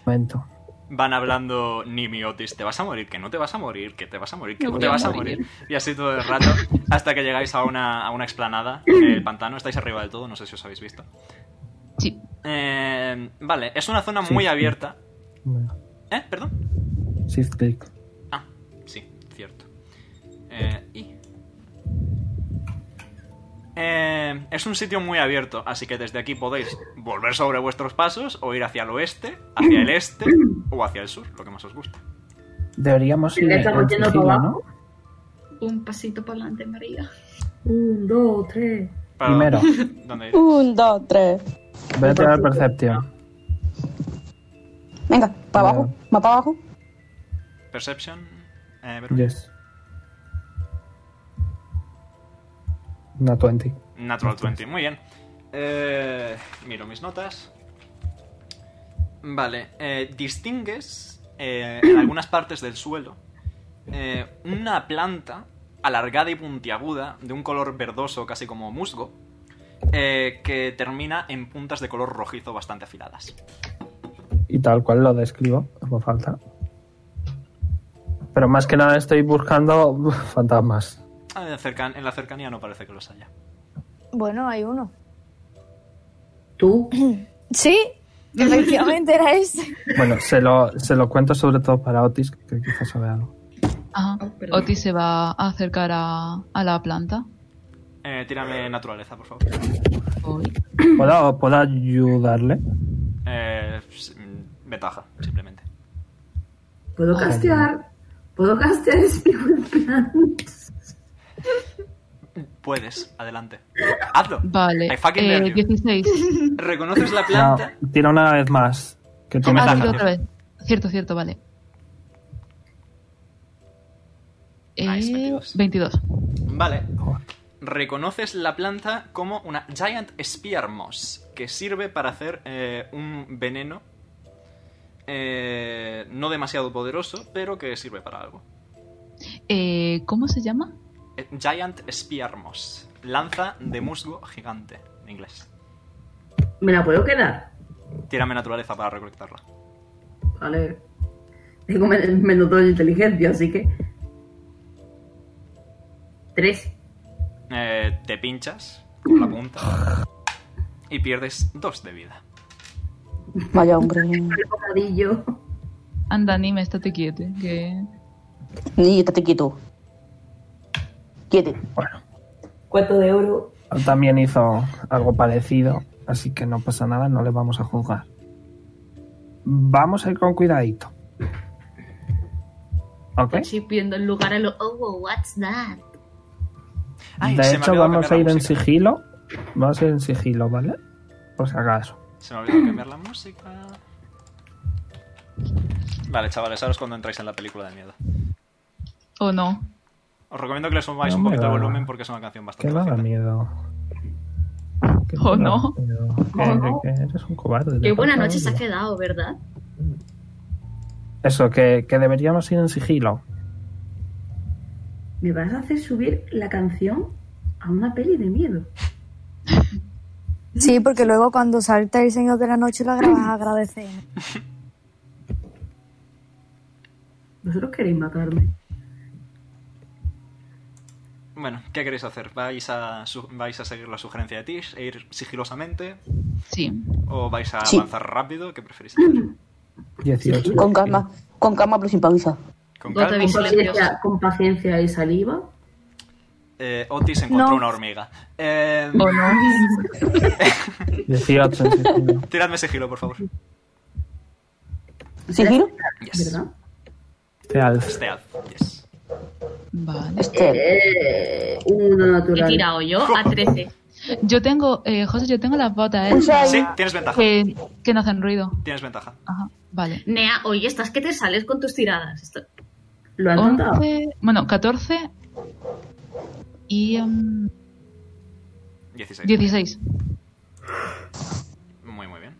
S7: Momento.
S2: Van hablando Nimi Otis, te vas a morir, que no te vas a morir, que te vas a morir, que
S1: Me
S2: no
S1: voy
S2: te
S1: a
S2: vas a
S1: morir.
S2: morir. Y así todo el rato, hasta que llegáis a una, a una explanada del pantano. Estáis arriba del todo, no sé si os habéis visto.
S1: Sí.
S2: Eh, vale, es una zona
S7: Sí,
S2: muy
S7: sí.
S2: abierta.
S7: Venga.
S2: ¿Eh? ¿Perdón?
S7: Shift click.
S2: Ah, sí, cierto. Eh, y- Eh, es un sitio muy abierto, así que desde aquí podéis volver sobre vuestros pasos o ir hacia el oeste, hacia el este o hacia el sur, lo que más os gusta.
S7: Deberíamos ir
S4: Le estamos
S7: en
S4: yendo
S7: sigilo,
S4: para
S7: ¿no?
S3: Un pasito para adelante, María.
S4: Un, dos, tres.
S2: Para-
S7: Primero.
S2: ¿Dónde iréis?
S6: Un, dos, tres.
S7: Voy a tirar Perception.
S6: Venga, para abajo.
S7: Vale.
S6: Más para abajo.
S2: Perception. Eh, Verónica.
S7: Yes. Una 20.
S2: Natural 20, muy bien. Eh, miro mis notas. Vale, eh, distingues eh, en algunas partes del suelo eh, una planta alargada y puntiaguda de un color verdoso, casi como musgo, eh, que termina en puntas de color rojizo bastante afiladas.
S7: Y tal cual lo describo, en voz alta. Pero más que nada estoy buscando fantasmas.
S2: Ah, en cercan- en la cercanía no parece que los haya.
S5: bueno, hay uno.
S4: Tú.
S5: Sí, efectivamente era ese.
S7: Bueno, se lo, se lo cuento sobre todo para Otis, que quizás sabe algo.
S1: Ajá.
S3: Oh, perdón.
S1: Otis se va a acercar a, a la planta.
S2: Eh, tírame naturaleza, por favor.
S1: Voy.
S7: ¿Puedo, ¿Puedo ayudarle?
S2: Eh, s- mm, ventaja, simplemente.
S4: Puedo
S1: Ay,
S4: castear. Puedo castear este buen plan.
S2: Puedes, adelante. Hazlo.
S1: Vale.
S2: I fucking
S1: eh,
S2: dare you.
S1: 16.
S2: Reconoces la planta.
S7: No, tira Ah, una vez más. Que
S2: Con
S7: tiene
S1: Ah,
S2: ventaja,
S1: tiro otra vez.
S2: cierto.
S1: Cierto, cierto, vale.
S2: Nice,
S1: Eh,
S2: 22.
S1: 22.
S2: Vale.
S7: Oh.
S2: Reconoces la planta como una Giant Spear Moss, que sirve para hacer eh, un veneno eh, no demasiado poderoso, pero que sirve para algo.
S1: Eh, ¿Cómo se llama?
S2: Eh, Giant Spear Moss, lanza de musgo gigante, en inglés.
S4: ¿Me la puedo quedar?
S2: Tírame naturaleza para recolectarla.
S4: Vale. Tengo men- menos dos de inteligencia, así que. Tres.
S2: Eh, te pinchas con la punta y pierdes dos de vida.
S6: Vaya hombre.
S4: bocadillo.
S1: Anda, Nime, estate quieto. Que...
S6: Ni estate quieto. Quiete.
S7: Bueno,
S4: Cuarto de oro.
S7: también hizo algo parecido, así que no pasa nada, no le vamos a juzgar. Vamos a ir con cuidadito. ¿Ok?
S3: Pochi viendo el lugar a lo...
S8: Oh, wow, what's that?
S2: Ay, se
S7: de
S2: me
S7: hecho,
S2: olvidó cambiar
S7: vamos a
S2: la
S7: ir en
S2: música.
S7: sigilo. Vamos a ir en sigilo, ¿vale? Por si acaso.
S2: Se me ha olvidado cambiar la música. Vale, chavales, ahora es cuando entráis en la película de miedo.
S1: ¿O no?
S2: Os recomiendo que le subáis
S7: No
S2: un
S7: me
S2: poquito de
S7: da-
S2: volumen porque es una canción
S7: Que
S2: bastante
S7: me da
S2: bajita.
S7: miedo. Que
S1: Oh,
S7: me da
S1: no.
S7: miedo. Que-
S3: Oh, no.
S7: que eres un cobarde.
S3: Qué
S7: te
S3: buena
S7: falta
S3: noche se ha
S7: algo.
S3: quedado, ¿verdad?
S7: Eso, que, que deberíamos ir en sigilo.
S4: ¿Me vas a hacer subir la canción a una peli de miedo?
S5: Sí, porque luego cuando salta el señor de la noche lo grabas a agradecer.
S4: Vosotros queréis matarme.
S2: Bueno, ¿qué queréis hacer? ¿Vais a, su- ¿Vais a seguir la sugerencia de Tish e ir sigilosamente?
S1: Sí.
S2: ¿O vais a
S6: Sí.
S2: avanzar rápido? ¿Qué preferís hacer?
S7: 18.
S6: Con calma, con calma, pero sin pausa.
S2: Con
S3: Gota
S2: calma.
S3: de-
S4: Con paciencia,
S3: silenciosa.
S4: con paciencia y saliva.
S2: Eh, Otis encontró
S5: No.
S2: una hormiga. Eh,
S1: O no.
S7: 18. sí, sí.
S2: tiradme sigilo, por favor.
S6: ¿Sigilo?
S2: Yes.
S4: ¿Verdad?
S7: Stealth.
S2: Stealth. Yes.
S1: Vale.
S6: Este,
S4: Eh, una
S3: He
S4: natural.
S3: tirado yo a 13.
S1: Yo tengo, eh, José, yo tengo las botas, ¿eh?
S2: Sí, tienes ventaja.
S1: Que, que no hacen ruido.
S2: Tienes ventaja.
S1: Ajá, vale.
S3: Nea, oye, estás que te sales con tus tiradas. Esto-
S4: ¿Lo
S1: Oh,
S4: has notado?
S1: 11, bueno, 14 y em,
S2: 16.
S1: 16.
S2: Muy, muy bien.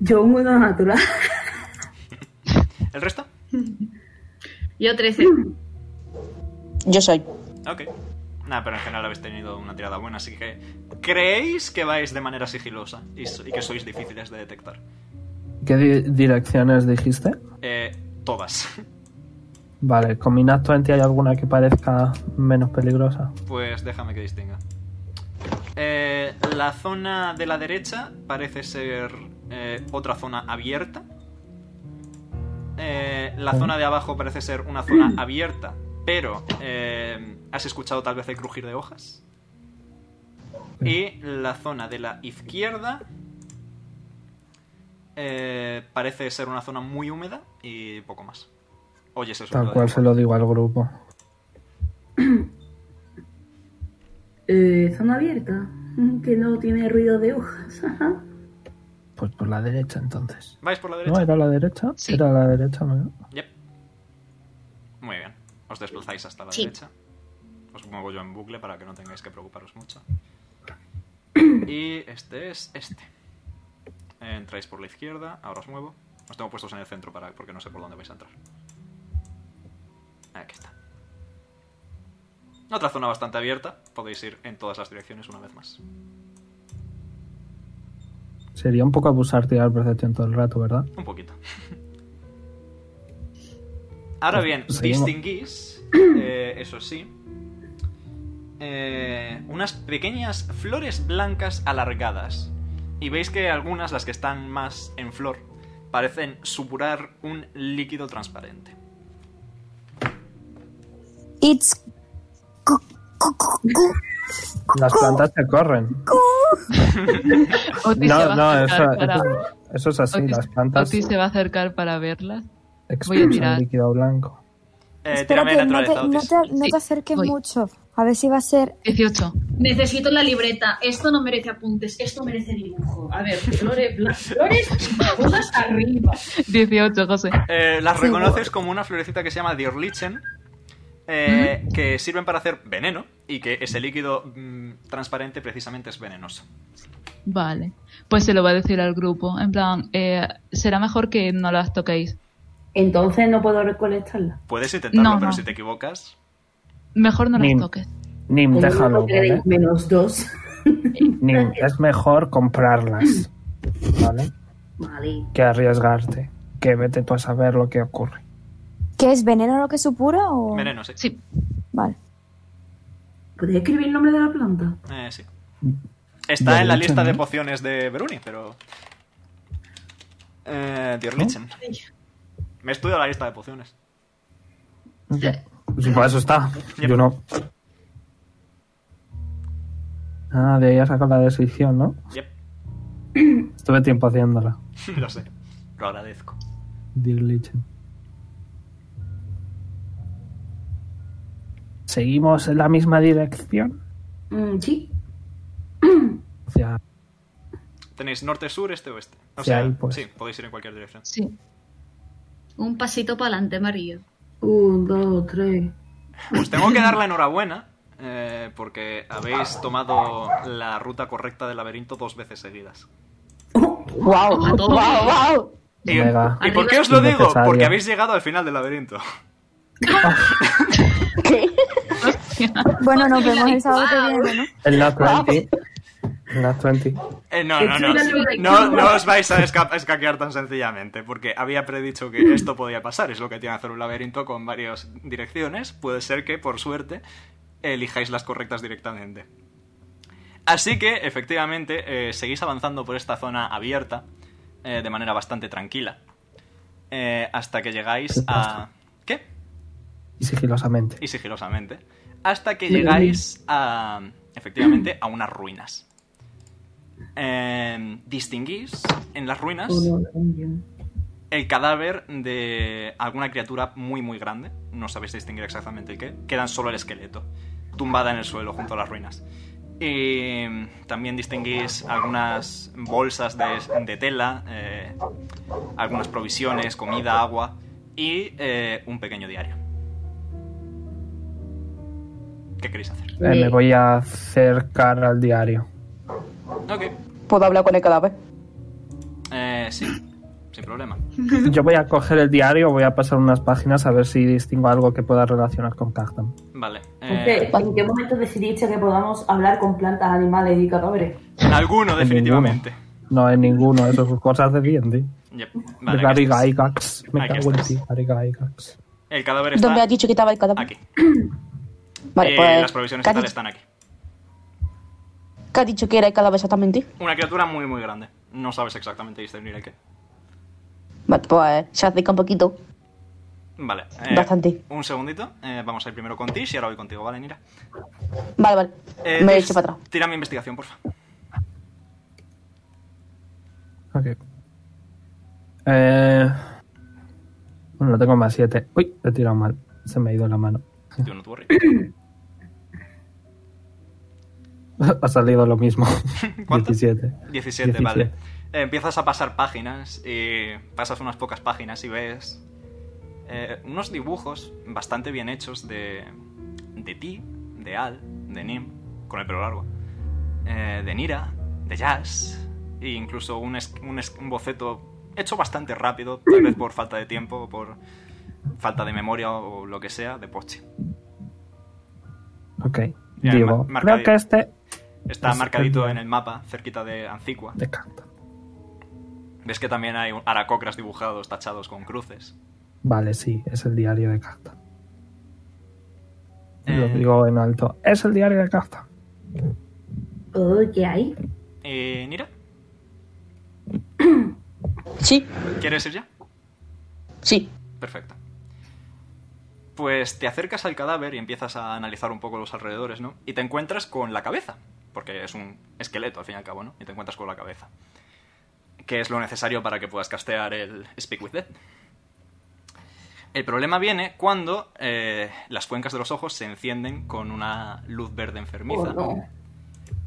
S4: Yo una natural.
S2: ¿El resto?
S3: Yo 13.
S6: yo soy.
S2: Ok. Nada, pero en general habéis tenido una tirada buena, así que creéis que vais de manera sigilosa y, so- y que sois difíciles de detectar.
S7: ¿Qué di- direcciones dijiste?
S2: Eh, todas.
S7: Vale, ¿con mi Nat 20 hay alguna que parezca menos peligrosa?
S2: Pues déjame que distinga. Eh, la zona de la derecha parece ser eh, otra zona abierta. Eh, la zona de abajo parece ser una zona abierta, pero eh, has escuchado tal vez el crujir de hojas. Y la zona de la izquierda eh, parece ser una zona muy húmeda y poco más. Oyes eso.
S7: Tal cual se lo digo al grupo.
S4: Eh, zona abierta. mm, Que no tiene ruido de hojas. ajá.
S7: Pues por la derecha entonces.
S2: ¿Vais por la derecha?
S7: ¿No? ¿Era la derecha?
S1: Sí.
S7: Era la derecha, ¿no?
S2: Yep. Muy bien. Os desplazáis hasta la
S8: Sí.
S2: derecha. Os muevo yo en bucle para que no tengáis que preocuparos mucho. Y este es este. Entráis por la izquierda, ahora os muevo. Os tengo puestos en el centro para, porque no sé por dónde vais a entrar. Aquí está. Otra zona bastante abierta. Podéis ir en todas las direcciones una vez más.
S7: Sería un poco abusar tirar percepción todo el rato, ¿verdad?
S2: Un poquito. Ahora bien,
S7: Seguimos.
S2: distinguís, eh, eso sí, eh, unas pequeñas flores blancas alargadas. Y veis que algunas, las que están más en flor, parecen supurar un líquido transparente.
S5: It's cu- cu- cu- cu-
S7: Las plantas se corren.
S1: Otis se va
S7: No, no,
S1: a acercar
S7: eso,
S1: para,
S7: eso, eso es así.
S1: Otis-
S7: Las plantas
S1: Otis se va a acercar para verlas.
S7: expulsan
S1: tirar.
S7: líquido blanco.
S2: Eh,
S5: Espera
S2: tírame
S5: que no
S2: naturaleza,
S5: te, no
S2: Otis.
S5: te- no
S1: Sí,
S5: te acerques
S1: voy.
S5: mucho. A ver si va a ser
S1: 18.
S3: Necesito la libreta. Esto no merece apuntes. Esto merece dibujo. A ver, flores, bla- flores, hojas arriba.
S1: 18, José.
S2: Eh, las
S5: Sí,
S2: reconoces como una florecita que se llama Dirlichen, eh, que sirven para hacer veneno y que ese líquido mm, transparente precisamente es venenoso.
S1: Vale. Pues se lo va a decir al grupo. En plan, eh, será mejor que no las toquéis.
S4: Entonces no puedo recolectarla.
S2: Puedes intentarlo,
S1: No,
S2: pero
S1: no.
S2: si te equivocas,
S1: Mejor no
S7: Nim.
S1: las toques.
S7: Nim,
S4: Como
S7: déjalo,
S4: no queréis
S7: ¿vale?
S4: Menos dos.
S7: Nim, es mejor comprarlas, ¿vale?
S4: Vale.
S7: Que arriesgarte. Que vete tú a saber lo que ocurre.
S5: ¿Qué es veneno lo que supura o
S2: veneno, sí.
S1: Oh. Sí.
S5: Vale.
S4: ¿Puedes escribir el nombre de la planta?
S2: Eh, sí. Está en la
S7: Dirlichen,
S2: lista de
S7: ¿no?
S2: pociones de Beruni, pero. Eh, Dirlichen. Me he estudiado la lista de pociones.
S7: Si para eso está,
S2: Yep.
S7: yo no. Ah, de ahí ha sacado la decisión, ¿no?
S2: Yep,
S7: Estuve tiempo haciéndola.
S2: lo sé. Lo agradezco.
S7: Dirlichen. ¿Seguimos en la misma dirección?
S4: Mm, sí.
S7: Hacia
S2: Tenéis norte, sur, este, oeste. O
S7: Sí,
S2: sea,
S7: ahí, pues.
S2: sí, podéis ir en cualquier dirección.
S1: Sí.
S3: Un pasito para adelante, María.
S4: Un, dos, tres.
S2: Os Pues tengo que dar la enhorabuena eh, porque habéis tomado la ruta correcta del laberinto dos veces seguidas.
S6: ¡Wow! ¡Wow! ¡Wow!
S2: ¿Y,
S7: Omega.
S2: ¿y por qué os lo digo?
S7: Innecesario.
S2: Porque habéis llegado al final del laberinto.
S5: Bueno, nos vemos el sábado que
S3: Wow.
S5: viene, ¿no?
S7: El Nat 20. El Nat 20.
S2: Eh, no, no, no, no, no os vais a esca- escaquear tan sencillamente, porque había predicho que esto podía pasar, es lo que tiene hacer un laberinto con varias direcciones, puede ser que, por suerte, elijáis las correctas directamente. Así que, efectivamente, eh, seguís avanzando por esta zona abierta eh, de manera bastante tranquila. eh, hasta que llegáis a... ¿Qué?
S7: Y sigilosamente.
S2: Y sigilosamente. Hasta que llegáis a... Efectivamente, a unas ruinas. Eh, distinguís en las ruinas el cadáver de alguna criatura muy muy grande, no sabéis distinguir exactamente qué, quedan solo el esqueleto, tumbada en el suelo junto a las ruinas. Y también distinguís algunas bolsas de, de tela, eh, algunas provisiones, comida, agua y eh, un pequeño diario. ¿Qué queréis hacer?
S7: Eh, me voy a acercar al diario.
S2: Ok.
S6: ¿Puedo hablar con el cadáver?
S2: Eh, sí, sin problema.
S7: Yo voy a coger el diario, voy a pasar unas páginas a ver si distingo algo que pueda relacionar con Cactam.
S2: Vale.
S4: ¿En
S2: eh,
S4: qué- ¿En qué momento decidiste que podamos hablar con plantas, animales y cadáveres?
S2: alguno, definitivamente.
S7: No es ninguno, eso son cosas de Pues D&D.
S2: Yep,
S7: De
S2: vale, aquí
S7: Gary
S2: estás.
S7: Gygax. Pues Me
S2: Aquí
S7: cago en
S2: estás.
S7: ti, Gary Gygax.
S2: El cadáver
S6: ¿Dónde
S2: está
S6: has dicho que estaba el cadáver?
S2: aquí.
S6: Vale,
S2: Eh,
S6: pues,
S2: las provisiones
S6: ¿qué
S2: y
S6: has
S2: tal
S6: dicho-
S2: están aquí.
S6: ¿Qué has dicho que era el cadáver exactamente?
S2: Una criatura muy, muy grande. No sabes exactamente discernir el qué.
S6: Vale, pues se acerca un poquito.
S2: Vale. eh,
S6: Bastante.
S2: Un segundito. Eh, vamos a ir primero con Tish y ahora voy contigo, ¿vale, Nira?
S6: Vale, vale.
S2: Eh,
S6: me he
S2: Tish,
S6: hecho para atrás.
S2: Tira mi investigación, porfa.
S7: Ok. Eh... Bueno, tengo más 7. Uy, he tirado mal. Se me ha ido la mano.
S2: Yo no te worry.
S7: ha salido lo mismo.
S2: ¿Cuánto? 17,
S7: 17. 17.
S2: vale. Eh, empiezas a pasar páginas y pasas unas pocas páginas y ves eh, unos dibujos bastante bien hechos de, de ti, de Al, de Nim, con el pelo largo, eh, de Nira, de Jazz, e incluso un, es- un es- un boceto hecho bastante rápido, tal vez por falta de tiempo, por falta de memoria o lo que sea, de Pochi.
S7: Ok.
S2: Ya,
S7: Digo,
S2: mar-
S7: creo que este...
S2: Está
S7: Es-
S2: marcadito en el mapa, cerquita de Anficua.
S7: De Cactam.
S2: Ves que también hay un- aracocras dibujados, tachados con cruces.
S7: Vale, sí, es el diario de Cactam. Lo
S2: Eh.
S7: digo en alto. Es el diario de Cactam.
S4: Oh, ¿Qué hay?
S2: Eh, Nira,
S6: Sí,
S2: ¿quieres ir ya?
S6: sí.
S2: Perfecto. Pues te acercas al cadáver y empiezas a analizar un poco los alrededores, ¿no? Y te encuentras con la cabeza, porque es un esqueleto al fin y al cabo, ¿no? Y te encuentras con la cabeza. Que es lo necesario para que puedas castear el Speak with Death. El problema viene cuando eh, las cuencas de los ojos se encienden con una luz verde enfermiza.
S4: Oh, no.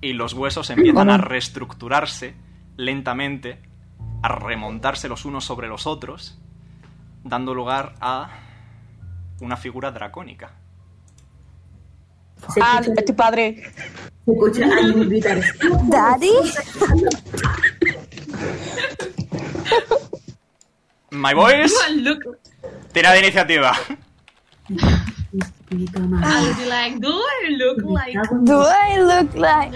S2: y los huesos empiezan a reestructurarse lentamente, a remontarse los unos sobre los otros, dando lugar a una figura dracónica.
S4: Se
S6: Ah,
S4: escucha,
S6: es tu padre.
S4: se escucha ahí un gritar.
S5: ¿Daddy?
S2: My boys,
S3: look.
S2: tira de iniciativa.
S4: Mi cámara.
S3: I'll be like, do I look like?
S5: ¿Do I look like...?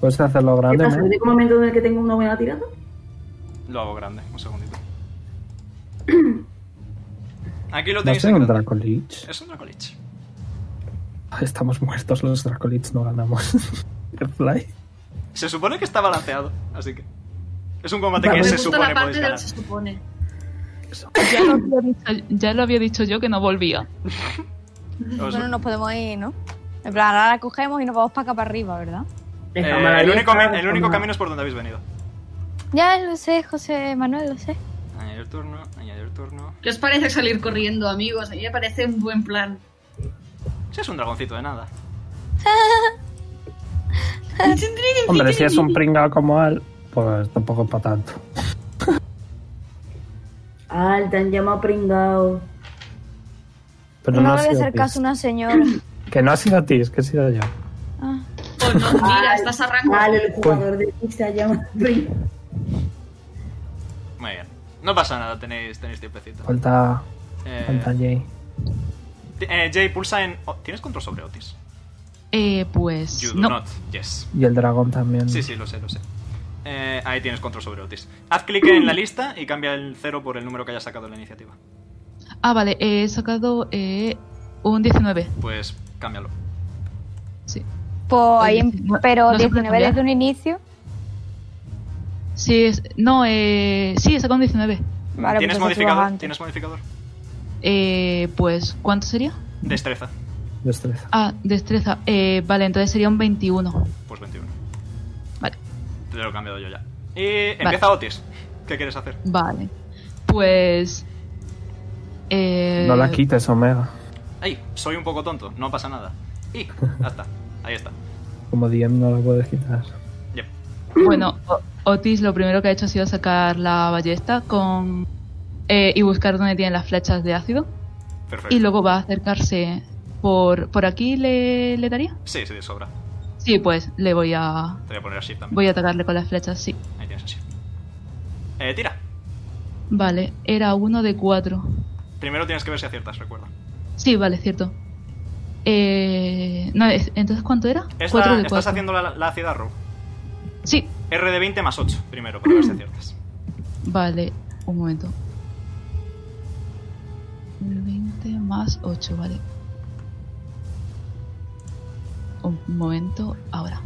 S7: Puedes hacerlo
S4: ¿Qué
S7: grande,
S4: pasa?
S7: ¿no?
S4: ¿Llega un momento en el que tengo una buena tirada?
S2: Eh, Lo hago grande, un segundito. Aquí lo
S7: No
S2: tenéis.
S7: sé,
S2: en
S7: un
S2: grande.
S7: Dracolich.
S2: Es un Dracolich.
S7: Estamos muertos los Dracolich, no ganamos. El Fly.
S2: Se supone que está balanceado, así que. Es un combate
S4: Vale,
S2: que se
S4: me
S3: Me gusta
S2: supone
S3: la
S2: podéis
S3: parte del
S2: ganar.
S3: se supone.
S1: Ya lo había dicho, ya lo había dicho yo que no volvía.
S2: Os-
S5: Bueno, nos podemos ir, ¿no? En plan, ahora la cogemos y nos vamos para acá para arriba, ¿verdad?
S4: La
S2: eh,
S4: cámara
S2: el
S4: ya
S2: único,
S4: está,
S2: mi- el
S4: la
S2: único
S4: cámara.
S2: camino es por donde habéis venido.
S5: Ya lo sé, José Manuel, lo sé.
S2: Añadir turno, añadir turno.
S3: ¿Qué os parece salir corriendo, amigos? A mí me parece un buen plan.
S2: Si es un dragoncito de nada.
S7: Hombre, si es un pringao como Al, pues tampoco para tanto.
S4: Ah, te han llamado pringao.
S7: Pero
S5: no
S7: no,
S5: le
S7: ha
S5: voy a
S7: sido
S5: hacer
S7: Tis.
S5: caso a una señora.
S7: Que no ha sido Tis, que he sido yo.
S5: Ah.
S3: Oh, no, mira, estás arrancando.
S4: Vale, el jugador de ti te ha llamado pringao.
S2: Muy bien. No pasa nada, tenéis, tenéis tiempecito.
S7: Falta,
S2: Eh,
S7: falta Jay.
S2: T- eh, Jay, pulsa en. o- ¿Tienes control sobre Otis?
S1: Eh,
S2: You
S1: pues
S2: do
S1: no.
S2: not. Yes.
S7: Y el dragón también.
S2: Sí, sí, lo sé, lo sé. Eh, ahí tienes control sobre Otis. Haz clic en la lista y cambia el cero por el número que hayas sacado en la iniciativa.
S1: Ah, vale, he sacado eh, un 19.
S2: Pues Cámbialo.
S1: Sí.
S5: Pues
S1: Oye,
S5: ahí, em-
S1: no-
S5: pero
S1: no se puede
S5: 19
S1: cambiar.
S5: desde un inicio.
S1: Sí, es- no, eh, sí, he sacado un 19.
S5: Vale,
S2: ¿Tienes
S5: pues entonces baja
S2: modificador?
S5: antes.
S2: ¿Tienes modificador?
S1: Eh, pues, ¿cuánto sería?
S2: Destreza.
S7: Destreza.
S1: Ah, destreza. Eh, vale, entonces sería un 21.
S2: Pues 21.
S1: Vale.
S2: Te lo he cambiado yo ya. Y empieza Otis. ¿Qué quieres hacer?
S1: Vale. Pues. eh,
S7: No la quites, Omega.
S2: Ay, soy un poco tonto, no pasa nada. Y ya está. Ahí está.
S7: Como DM no la puedes quitar.
S2: Yep.
S1: Bueno, O- Otis lo primero que ha hecho ha sido sacar la ballesta con eh, y buscar dónde tienen las flechas de ácido.
S2: Perfecto.
S1: Y luego va a acercarse por. ¿Por aquí le, le daría?
S2: Sí, sí, de sobra.
S1: Sí, pues le voy a.
S2: Te voy a poner así también.
S1: Voy a atacarle con las flechas, sí.
S2: Ahí tienes así. Eh, tira.
S1: Vale, era uno de cuatro.
S2: Primero tienes que ver si aciertas, recuerda.
S1: Sí, vale, cierto. Eh, no, es- entonces, ¿cuánto era?
S2: Esta-
S1: Cuatro de
S2: estás
S1: cuatro.
S2: haciendo la, la acid arrow.
S1: Sí,
S2: R de 20 más 8 primero, para ver si aciertas.
S1: Vale, un momento. 20 más 8, vale. Un momento, ahora.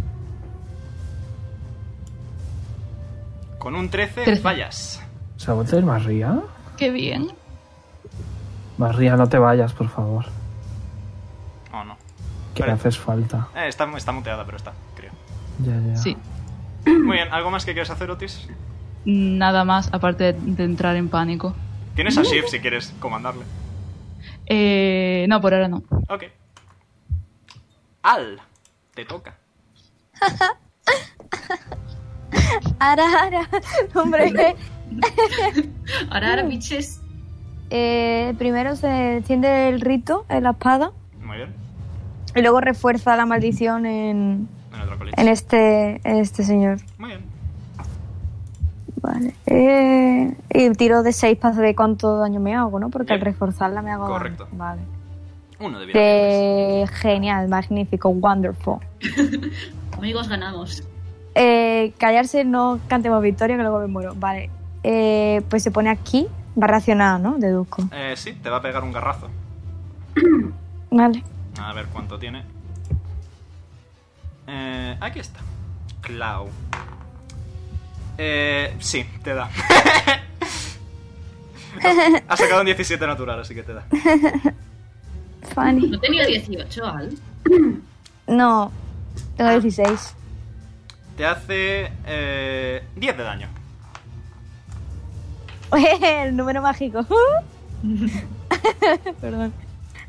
S2: Con un 13,
S1: Trece.
S2: fallas.
S7: ¿Se ha vuelto a ir María?
S1: ¡Qué bien!
S7: María, no te vayas, por favor.
S2: Oh, no.
S7: Que
S2: Vale.
S7: le haces falta.
S2: Eh, está, está muteada, pero está, creo.
S7: Ya, ya.
S1: Sí,
S2: Muy bien, ¿algo más que quieres hacer, Otis?
S1: nada más aparte de, de entrar en pánico.
S2: Tienes a Shift si quieres comandarle.
S1: Eh, no, por ahora no.
S2: Ok. Al, te toca.
S5: Ara, ara. Hombre,
S3: Ahora, ahora, biches.
S5: eh, primero se enciende el rito en la espada
S2: Muy bien.
S5: y luego refuerza la maldición en,
S2: En otro colegio.
S5: en este, en este señor.
S2: Muy bien.
S5: Vale. Eh, y tiro de 6 para saber cuánto daño me hago, ¿no? Porque al
S2: Bien.
S5: reforzarla me hago daño.
S2: Correcto.
S5: Vale.
S2: Uno de vida.
S5: De... Eh, Genial, magnífico, wonderful.
S3: Amigos, ganamos.
S5: Eh, callarse, no cantemos victoria, que luego me muero. Vale. Eh, pues se pone aquí, va racionada, ¿no? Deduzco.
S2: Eh, sí, te va a pegar un garrazo.
S5: Vale.
S2: A ver cuánto tiene. Eh, aquí está. Clau. Eh, sí, te da. ha sacado un 17 natural, así que te da.
S5: Funny.
S3: No tenía 18, Al.
S5: No, tengo 16.
S2: Te hace eh, 10 de daño.
S5: El número mágico. Perdón.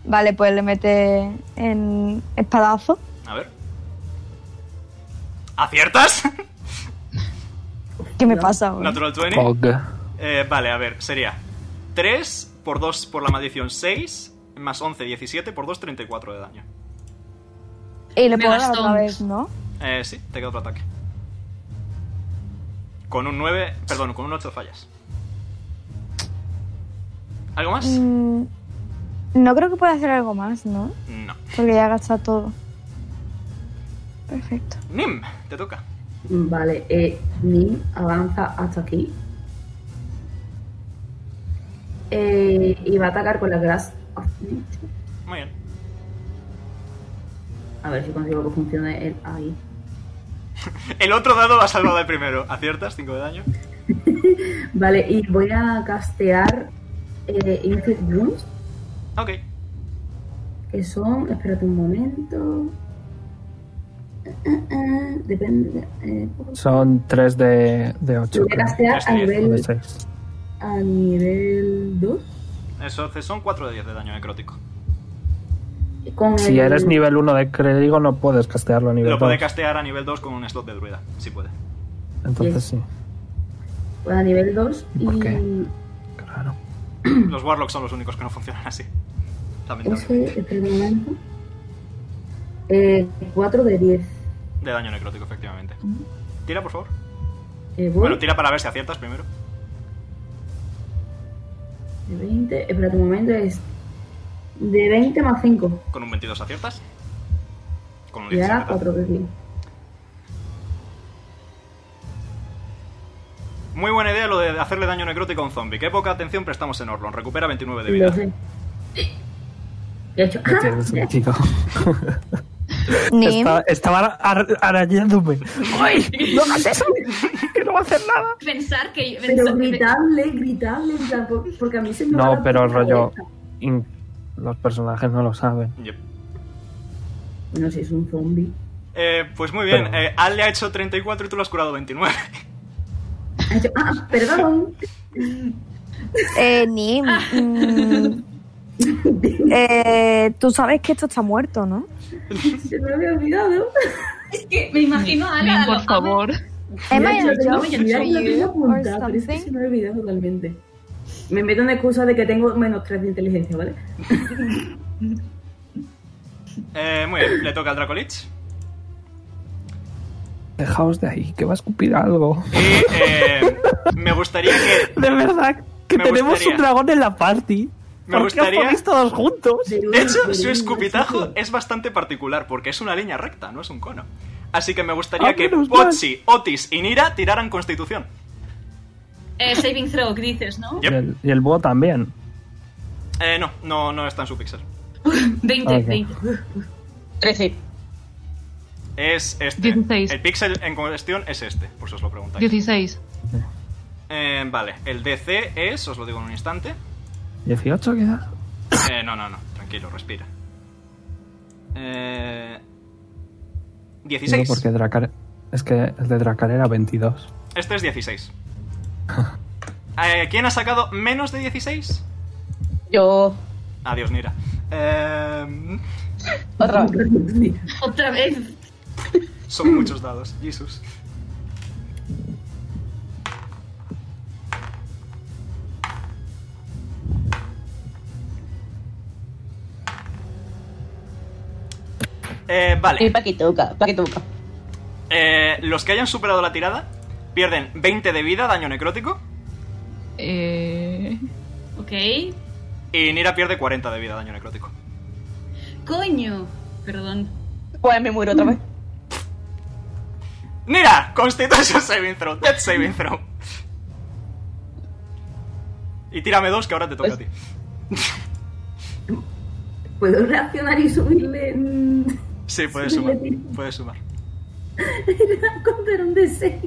S5: Vale, pues le mete en espadazo.
S2: A ver. ¿Aciertas?
S5: ¿Qué me pasa? hoy?
S2: Natural 20.
S7: Og.
S2: Eh, vale, a ver, sería 3 por 2 por la maldición 6, más 11, 17 por 2, 34 de daño.
S5: Y le
S3: Me
S5: puedo dar
S3: gastó
S5: otra
S3: un-
S5: vez, ¿no?
S2: Eh, sí, te queda otro ataque. Con un 9, perdón, con un 8 fallas. ¿Algo más?
S5: Mm, no creo que pueda hacer algo más, ¿no?
S2: No.
S5: Porque ya gasta todo. Perfecto.
S2: Nim, te toca.
S4: Vale, eh, Nim avanza hasta aquí. Eh, y va a atacar con la Grass of Nature.
S2: Muy bien.
S4: A ver si consigo que funcione el ahí.
S2: El otro dado va salvado el primero. ¿Aciertas? 5 de daño.
S4: Vale, y voy a castear eh, Infinite Runes,
S2: Ok.
S4: que son. Espérate un momento. Eh, eh, eh, depende. eh,
S7: Son 3 de, de 8.
S4: lo voy a castear a
S2: Este es
S4: nivel,
S7: de 6.
S4: a nivel 2.
S2: Eso hace- son 4 de 10 de daño necrótico.
S4: Con
S7: Si
S4: el-
S7: eres nivel 1 de clérigo, no puedes castearlo a nivel
S2: Lo puede
S7: 2.
S2: castear a nivel 2 con un slot de druida, si puede.
S7: Entonces sí.
S4: Pues a nivel 2 y.
S7: ¿Por qué? Claro.
S2: Los warlocks son los únicos que no funcionan así.
S4: Mm. Eso
S2: Lamentablemente.
S4: es, espera un momento. Eh, 4 de 10.
S2: De daño necrótico, efectivamente.
S4: Mm.
S2: Tira, por favor.
S4: Eh, voy
S2: Bueno, tira para ver si aciertas primero.
S4: de 20. Espera un momento, es. De 20 más 5.
S2: Con un 22 aciertas. Con un
S4: Y
S2: 17
S4: ahora
S2: tal.
S4: 4 de 10.
S2: Muy buena idea lo de hacerle daño necrótico a un zombie. Qué poca atención prestamos en Orlon. Recupera 29 de vida.
S4: Lo sé. Y ha hecho,
S7: No
S4: ¡ah!
S7: tiene sentido.
S9: Nim,
S7: Estaba, estaba ara- arañándome. ¡Ay! ¡No hagas eso! ¡Que no va a hacer nada!
S3: Pensar que.
S4: Pero
S3: pensar-
S4: gritarle, gritarle, en plan, por- porque a mí se me va
S7: No,
S4: la
S7: pero
S4: puta
S7: rollo.
S4: cabeza.
S7: in- los personajes no lo saben.
S2: Yep.
S4: Bueno, si es un zombie.
S2: Eh, pues muy bien,
S7: Pero-
S2: eh, Al le ha hecho 34 y tú lo has curado 29.
S4: Ha hecho, ¡ah! Perdón.
S9: eh, Nim, mm, eh, tú sabes que esto está muerto, ¿no?
S4: Se me había olvidado.
S3: Es que me imagino a
S1: Nim,
S3: Ala.
S1: por favor.
S9: Am
S4: Mira,
S9: I
S4: yo
S9: a
S4: tengo-
S9: joke
S4: mira,
S9: to
S4: yo tengo
S9: you or
S4: apuntado, pero es que se
S9: something?
S4: me ha olvidado totalmente. Me meto una excusa de que tengo menos 3 de inteligencia, ¿vale?
S2: Eh, muy bien, le toca al Dracolich.
S7: Dejaos de ahí, que va a escupir algo.
S2: Y eh, me gustaría que.
S7: De verdad, que
S2: Me
S7: tenemos
S2: gustaría.
S7: un dragón en la party.
S2: Me
S7: ¿Por qué os
S2: gustaría.
S7: ponéis todos juntos?
S2: De hecho, su escupitajo es bastante particular porque es una línea recta, no es un cono. Así que me gustaría
S7: Ah,
S2: que
S7: menos mal.
S2: Potsy, Otis y Nira tiraran constitución.
S3: Eh, saving throw, dices, ¿no?
S2: Yep.
S7: Y, el, y el búho también.
S2: Eh, no, no, no está en su pixel.
S3: 20,
S7: Ok.
S3: 20.
S6: 13.
S2: Es este.
S1: 16.
S2: El pixel en cuestión es este, por si os lo preguntáis.
S1: 16.
S2: Eh, vale, el DC es, os lo digo en un instante.
S7: 18 quizás.
S2: Eh, no, no, no, tranquilo, respira. Eh,
S7: Digo
S2: 16.
S7: porque Dracar. Es que el de Dracar era 22.
S2: Este es 16. Eh, ¿Quién ha sacado menos de 16?
S6: Yo.
S2: Adiós, Nira. Eh,
S6: Otra vez.
S3: Otra vez.
S4: Mm.
S2: son muchos dados, Jesus. Eh, vale.
S6: Y pa' que toca, pa' que toca.
S2: Eh, los que hayan superado la tirada pierden 20 de vida, daño necrótico,
S1: Eh,
S3: Ok.
S2: y Nira pierde 40 de vida, daño necrótico.
S3: Coño. Perdón.
S6: Pues me muero otra vez.
S2: Nira, Constitution Saving Throw, Death Saving Throw. Y tírame dos que ahora te
S4: Pues
S2: toca a ti.
S4: ¿Puedo reaccionar y subirle mm,
S2: Sí, puedes
S4: Sí,
S2: sumar.
S4: le tiro.
S2: Puedes sumar.
S4: contar un DC?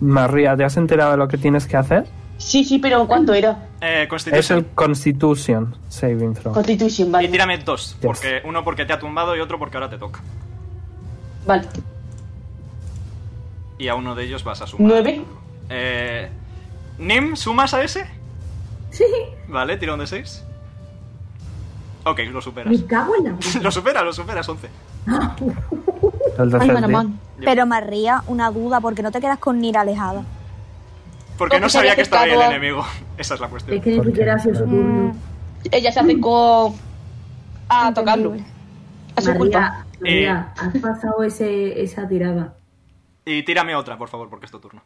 S7: María, ¿te has enterado de lo que tienes que hacer?
S6: Sí, sí, pero ¿cuánto era?
S2: Eh,
S7: Es el
S2: Constitution.
S7: Constitution Saving Throw.
S6: Constitution,
S2: Y
S6: vale.
S2: tírame dos. Porque uno porque te ha tumbado y otro porque ahora te toca.
S6: Vale.
S2: Y a uno de ellos vas a sumar.
S6: ¿Nueve?
S2: Eh, Nim, ¿sumas a ese?
S4: Sí.
S2: Vale, tira un de seis. Ok, lo superas.
S4: Me cago en la puta.
S2: lo superas, lo superas, 11.
S7: El de
S6: Ay,
S7: Celtic.
S6: Manamán.
S9: Pero María, una duda, porque no te quedas con Nira alejada.
S2: Porque no
S6: Porque se había
S2: sabía que estaba ahí el
S6: acercado a-
S2: enemigo. Esa es la cuestión.
S4: Es que ni
S7: Porque-
S4: siquiera ha sido su turno.
S6: Ella se acercó
S5: Ah,
S6: a tocarlo. A su culpa.
S4: María, María, has pasado ese, esa tirada.
S2: Y tírame otra, por favor, porque es tu turno.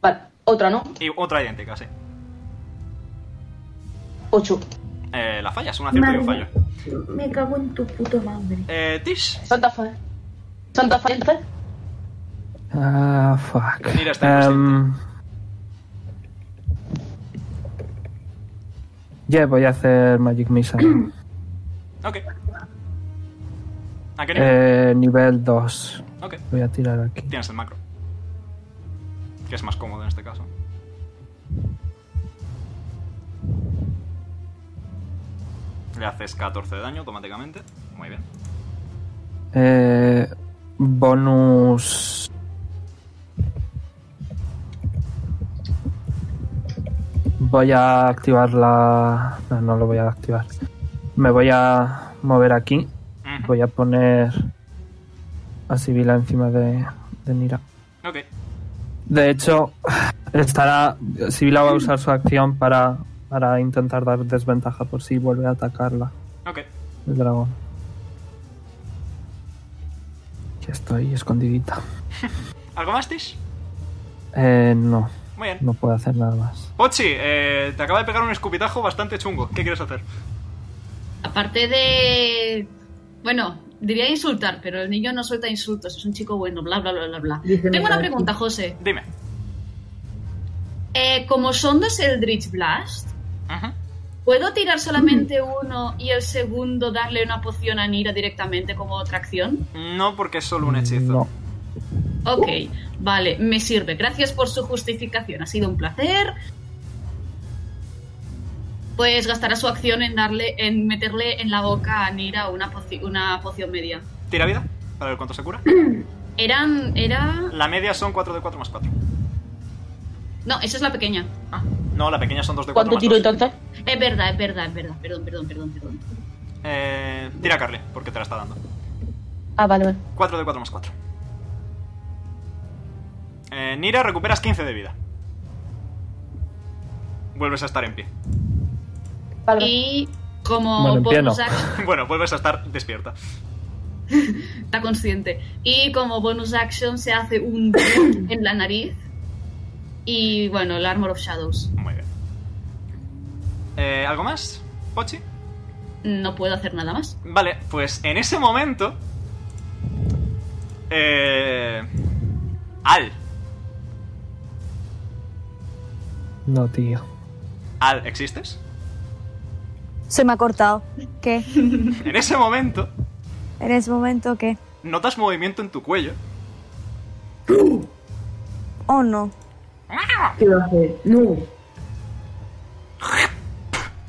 S6: Vale. Otra, ¿no?
S2: Y otra idéntica, sí.
S6: Ocho.
S2: Eh, la fallas, un acierto y un fallo.
S4: Madre, Me cago en tu puta madre.
S2: Eh, Tish,
S6: Santa Fe. Santa Fe.
S7: Ah, fuck.
S2: Mira, está
S7: Em, Ya voy a hacer Magic Missile.
S2: ok. ¿A qué nivel?
S7: eh, nivel 2.
S2: Ok,
S7: Voy a tirar aquí.
S2: tienes el macro. Que es más cómodo en este caso. Le haces 14 de daño automáticamente. Muy bien.
S7: Eh, bonus. Voy a activar la. No, no lo voy a activar. Me voy a mover aquí.
S2: Ujú.
S7: Voy a poner a Sibila encima de, de Nira.
S2: Ok,
S7: De hecho, estará. Sibila va a usar su acción para, para intentar dar desventaja por si vuelve a atacarla
S2: ok.
S7: el dragón. Ya estoy escondidita.
S2: ¿Algo más, Tish?
S7: Eh, no,
S2: Muy bien.
S7: no puedo hacer nada más.
S2: Pochi, eh, te acaba de pegar un escupitajo bastante chungo. ¿Qué quieres hacer?
S3: Aparte de. Bueno, diría insultar, pero el niño no suelta insultos, es un chico bueno, bla, bla, bla, bla, bla.
S4: Dice,
S3: Tengo
S4: me
S3: una
S4: cago en
S3: pregunta, José.
S2: Dime.
S3: Eh, como son dos Eldritch Blast,
S2: Ujú. Ujú.
S3: ¿Puedo
S7: Mm.
S3: tirar solamente uno y el segundo darle una poción a Nira directamente como otra acción?
S2: No, porque es solo un hechizo.
S7: No.
S3: Ok,
S7: Uh.
S3: vale, me sirve. Gracias por su justificación, ha sido un placer. Pues gastará su acción en darle, en meterle en la boca a Nira una, poci- una poción media.
S2: Tira vida, para ver cuánto se cura.
S3: Eran, era...
S2: La media son 4 de 4 más 4.
S3: No, esa es la pequeña.
S2: Ah, no, la pequeña son 2 de 4
S6: ¿Cuánto
S2: más
S6: tiro
S2: dos.
S6: entonces?
S3: Es verdad, es verdad, es verdad. Perdón, perdón, perdón, perdón.
S2: Eh, tira Carly, porque te la está dando.
S6: Ah, vale, vale.
S2: 4 de 4 más 4. Eh, Nira, recuperas 15 de vida. Vuelves a estar en pie.
S6: vale.
S3: Y como
S7: Bueno, en pie
S3: bonus
S7: no.
S3: action...
S2: Bueno, vuelves a estar despierta.
S3: está consciente. Y como bonus action se hace un en la nariz. Y bueno, el Armor of Shadows.
S2: Muy bien. Eh, ¿Algo más, Pochi?
S3: No puedo hacer nada más.
S2: Vale, pues en ese momento. Eh. Al.
S7: No, tío.
S2: Al, ¿existes?
S9: Se me ha cortado. ¿Qué?
S2: En ese momento,
S9: En ese momento, ¿qué?
S2: notas movimiento en tu cuello.
S9: Oh, no.
S4: ¿Qué va a hacer? No.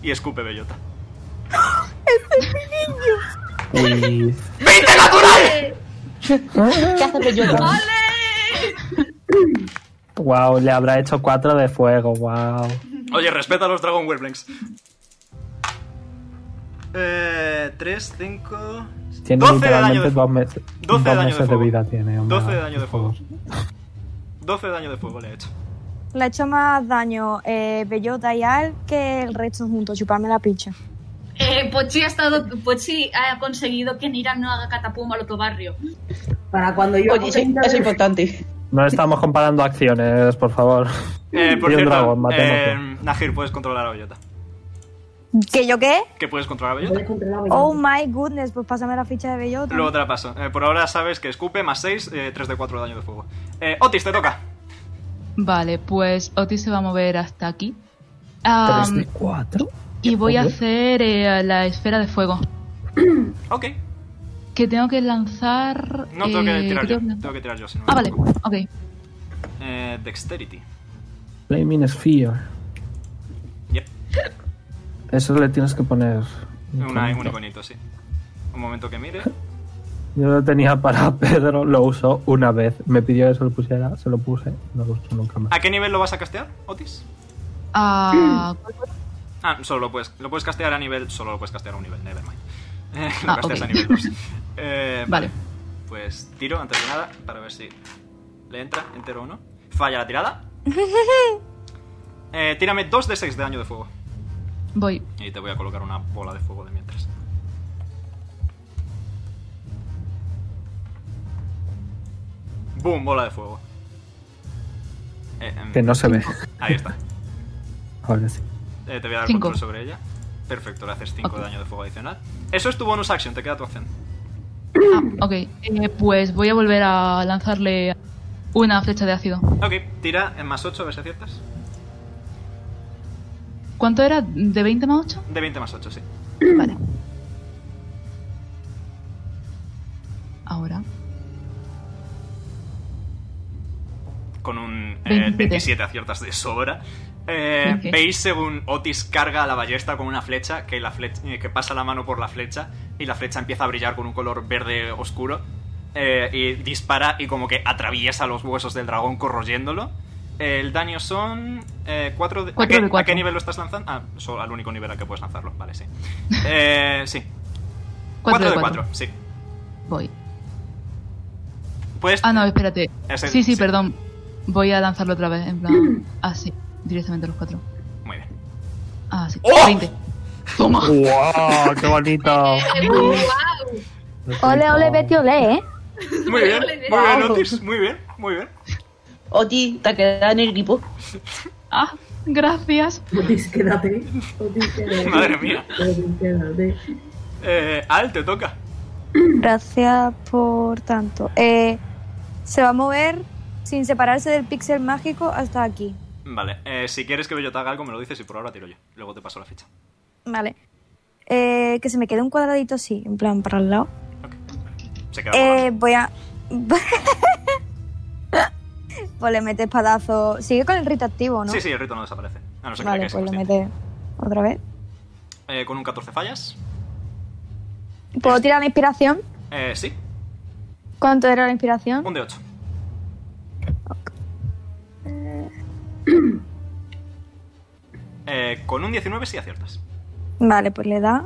S2: Y escupe bellota.
S7: Uy.
S6: ¿Qué hace Bellota?
S7: wow, le habrá hecho cuatro de fuego, wow.
S2: Oye, respeta a los Dragon Werblings. Eh. 3, 5.
S7: Tiene
S2: 12 de daño
S7: literalmente
S2: de
S7: dos meses,
S2: 12 de
S7: dos
S2: daño de
S7: meses de,
S2: fuego.
S7: vida tiene. hombre.
S2: 12 de daño de fuego. 12 de daño de fuego le he hecho.
S9: Le ha hecho más daño eh, Bellota y Al que el resto juntos, chuparme la pincha.
S3: Eh, Pochi ha estado. Pochi ha conseguido que Nira no haga catapuma al otro barrio.
S4: Para cuando yo.
S6: Oye, eso es- eso es importante.
S7: No estamos comparando acciones, por favor.
S2: Eh, por
S7: Y un
S2: cierto,
S7: dragón, matemos
S2: eh,
S7: bien.
S2: Nahir, puedes controlar a Bellota.
S9: ¿Que yo qué?
S2: ¿Qué puedes controlar a Bellota?
S4: Puedes controlar la
S9: Oh
S4: bellota.
S9: my goodness, pues pásame la ficha de Bellota.
S2: Luego te la paso. Eh, por ahora sabes que escupe más 6, 3 de 4 de daño de fuego. Eh, Otis, te toca.
S1: Vale, pues Otis se va a mover hasta aquí. Am,
S7: ¿Tres de cuatro?
S1: y voy a
S7: Joder.
S1: hacer eh, la esfera de fuego.
S2: Ok.
S1: Que tengo que lanzar.
S2: No, tengo que
S1: eh,
S2: tirar yo.
S1: creo que-
S2: Tengo que tirar yo, si no me
S1: Ah, vale,
S2: equivoco.
S1: ok.
S2: Eh, Dexterity.
S7: Flaming Sphere.
S2: Yep.
S7: Eso le tienes que poner.
S2: Una, un iconito, sí. Un momento que mire.
S7: Yo lo tenía para Pedro, lo usó una vez. Me pidió que se lo pusiera, se lo puse, no lo usó nunca más.
S2: ¿A qué nivel lo vas a castear, Otis?
S1: Ah,
S2: Ah, solo lo puedes, lo puedes castear a nivel. Solo lo puedes castear a un nivel, nevermind. Eh, lo
S1: Ah,
S2: casteas
S1: ok.
S2: a nivel 2. Eh,
S1: Vale.
S2: Pues tiro antes de nada para ver si le entra entero o no. Falla la tirada. Eh, tírame 2 de 6 de daño de fuego.
S1: voy.
S2: Y te voy a colocar una bola de fuego de mientras. ¡Boom! Bola de fuego. Eh, em,
S7: Que no se ve.
S2: Ahí está.
S7: Ahora sí.
S2: Eh, te voy a dar
S1: Cinco.
S2: control sobre ella. Perfecto, le haces 5
S1: Ok.
S2: daño de fuego adicional. Eso es tu bonus action, te queda tu acción.
S1: Ah, ok. Eh, pues voy a volver a lanzarle una flecha de ácido.
S2: Ok, tira en más 8, a ver si aciertas.
S1: ¿Cuánto era? ¿De 20 más 8?
S2: De 20 más 8, sí.
S1: Vale. Ahora.
S2: Con un eh,
S1: 27.
S2: 27 aciertas de sobra. Eh,
S1: Ok.
S2: Veis según Otis carga a la ballesta con una flecha que, la flecha eh, que pasa la mano por la flecha y la flecha empieza a brillar con un color verde oscuro eh, y dispara y como que atraviesa los huesos del dragón corroyéndolo. El daño son 4 de...
S1: Cuatro
S2: ¿a, qué,
S1: de cuatro.
S2: a qué nivel lo estás lanzando? Ah, solo al único nivel al que puedes lanzarlo, vale, sí. Eh, sí, 4 de 4, sí.
S1: Voy.
S2: Puedes...
S1: Ah, no, espérate.
S2: Es el-
S1: sí, sí,
S2: sí.
S1: perdón. Voy a lanzarlo otra vez. En plan. Así. directamente los cuatro.
S2: Muy bien.
S1: Así.
S2: ¡Oh!
S1: 20. Toma.
S7: ¡Wow! ¡Qué bonito!
S3: Eh,
S5: Ole, ole, Betty, ole, ¿eh?
S2: Muy bien, muy bien,
S6: Vamos.
S2: Otis. Muy bien, muy bien.
S6: Oti, te quedas en el equipo.
S1: Ah, gracias.
S4: Otis, quédate. Otis, quédate.
S2: Madre mía.
S4: Otis, quédate.
S2: Eh, Al, te toca.
S9: Gracias por tanto. Eh, se va a mover sin separarse del píxel mágico hasta aquí.
S2: Vale, eh, si quieres que yo te haga algo, me lo dices y por ahora tiro yo. Luego te paso la ficha.
S5: Vale. Eh, que se me quede un cuadradito así, en plan para el lado.
S2: Se queda
S5: Eh,
S2: volando.
S5: voy a. pues le mete espadazo. Sigue con el rito activo, ¿no?
S2: Sí, sí, el rito no desaparece. A no ser que te
S5: Vale,
S2: quedes
S5: pues le
S2: inconsciente.
S5: mete otra vez.
S2: Eh, Con un 14 fallas.
S5: ¿Puedo tirar la inspiración?
S2: Eh, sí,
S5: ¿Cuánto era la inspiración?
S2: un de 8. Eh, con un 19 sí aciertas.
S5: Vale, pues le da.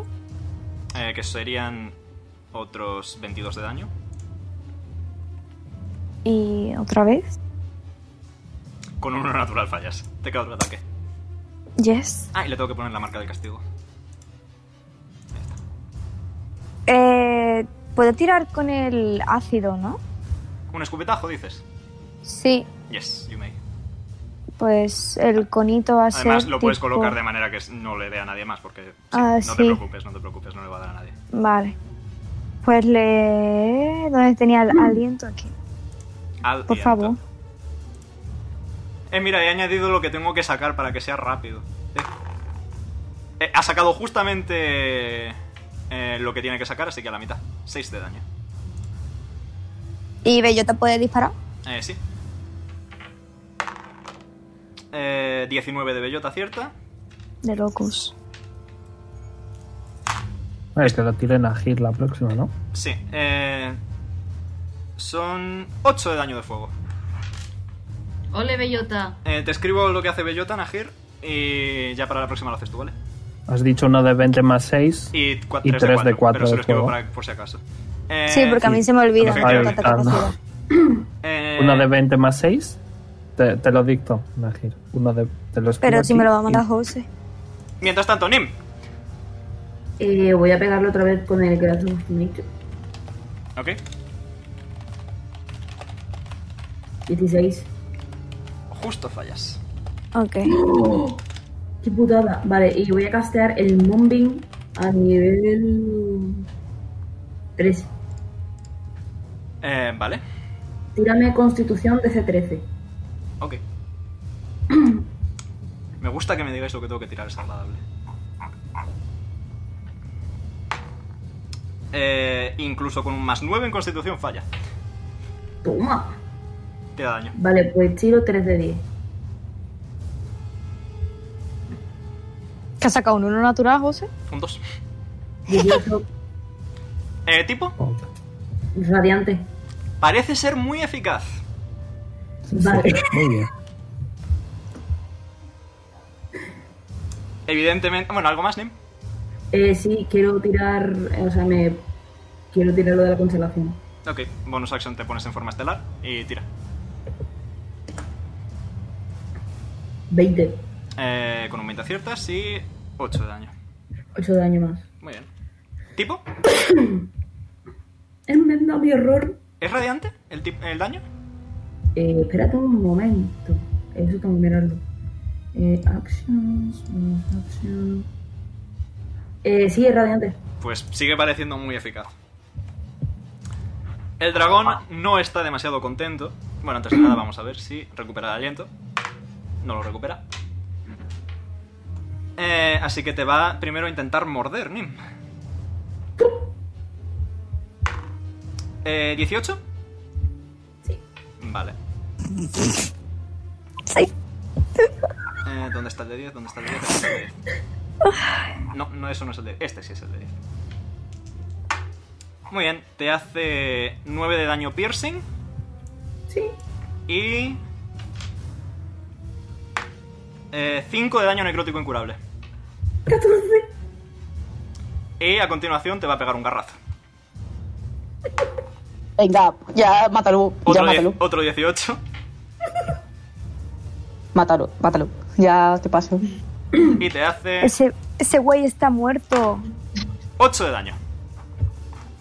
S2: Eh, que serían otros 22 de daño.
S5: Y otra vez.
S2: Con un uno natural fallas. Te queda otro ataque.
S5: Yes.
S2: Ah, y le tengo que poner la marca del castigo.
S5: Eh, Puedo tirar con el ácido, ¿no?
S2: Un escupitajo, dices.
S5: Sí.
S2: Yes, you may.
S5: Pues el conito va a ser.
S2: Además, lo puedes
S5: tipo-
S2: colocar de manera que no le dé a nadie más, porque sí,
S5: Ah,
S2: no te
S5: sí.
S2: preocupes, no te preocupes, no le va a dar a nadie.
S5: Vale. Pues le. ¿Dónde tenía el aliento? Aquí.
S2: Al
S5: Por
S2: y al
S5: favor.
S2: tal. Eh, mira, he añadido lo que tengo que sacar para que sea rápido. Eh. Eh, ha sacado justamente eh, lo que tiene que sacar, así que a la mitad. 6 de daño.
S5: ¿Y Bellota puede disparar?
S2: Eh, sí. Eh, 19 de bellota, cierta.
S5: De locus.
S7: Es que lo tiren a Gil la próxima, ¿no?
S2: Sí. eh, son 8 de daño de fuego.
S3: Ole, bellota.
S2: Eh, te escribo lo que hace Bellota, Nahir, y ya para la próxima lo haces tú, ¿vale?
S7: Has dicho uno de 20 más 6.
S2: Y 3
S7: Y tres de
S2: de 4,
S7: cuatro
S2: pero se
S7: de
S2: lo escribo
S7: fuego.
S2: para, por si acaso. Eh,
S5: sí, porque a mí se me olvida.
S2: Lo
S5: ¿no?
S2: estoy
S5: Tanta
S7: evitando.
S5: capacidad.
S2: eh,
S7: Uno de 20 más 6. Te, te lo dicto, Nagir. Uno de, te lo escribo
S5: Pero si
S7: aquí
S5: me lo va a
S7: y-
S5: mandar José.
S2: Mientras tanto, Nim,
S4: Eh, voy a pegarlo otra vez con el Grazo Infinito.
S2: ok,
S4: 16.
S2: justo fallas.
S5: Ok.
S4: ¡Qué putada! Vale, y voy a castear el Moonbeam a nivel 3.
S2: Eh, vale,
S4: Tírame Constitución de C13.
S2: ok. Me gusta que me digáis lo que tengo que tirar, es agradable. Eh, incluso con un más 9 en constitución falla.
S4: ¡Toma!
S2: Te da daño.
S4: Vale, pues tiro 3 de 10.
S5: ¿Que ha sacado un uno natural, José?
S2: Un 2.
S4: 18
S2: Eh, tipo,
S4: radiante.
S2: parece ser muy eficaz.
S4: Vale.
S7: Muy bien.
S2: Evidentemente. Bueno, algo más, Nim.
S4: Eh, sí, quiero tirar. eh, O sea, me. Quiero tirar lo de la constelación.
S2: Ok, bonus action te pones en forma estelar y tira.
S4: 20.
S2: Eh, con un 20 aciertas y 8 de daño.
S4: 8 de daño más.
S2: Muy bien. ¿Tipo?
S4: Es verdad mi error.
S2: ¿Es radiante el, tip- el daño?
S4: Eh, espérate un momento. Eso tengo que mirarlo. Eh, actions. bonus action. Eh, sí, es radiante.
S2: Pues sigue pareciendo muy eficaz. El dragón no está demasiado contento. Bueno, antes de nada vamos a ver si recupera el aliento. No lo recupera. Eh, así que te va primero a intentar morder, Nim. Eh, ¿18?
S4: Sí.
S2: Vale.
S5: Sí.
S2: Eh, ¿Dónde está el de 10? ¿Dónde está el de 10? ¿Dónde está el de 10? No, no, eso no es el de 10. Este sí es el de 10. Muy bien, te hace 9 de daño piercing
S4: Sí.
S2: y... 5 eh, de daño necrótico incurable.
S4: 14.
S2: Y a continuación te va a pegar un garrazo.
S6: Venga, ya mátalo, ya
S2: Otro, die-
S6: mátalo.
S2: otro 18.
S6: Mátalo, mátalo. Ya te paso.
S2: Y te hace
S5: Ese, ese güey está muerto.
S2: 8 de daño.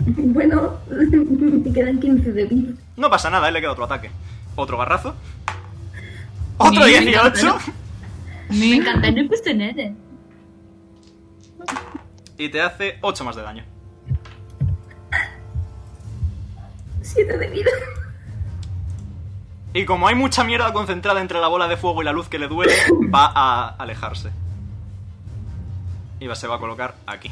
S4: Bueno, te quedan 15 de vida.
S2: No pasa nada, él le queda otro ataque. Otro garrazo. Otro 18.
S3: Me
S10: Ni
S3: encanta, no he puesto nada.
S2: Y te hace 8 más de daño.
S4: 7 de vida.
S2: Y como hay mucha mierda concentrada entre la bola de fuego y la luz que le duele, va a alejarse. Y va- se va a colocar aquí.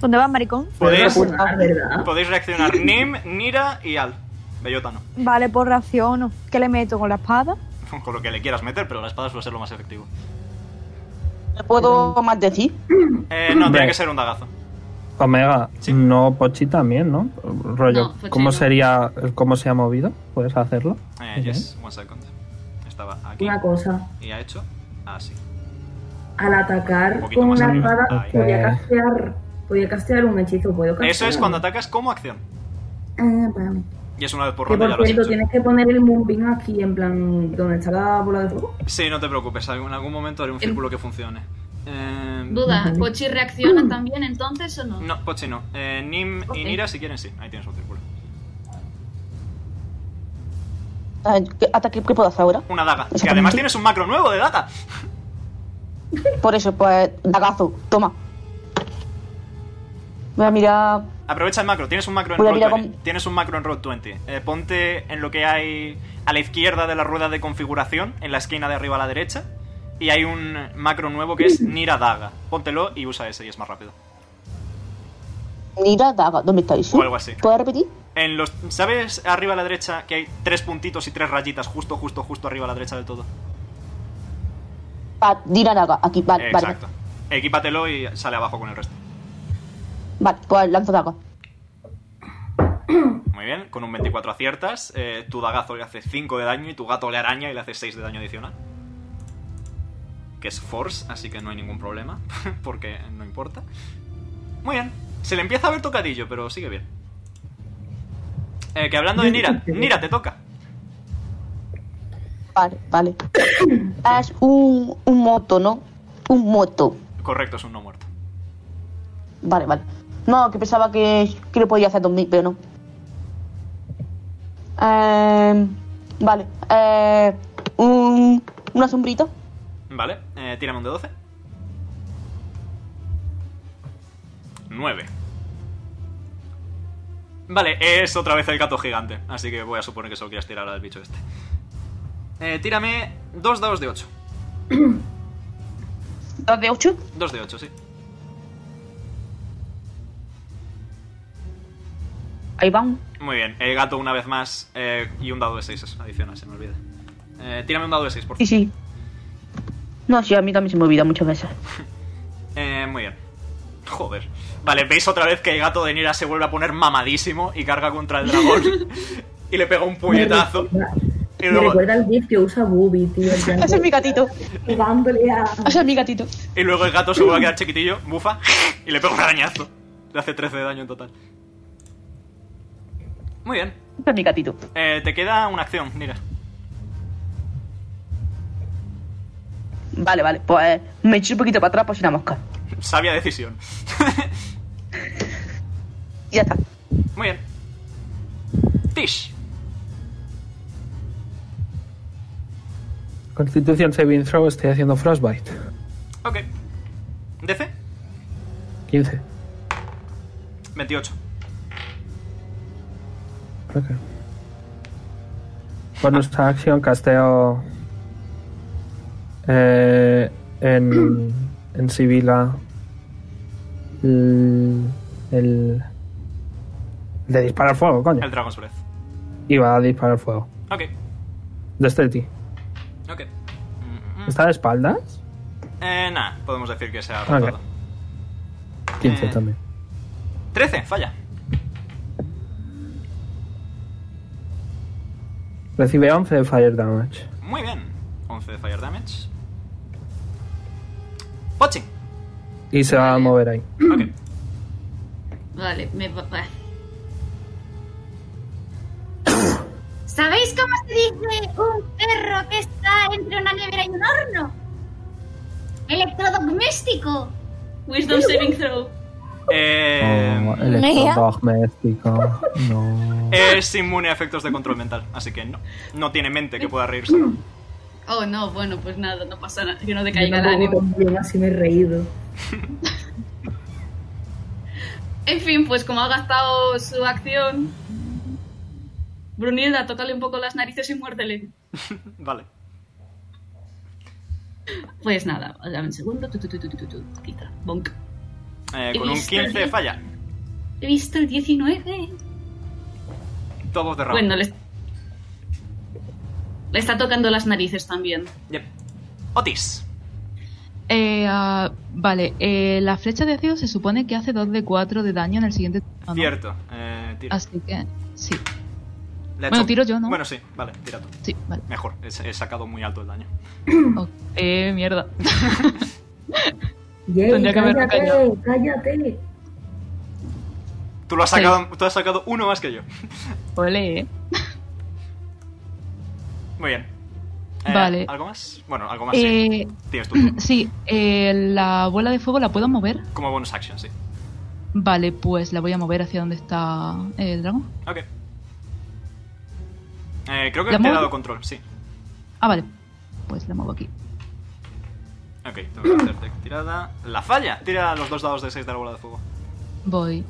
S9: ¿Dónde vas, maricón?
S2: Podéis,
S4: Ah, ¿verdad?
S2: podéis reaccionar Nim, Nira y Al. Bellota no.
S9: Vale, pues reacciono. ¿Qué le meto con la espada?
S2: Con lo que le quieras meter, pero la espada suele ser lo más efectivo.
S6: ¿Me puedo más decir?
S2: Eh, no, tiene
S7: Vale.
S2: que ser un dagazo.
S7: Omega,
S2: Sí.
S7: no Pochi también, ¿no? Rollo,
S3: No, Pochi
S7: ¿cómo
S3: no.
S7: sería, cómo se ha movido? ¿Puedes hacerlo?
S2: Eh,
S7: Ok.
S2: yes, one second. Estaba aquí
S4: Una cosa.
S2: y ha hecho así.
S4: Al
S2: Un
S4: atacar
S2: poquito
S4: con
S2: más
S4: la
S2: arriba.
S4: espada,
S2: Ahí.
S4: podía castear. Podía castear un hechizo, puedo castear.
S2: Eso es cuando atacas como acción.
S4: Ah, espérame.
S2: Y es una vez por
S4: Que
S2: ronda, ya
S4: por
S2: lo has
S4: cierto,
S2: hecho.
S4: tienes que poner el moonbeam aquí, en plan, donde está la bola de fuego.
S2: Sí, no te preocupes, en algún momento haré un
S3: El-
S2: círculo que funcione. Eh,
S3: Duda,
S4: Ujú.
S3: ¿Pochi reacciona también entonces o no?
S2: no, Pochi no. Eh, Nim
S3: Ok.
S2: y Nira, si quieren, sí. Ahí tienes un círculo.
S6: Ah, ¿qué- ¿Hasta qué, qué puedo hacer ahora?
S2: Una daga. Que además tienes un macro nuevo de daga.
S6: Por eso, pues, dagazo, toma. Voy a mirar.
S2: Aprovecha el macro, tienes un macro en
S6: Voy a
S2: Roll
S6: mirar
S2: 20.
S6: con-
S2: Tienes un macro en Roll 20. Eh, ponte en lo que hay a la izquierda de la rueda de configuración, en la esquina de arriba a la derecha. Y hay un macro nuevo que es Nira Daga. Póntelo y usa ese y es más rápido.
S6: Mira, daga, ¿dónde estáis?
S2: O algo así.
S6: ¿Puedo repetir?
S2: En los. ¿Sabes arriba a la derecha que hay tres puntitos y tres rayitas justo, justo, justo arriba a la derecha del todo?
S6: Va, Nira daga, aquí, vale, vale.
S2: Exacto. Equípatelo y sale abajo con el resto.
S6: Vale, pues lanzo daga.
S2: Muy bien, con un 24 aciertas. eh, tu dagazo le hace 5 de daño y tu gato le araña y le hace 6 de daño adicional. Que es force, así que no hay ningún problema, porque no importa. Muy bien, se le empieza a ver tocadillo, pero sigue bien. Eh, que hablando de Nira, Nira te toca.
S6: Vale, vale. es un, un moto, ¿no? Un moto.
S2: Correcto, es un no muerto.
S6: Vale, vale. No, que pensaba que, que lo podía hacer 2000, pero no. Eh, vale. Eh, un, una sombrita.
S2: Vale, eh, tírame un de 12. 9. Vale, es otra vez el gato gigante, así que voy a suponer que solo quieras tirar al bicho este. Eh, tírame dos dados de 8.
S6: Dos de 8.
S2: Dos de 8, sí.
S6: Ahí van.
S2: Muy bien, el gato una vez más eh, y un dado de 6 adicional, se me olvida. Eh, tírame un dado de 6, por
S6: Sí,
S2: favor.
S6: sí. No, sí, a mí también se me olvida muchas veces.
S2: Eh, muy bien. Joder. Vale, veis otra vez que el gato de Nira se vuelve a poner mamadísimo y carga contra el dragón. y le pega un puñetazo.
S4: Me recuerda-
S2: Y
S4: Me
S2: luego,
S4: recuerda el gif que usa Bubi, tío. en plan,
S6: Ese es mi gatito.
S4: Pegándole a.
S6: Ese es mi gatito.
S2: Y luego el gato se vuelve a quedar chiquitillo, bufa, y le pega un arañazo. Le hace 13 de daño en total. Muy bien.
S6: Ese es mi gatito.
S2: Eh, te queda una acción, mira.
S6: Vale, vale. Pues me echo un poquito para atrás por si la mosca.
S2: Sabia decisión.
S6: Y ya está.
S2: Muy bien. Tish.
S7: Constitución Saving Throw, estoy haciendo Frostbite.
S2: Ok. DC,
S7: 15.
S2: 28.
S7: Creo que. Bonus acción, casteo. eh, en. En Sibila. El. El. De disparar fuego, coño.
S2: El Dragon's Breath.
S7: Y va a disparar fuego.
S2: Ok.
S7: Desde ti.
S2: Ok. Mm, mm.
S7: ¿Está de espaldas?
S2: Eh, nada, podemos decir que se ha
S7: Ok.
S2: rotado.
S7: 15
S2: Eh.
S7: también.
S2: 13, falla.
S7: Recibe 11 de fire damage.
S2: Muy bien. 11 de fire damage. Pochi.
S7: Y se va a
S3: Vale.
S7: mover ahí.
S2: Ok.
S3: Vale, me va. va.
S8: ¿Sabéis cómo se dice un perro que está entre una nevera y un horno? Electrodoméstico.
S3: Wisdom saving throw.
S2: Eh,
S7: Oh, electrodoméstico. No.
S2: Es inmune a efectos de control mental, así que no. No tiene mente que pueda reírse.
S3: Oh no, bueno, pues nada, no pasa nada, que no te
S4: Yo
S3: caiga el
S4: tampoco
S3: ánimo.
S4: también, así me he reído.
S3: En fin, pues como ha gastado su acción, Brunilda, tócale un poco las narices y muérdele.
S2: Vale.
S3: Pues nada, dame un segundo. Tu, tu, tu, tu, tu, tu, quita. Bonk.
S2: Eh, con un
S3: Listo.
S2: 15 falla.
S3: He visto el 19.
S2: Todos de round.
S3: Bueno, le, le está tocando las narices también.
S2: Yep. Otis.
S1: Eh, ah, vale, eh, la flecha de ácido se supone que hace 2 de 4 de daño en el siguiente turno. ¿no?
S2: Cierto. Eh, tira.
S1: Así que, sí,
S2: Le ha
S1: bueno, tiro yo, ¿no?
S2: Bueno, sí. Vale, tira tú.
S1: sí, vale.
S2: Mejor. He, he sacado muy alto el daño.
S1: Ok, Eh, mierda.
S4: Yay,
S1: Tendría que haberme
S4: cállate,
S1: callado.
S4: cállate.
S2: Tú lo has
S1: Sí.
S2: sacado, tú has sacado uno más que yo.
S1: Ole, eh.
S2: Muy bien. Eh,
S1: Vale.
S2: ¿Algo más? Bueno, algo más. sí.
S1: Eh,
S2: Tienes tú.
S1: sí, eh, la bola de fuego la puedo mover.
S2: Como bonus action, sí.
S1: Vale, pues la voy a mover hacia donde está el dragón.
S2: Ok. Eh, creo que
S1: ¿La
S2: te he
S1: muevo?
S2: dado control, sí.
S1: Ah, vale. Pues la muevo aquí.
S2: Ok, tengo que hacerte tirada. La falla. Tira los dos dados de 6 de la bola de fuego.
S1: Voy.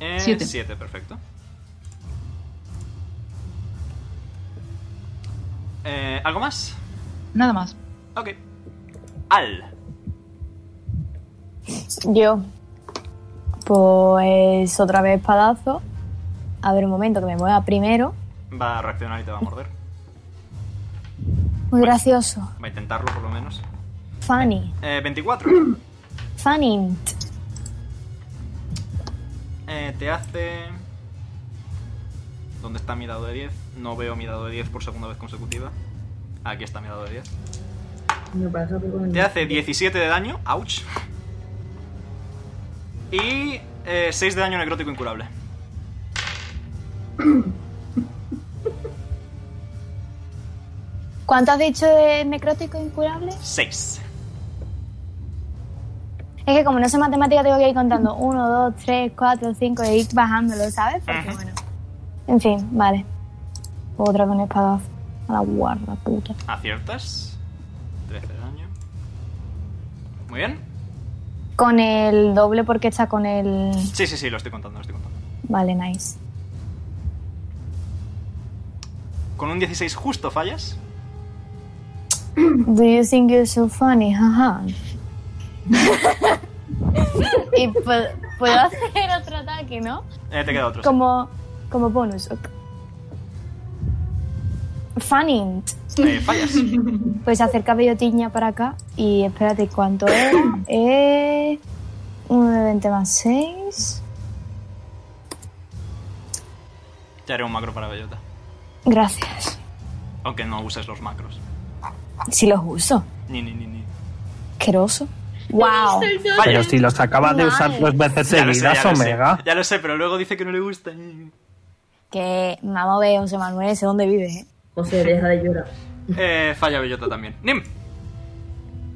S2: Eh,
S1: Siete.
S2: 7, perfecto. Eh, ¿Algo más?
S1: Nada más.
S2: Ok. Al.
S5: Yo. Pues otra vez espadazo. A ver, un momento, que me mueva primero.
S2: Va a reaccionar y te va a morder.
S5: Muy gracioso.
S2: Va a intentarlo por lo menos.
S5: Funny.
S2: Eh, 24.
S5: Funny.
S2: Eh, te hace... ¿Dónde está mi dado de 10? No veo mi dado de 10 por segunda vez consecutiva. Aquí está mi dado de 10.
S4: Me pasa que con el-
S2: Te hace 17 de daño. Ouch. Y 6 de daño necrótico incurable.
S5: ¿Cuánto has dicho de necrótico e incurable?
S2: 6.
S5: Es que como no sé matemática, tengo que ir contando 1, 2, 3, 4, 5 e ir bajándolo, ¿sabes? Porque
S2: Ajá.
S5: bueno. En fin, vale. Otra con espadazo. A la guarda, puta.
S2: Aciertas. 13 de daño. Muy bien.
S5: Con el doble porque está con el...
S2: Sí, sí, sí, lo estoy contando, lo estoy contando.
S5: Vale, nice.
S2: Con un 16 justo fallas.
S5: Do you think you're so funny? Jaja. y pu- puedo hacer otro ataque, ¿no?
S2: Eh, te queda otro. sí.
S5: Como, como bonus. ok. Funny.
S2: Eh, fallas.
S5: Pues acerca Bellotiña para acá. Y espérate, ¿cuánto era? Eh, 1 de 20 más 6.
S2: Te haré un macro para Bellota.
S5: Gracias.
S2: Aunque no uses los macros.
S5: Si los uso.
S2: Ni, ni, ni, ni.
S5: Asqueroso. ¡Wow!
S7: Pero si los acaba de usar dos veces
S2: Ya lo sé,
S7: seguidas,
S2: ya lo sé.
S7: Omega.
S2: Ya lo sé, pero luego dice que no le gusta.
S5: Que mamá ve, José Manuel, sé dónde vives, ¿eh?
S4: José, deja de llorar.
S2: Eh, falla Bellota también. Nim.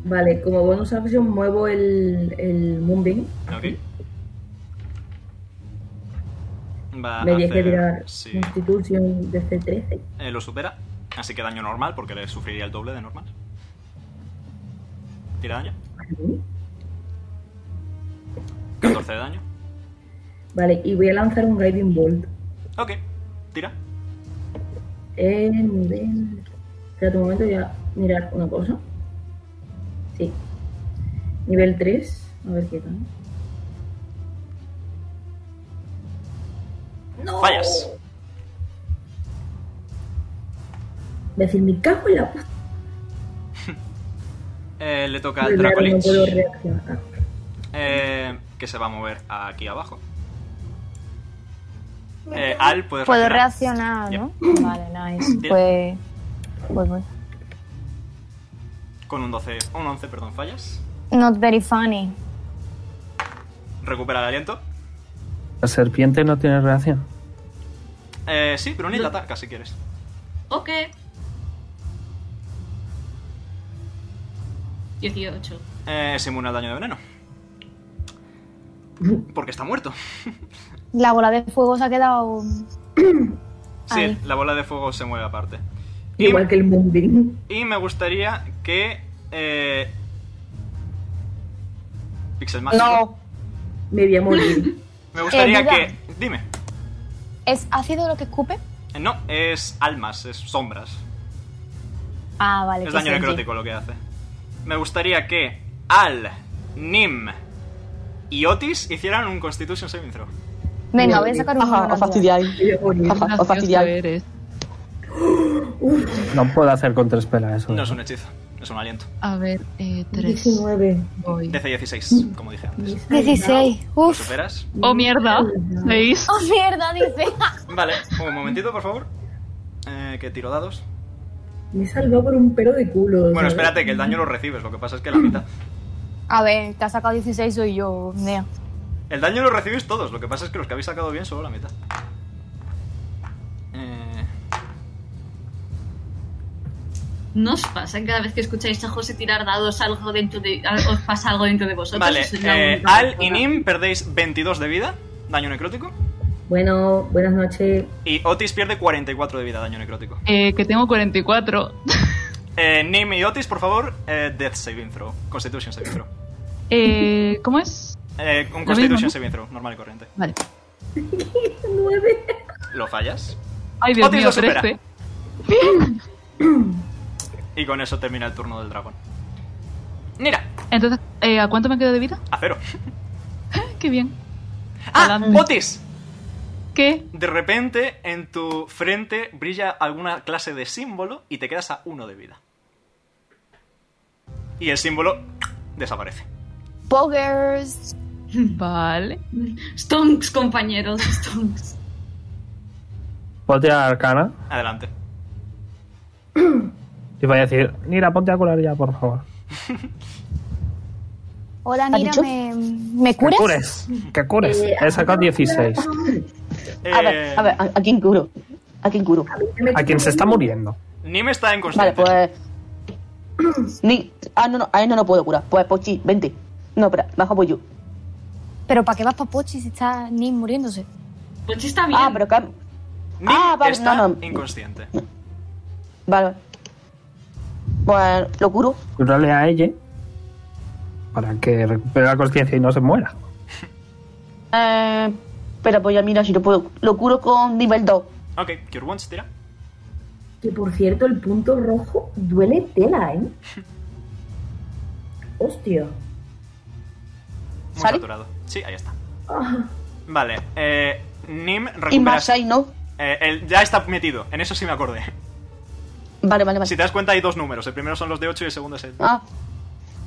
S4: Vale, como bonus action muevo el, el Moonbeam.
S2: Ok. Va
S4: Me
S2: a
S4: dejé
S2: Ah, hacer...
S4: tirar
S2: sí.
S4: Constitution DC 13.
S2: Eh, lo supera. Así que daño normal, porque le sufriría el doble de normal. Tira daño. 14 de daño.
S4: Vale, y voy a lanzar un Guiding Bolt.
S2: Ok. Tira.
S4: En nivel. Espérate un momento, voy a mirar una cosa. Sí. Nivel 3. A ver qué tal.
S2: Fallas.
S4: Decir, me cago en la puta.
S2: Eh, le toca al
S4: Claro, no
S2: Dracolich.
S4: puedo reaccionar. Ah,
S2: eh, que se va a mover aquí abajo. Eh, Al puede
S5: Puedo
S2: reaccionar.
S5: reaccionar,
S2: Ya.
S5: ¿no? Vale, nice.
S2: Bien.
S5: Pues. Pues, pues.
S2: Con un 12. Un 11, perdón, fallas.
S5: Not very funny.
S2: Recupera el aliento.
S7: La serpiente no tiene reacción.
S2: Eh, sí, pero ni la ataca si quieres.
S3: Ok. 18.
S2: Eh, es inmune al daño de veneno. Porque está muerto.
S5: La bola de fuego se ha quedado.
S2: Sí,
S5: Ahí.
S2: la bola de fuego se mueve aparte. Y,
S4: Igual que el Moonbeam.
S2: y me gustaría que eh, Pixel mágico.
S6: No.
S4: Me voy a morir.
S2: Me gustaría
S9: Eh, mira.
S2: que. Dime.
S9: ¿Es ácido lo que escupe?
S2: Eh, No, es almas, es sombras.
S9: Ah, vale.
S2: es
S9: que
S2: daño
S9: sí, sí.
S2: necrótico lo que hace. Me gustaría que Al, Nim y Otis hicieran un Constitution Saving Throw.
S9: Venga, voy a sacar un
S6: Ajá,
S9: uno
S6: os
S9: natural.
S6: fastidiáis.
S4: Me voy a morir.
S6: Ajá, os fastidiáis.
S1: eres.
S7: No puedo hacer contraespela eso.
S2: No es un hechizo, es un aliento.
S1: A ver, eh, 3.
S4: 19.
S1: Voy.
S2: DC
S9: Mm.
S2: 16, como dije antes.
S9: 16.
S2: ¿Lo
S9: Uf.
S2: superas?
S1: ¡Oh, mierda! ¿Veis?
S9: Oh, mierda, dice.
S2: Vale, un momentito, por favor. Eh, que tiro dados.
S4: Me he salvado por un pelo de culo.
S2: Bueno,
S4: ¿sabes?
S2: espérate, que el daño lo recibes, lo que pasa es que la mitad.
S9: A ver, te ha sacado 16, soy yo, Nea.
S2: El daño lo recibís todos, lo que pasa es que los que habéis sacado bien solo la mitad. Eh,
S3: ¿No os pasa que cada vez que escucháis a José tirar dados algo dentro de, al- os pasa algo dentro de vosotros?
S2: vale,
S3: Sois la
S2: eh,
S3: única
S2: Al y
S3: persona.
S2: Nim perdéis 22 de vida, daño necrótico.
S4: Bueno, buenas noches.
S2: Y Otis pierde 44 de vida, daño necrótico.
S1: Eh, que tengo 44.
S2: Eh, Nim y Otis, por favor, eh, Death Saving Throw. Constitution Saving Throw.
S1: Eh, ¿Cómo es?
S2: Eh, un
S1: Lo
S2: Constitution
S1: mismo, ¿no?
S2: Saving Throw, normal y corriente.
S1: Vale.
S4: 9.
S2: Lo fallas.
S1: Ay, Dios
S2: Otis
S1: mío,
S2: lo supera.
S1: 13.
S2: Y con eso termina el turno del dragón. Mira,
S1: Entonces, eh, ¿a cuánto me quedo de vida?
S2: a cero.
S1: Qué bien.
S2: ¡Ah!
S1: Adelante.
S2: Otis,
S1: ¿Qué?
S2: De repente en tu frente brilla alguna clase de símbolo y te quedas a uno de vida. Y el símbolo desaparece.
S9: Pogers.
S1: Vale.
S3: Stonks, compañeros, stonks.
S7: Puedo tirar arcana
S2: Adelante.
S7: y voy a decir, mira, ponte a curar ya, por favor.
S9: Hola,
S6: ¿Has
S9: Nira,
S6: dicho?
S9: ¿me, me
S7: Que
S9: curas?
S7: cures, que cures.
S4: Eh,
S7: He sacado 16.
S6: A
S2: Eh,
S6: ver, a ver, ¿a, a quién curo? ¿A quién curo?
S7: A quien se está muriendo.
S2: Nim está
S6: Vale,
S2: inconsciente.
S6: pues. Ni, ah, no, no, a él no lo puedo curar. Pues Pochi, vente. No, espera, baja voy yo.
S9: Pero ¿para qué vas para Pochi si está ni muriéndose?
S3: Pues sí está bien.
S6: Ah, pero cam-
S2: Nim
S6: Ah, vale,
S2: está
S6: no, no.
S2: inconsciente.
S6: Vale. Pues lo curo.
S7: Curarle a ella para que recupere la conciencia y no se muera.
S6: Eh, espera, pues ya mira si lo puedo. Lo curo con nivel 2.
S2: Ok, Cure Wounds, tira.
S4: Que por cierto, el punto rojo duele tela, ¿eh? Hostia.
S2: Muy
S6: ¿Sale?
S2: saturado. Sí, ahí está. Vale, eh, Nim
S6: Y más
S2: recuperas.
S6: 6, ¿no?
S2: Eh, él ya está metido, en eso sí me acordé.
S6: Vale, vale, vale.
S2: Si te das cuenta, hay dos números. El primero son los de 8 y el segundo es el
S6: Ah.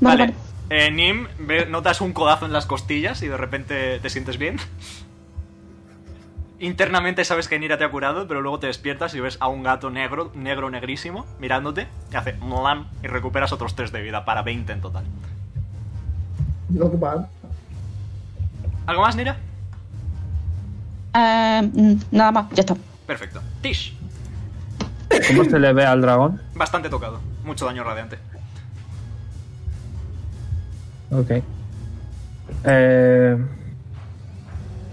S6: Vale,
S2: Vale.
S6: vale.
S2: Eh, Nim, ve- notas un codazo en las costillas y de repente te sientes bien. Internamente sabes que Nira te ha curado, pero luego te despiertas y ves a un gato negro, negro negrísimo, mirándote, y hace mlam y recuperas otros 3 de vida para 20 en total.
S4: Not bad.
S2: ¿Algo más, Nira?
S6: Eh, mm, nada más, ya está.
S2: Perfecto. Tish,
S7: ¿Cómo se le ve al dragón?
S2: bastante tocado. Mucho daño radiante.
S7: Ok. Eh,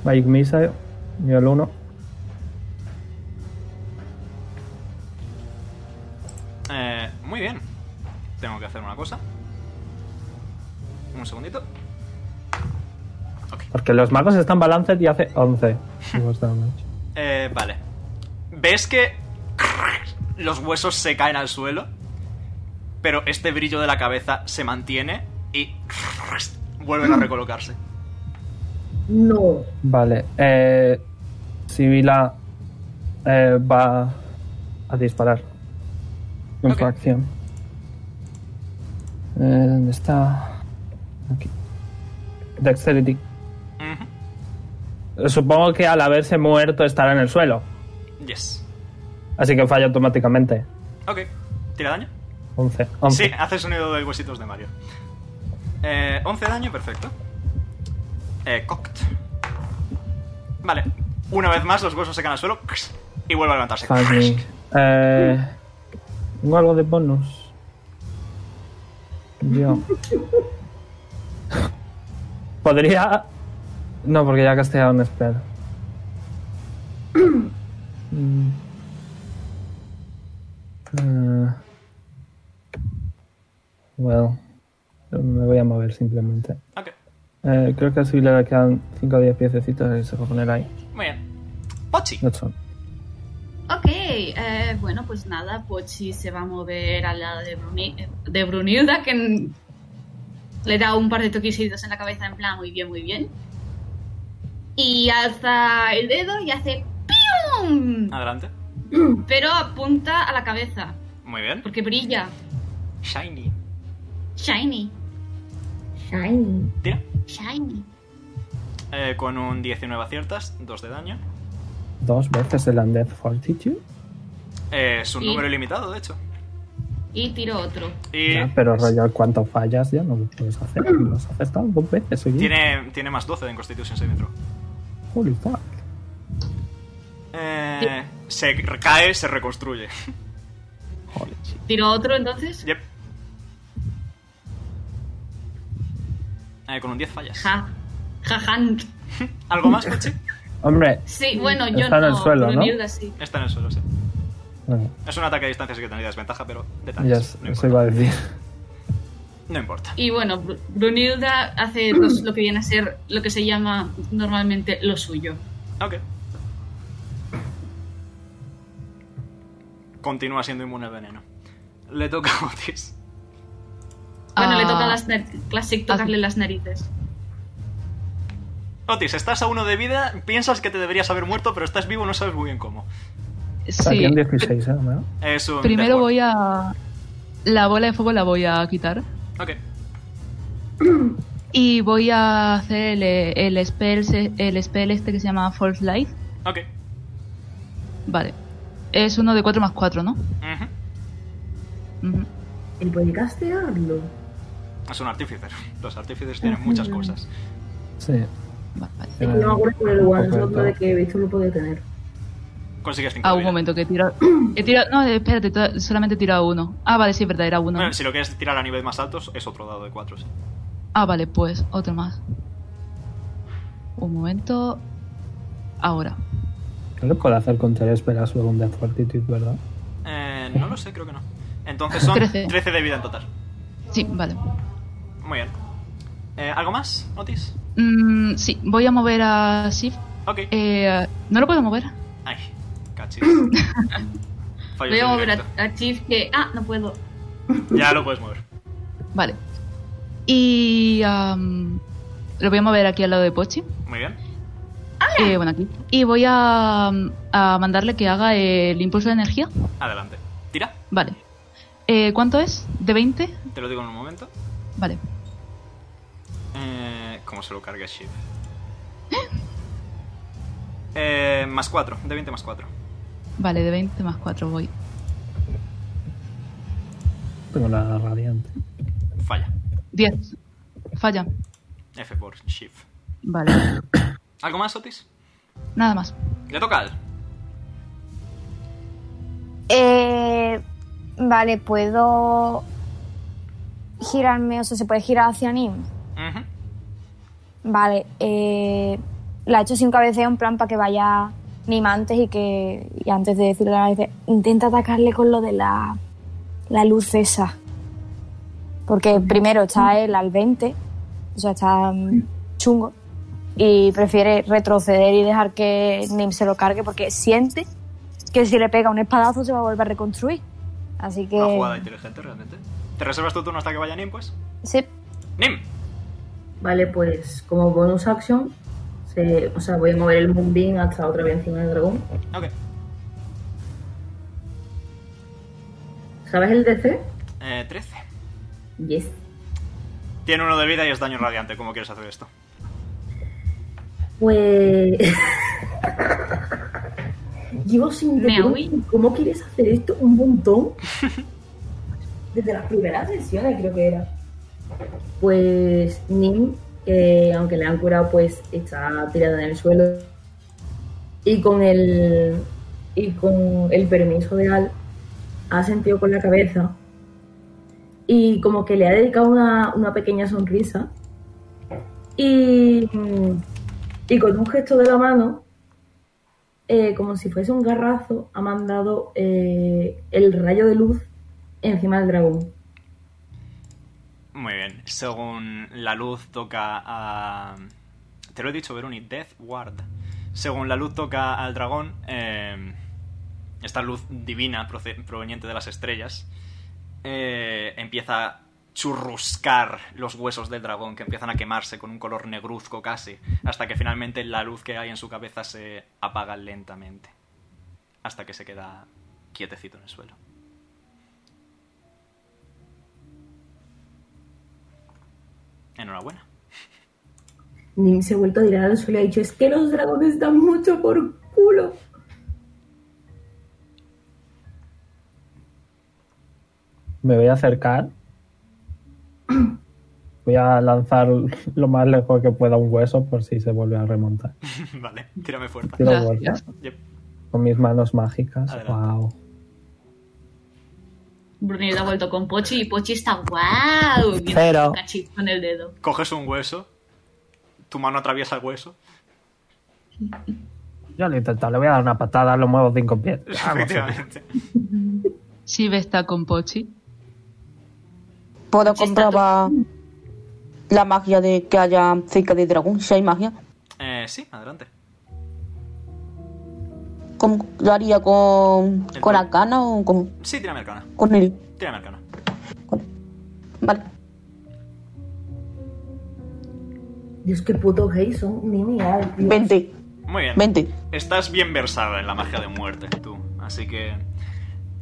S7: Magic Missile, nivel 1.
S2: Eh, muy bien. Tengo que hacer una cosa. Un segundito.
S7: Porque los magos están balanced y hace Pues 11. Más damage.
S2: Eh, vale. ¿Ves que los huesos se caen al suelo? Pero este brillo de la cabeza se mantiene y vuelven a recolocarse.
S4: No.
S7: Vale. Eh, Sibila eh, va a disparar. Con su
S2: Ok.
S7: acción. Eh, ¿Dónde está? Aquí. Dexterity.
S2: Ujú.
S7: Supongo que al haberse muerto estará en el suelo.
S2: Yes.
S7: Así que falla automáticamente.
S2: Ok. ¿Tira daño?
S7: 11. 11.
S2: Sí, hace sonido de huesitos de Mario. Eh, 11 daño, perfecto. Eh, cocked. Vale. Una vez más, los huesos se caen al suelo y vuelve a levantarse.
S7: Fucking. Eh, Tengo algo de bonus. Yo. Podría. No, porque ya he casteado un spell. Mm. Eh, well. Me voy a mover simplemente.
S2: Ok.
S7: Eh, creo que a Sibila le quedan 5 o 10 piececitos y se va a poner ahí.
S2: Muy bien. Pochi.
S7: No son.
S3: Ok, eh, bueno, pues nada, Pochi se va a mover al lado de, Bruni- de Brunilda, que n- le da un par de toquecitos en la cabeza, en plan, muy bien, muy bien. Y alza el dedo y hace ¡Pium!
S7: Ah,
S2: Adelante.
S3: Pero apunta a la cabeza,
S2: Muy bien.
S3: porque brilla.
S2: Shiny.
S3: Shiny,
S4: Shiny.
S2: Tira.
S8: Shiny.
S2: Eh, con un 19 aciertas, 2 de daño.
S7: Dos veces el Undead Fortitude.
S2: Eh, es un
S3: Sí.
S2: número ilimitado, de hecho.
S3: Y tiro otro.
S2: Y
S7: Ya, pero rollo, cuánto fallas ya no lo puedes hacer. Lo has acertado dos veces. oye.
S2: Mm. tiene, tiene más 12 en Constitution Saving Throw.
S7: Holy fuck.
S2: Eh, se cae, se reconstruye.
S7: Holy shit.
S3: Tiro otro entonces.
S2: Yep. Eh, con un 10 fallas.
S3: Ja. Jajan.
S2: ¿Algo más, Pochi?
S7: Hombre,
S3: Sí, bueno, yo
S7: Mm, Está en
S3: no.
S7: el suelo, ¿no?
S3: Brunilda sí.
S2: Está en el suelo, sí.
S7: bueno,
S2: Es un ataque a distancia, así que tendría desventaja, pero
S7: ya
S2: detalles.
S7: se-
S2: No
S7: eso
S2: importa.
S7: iba a decir.
S2: No importa.
S3: Y bueno, Br- Brunilda hace pues, lo que viene a ser lo que se llama normalmente lo suyo.
S2: Ok. Continúa siendo inmune al veneno. Le toca a Otis.
S3: Bueno,
S1: Ah.
S3: le toca las nar- Classic tocarle las narices.
S2: Otis, estás a uno de vida, piensas que te deberías haber muerto, pero estás vivo, no sabes muy bien cómo.
S7: Está
S1: Sí.
S7: bien 16, ¿eh? ¿no?
S2: Es un
S1: Primero voy a... La bola de fuego la voy a quitar.
S2: Ok.
S1: Y voy a hacer el, el spell, se- el spell este que se llama False Light.
S2: Ok.
S1: Vale. Es uno de 4 más 4, ¿no?
S2: Ujú.
S1: Ujú.
S4: ¿Y puede castearlo?
S2: Es un artífice. Los artífices tienen muchas cosas.
S7: Sí. Eh,
S1: Va- Vale.
S4: Es que no me acuerdo por el
S7: Un
S4: one
S7: poco de
S4: shot
S7: todo.
S4: de que he visto lo podía tener.
S2: Consigues 5
S1: Ah, un momento, que he tirado... He tirado no, espérate, to- solamente he tirado uno. Ah, vale, sí, es verdad, era uno.
S2: Bueno, si lo quieres tirar a nivel más alto, es otro dado de 4.
S1: Ah, vale, pues otro más. Un momento. Ahora.
S7: No lo puedo hacer con tres velas luego un Death Fortitude, ¿verdad?
S2: Eh, no lo sé, creo que no. Entonces son
S1: Trece.
S2: 13 de vida en total.
S1: Sí, vale.
S2: Muy bien. Eh, ¿Algo más, Otis?
S1: Mm, sí, voy a mover a Shift.
S2: Ok.
S1: Eh, ¿No lo puedo mover?
S2: Ay, cachis. Fallo
S3: Voy a
S2: de
S3: mover a,
S2: directo.
S3: a Chief que. Ah, no puedo.
S2: Ya lo puedes mover.
S1: Vale. Y... am, lo voy a mover aquí al lado de Pochi.
S2: Muy bien.
S1: Eh, bueno, aquí. Y voy a, a mandarle que haga el impulso de energía.
S2: Adelante. Tira.
S1: Vale. Eh, ¿Cuánto es? ¿De 20?
S2: Te lo digo en un momento.
S1: Vale.
S2: Eh, ¿Cómo se lo carga Shiv? Eh, más 4, de 20 más 4.
S1: Vale, de 20 más 4 voy.
S7: Tengo la radiante.
S2: Falla.
S1: 10. Falla.
S2: F por Shiv.
S1: Vale.
S2: ¿Algo más, Otis?
S1: Nada más.
S2: Le toca al.
S9: Eh, vale, puedo girarme, o sea, se puede girar hacia Nim.
S2: Ujú.
S9: Vale, eh, la he hecho sin cabeceo en plan para que vaya Nim antes y que y antes de decirle la vez, intenta atacarle con lo de la, la luz esa. Porque primero está él al 20, o sea, está mm, chungo, y prefiere retroceder y dejar que Nim se lo cargue porque siente que si le pega un espadazo se va a volver a reconstruir. Así
S2: Una
S9: que...
S2: jugada inteligente, realmente. ¿Te reservas tu turno hasta que vaya Nim, pues?
S9: Sí,
S2: Nim.
S4: Vale, pues como bonus action, se, o sea, voy a mover el Moonbeam hasta otra vez encima del dragón.
S2: Ok.
S4: ¿Sabes el DC?
S2: Eh, 13.
S4: Yes.
S2: Tiene uno de vida y es daño radiante. ¿Cómo quieres hacer esto?
S4: Pues. Llevo sin
S3: Me
S4: decir,
S3: huí.
S4: ¿Cómo quieres hacer esto? Un montón. Desde las primeras sesiones, creo que era. Pues Nim, eh, aunque le han curado, pues está tirada en el suelo. Y con el. Y con el permiso de Al, ha sentido con la cabeza. Y como que le ha dedicado una, una pequeña sonrisa. Y. mm, y con un gesto de la mano, eh, como si fuese un garrazo, ha mandado eh, el rayo de luz encima del dragón.
S2: Muy bien. Según la luz toca a... Te lo he dicho, Veruni, Death Ward. Según la luz toca al dragón, eh, esta luz divina proce- proveniente de las estrellas eh, empieza a churruscar los huesos del dragón que empiezan a quemarse con un color negruzco casi, hasta que finalmente la luz que hay en su cabeza se apaga lentamente, hasta que se queda quietecito en el suelo. Enhorabuena.
S4: Nim se ha vuelto a tirar al suelo y ha dicho, es que los dragones dan mucho por culo.
S7: Me voy a acercar. Voy a lanzar lo más lejos que pueda un hueso por si se vuelve a remontar.
S2: vale, tírame fuerza.
S7: Tiro
S1: Gracias.
S7: fuerza
S2: Yep.
S7: con mis manos mágicas.
S2: Adelante.
S7: Wow.
S3: Brunilda ha vuelto con Pochi y Pochi está guau. Mira,
S7: Cero.
S3: un cachito con el dedo.
S2: Coges un hueso, tu mano atraviesa el hueso.
S7: Yo lo he intentado, le voy a dar una patada, lo muevo cinco pies. Vamos,
S2: Efectivamente.
S1: Shiv está con Pochi.
S6: Puedo comprobar la magia de que haya cerca de dragón, si hay magia.
S2: Eh, sí, adelante.
S6: ¿Cómo lo haría con, con la cana o con,
S2: Sí, tírame arcana.
S6: con el...?
S2: Tírame arcana.
S6: Vale.
S4: Dios, qué puto gay son, Nini. ay, Dios.
S6: 20,
S2: Muy bien.
S6: 20.
S2: Estás bien versada en la magia de muerte, tú. Así que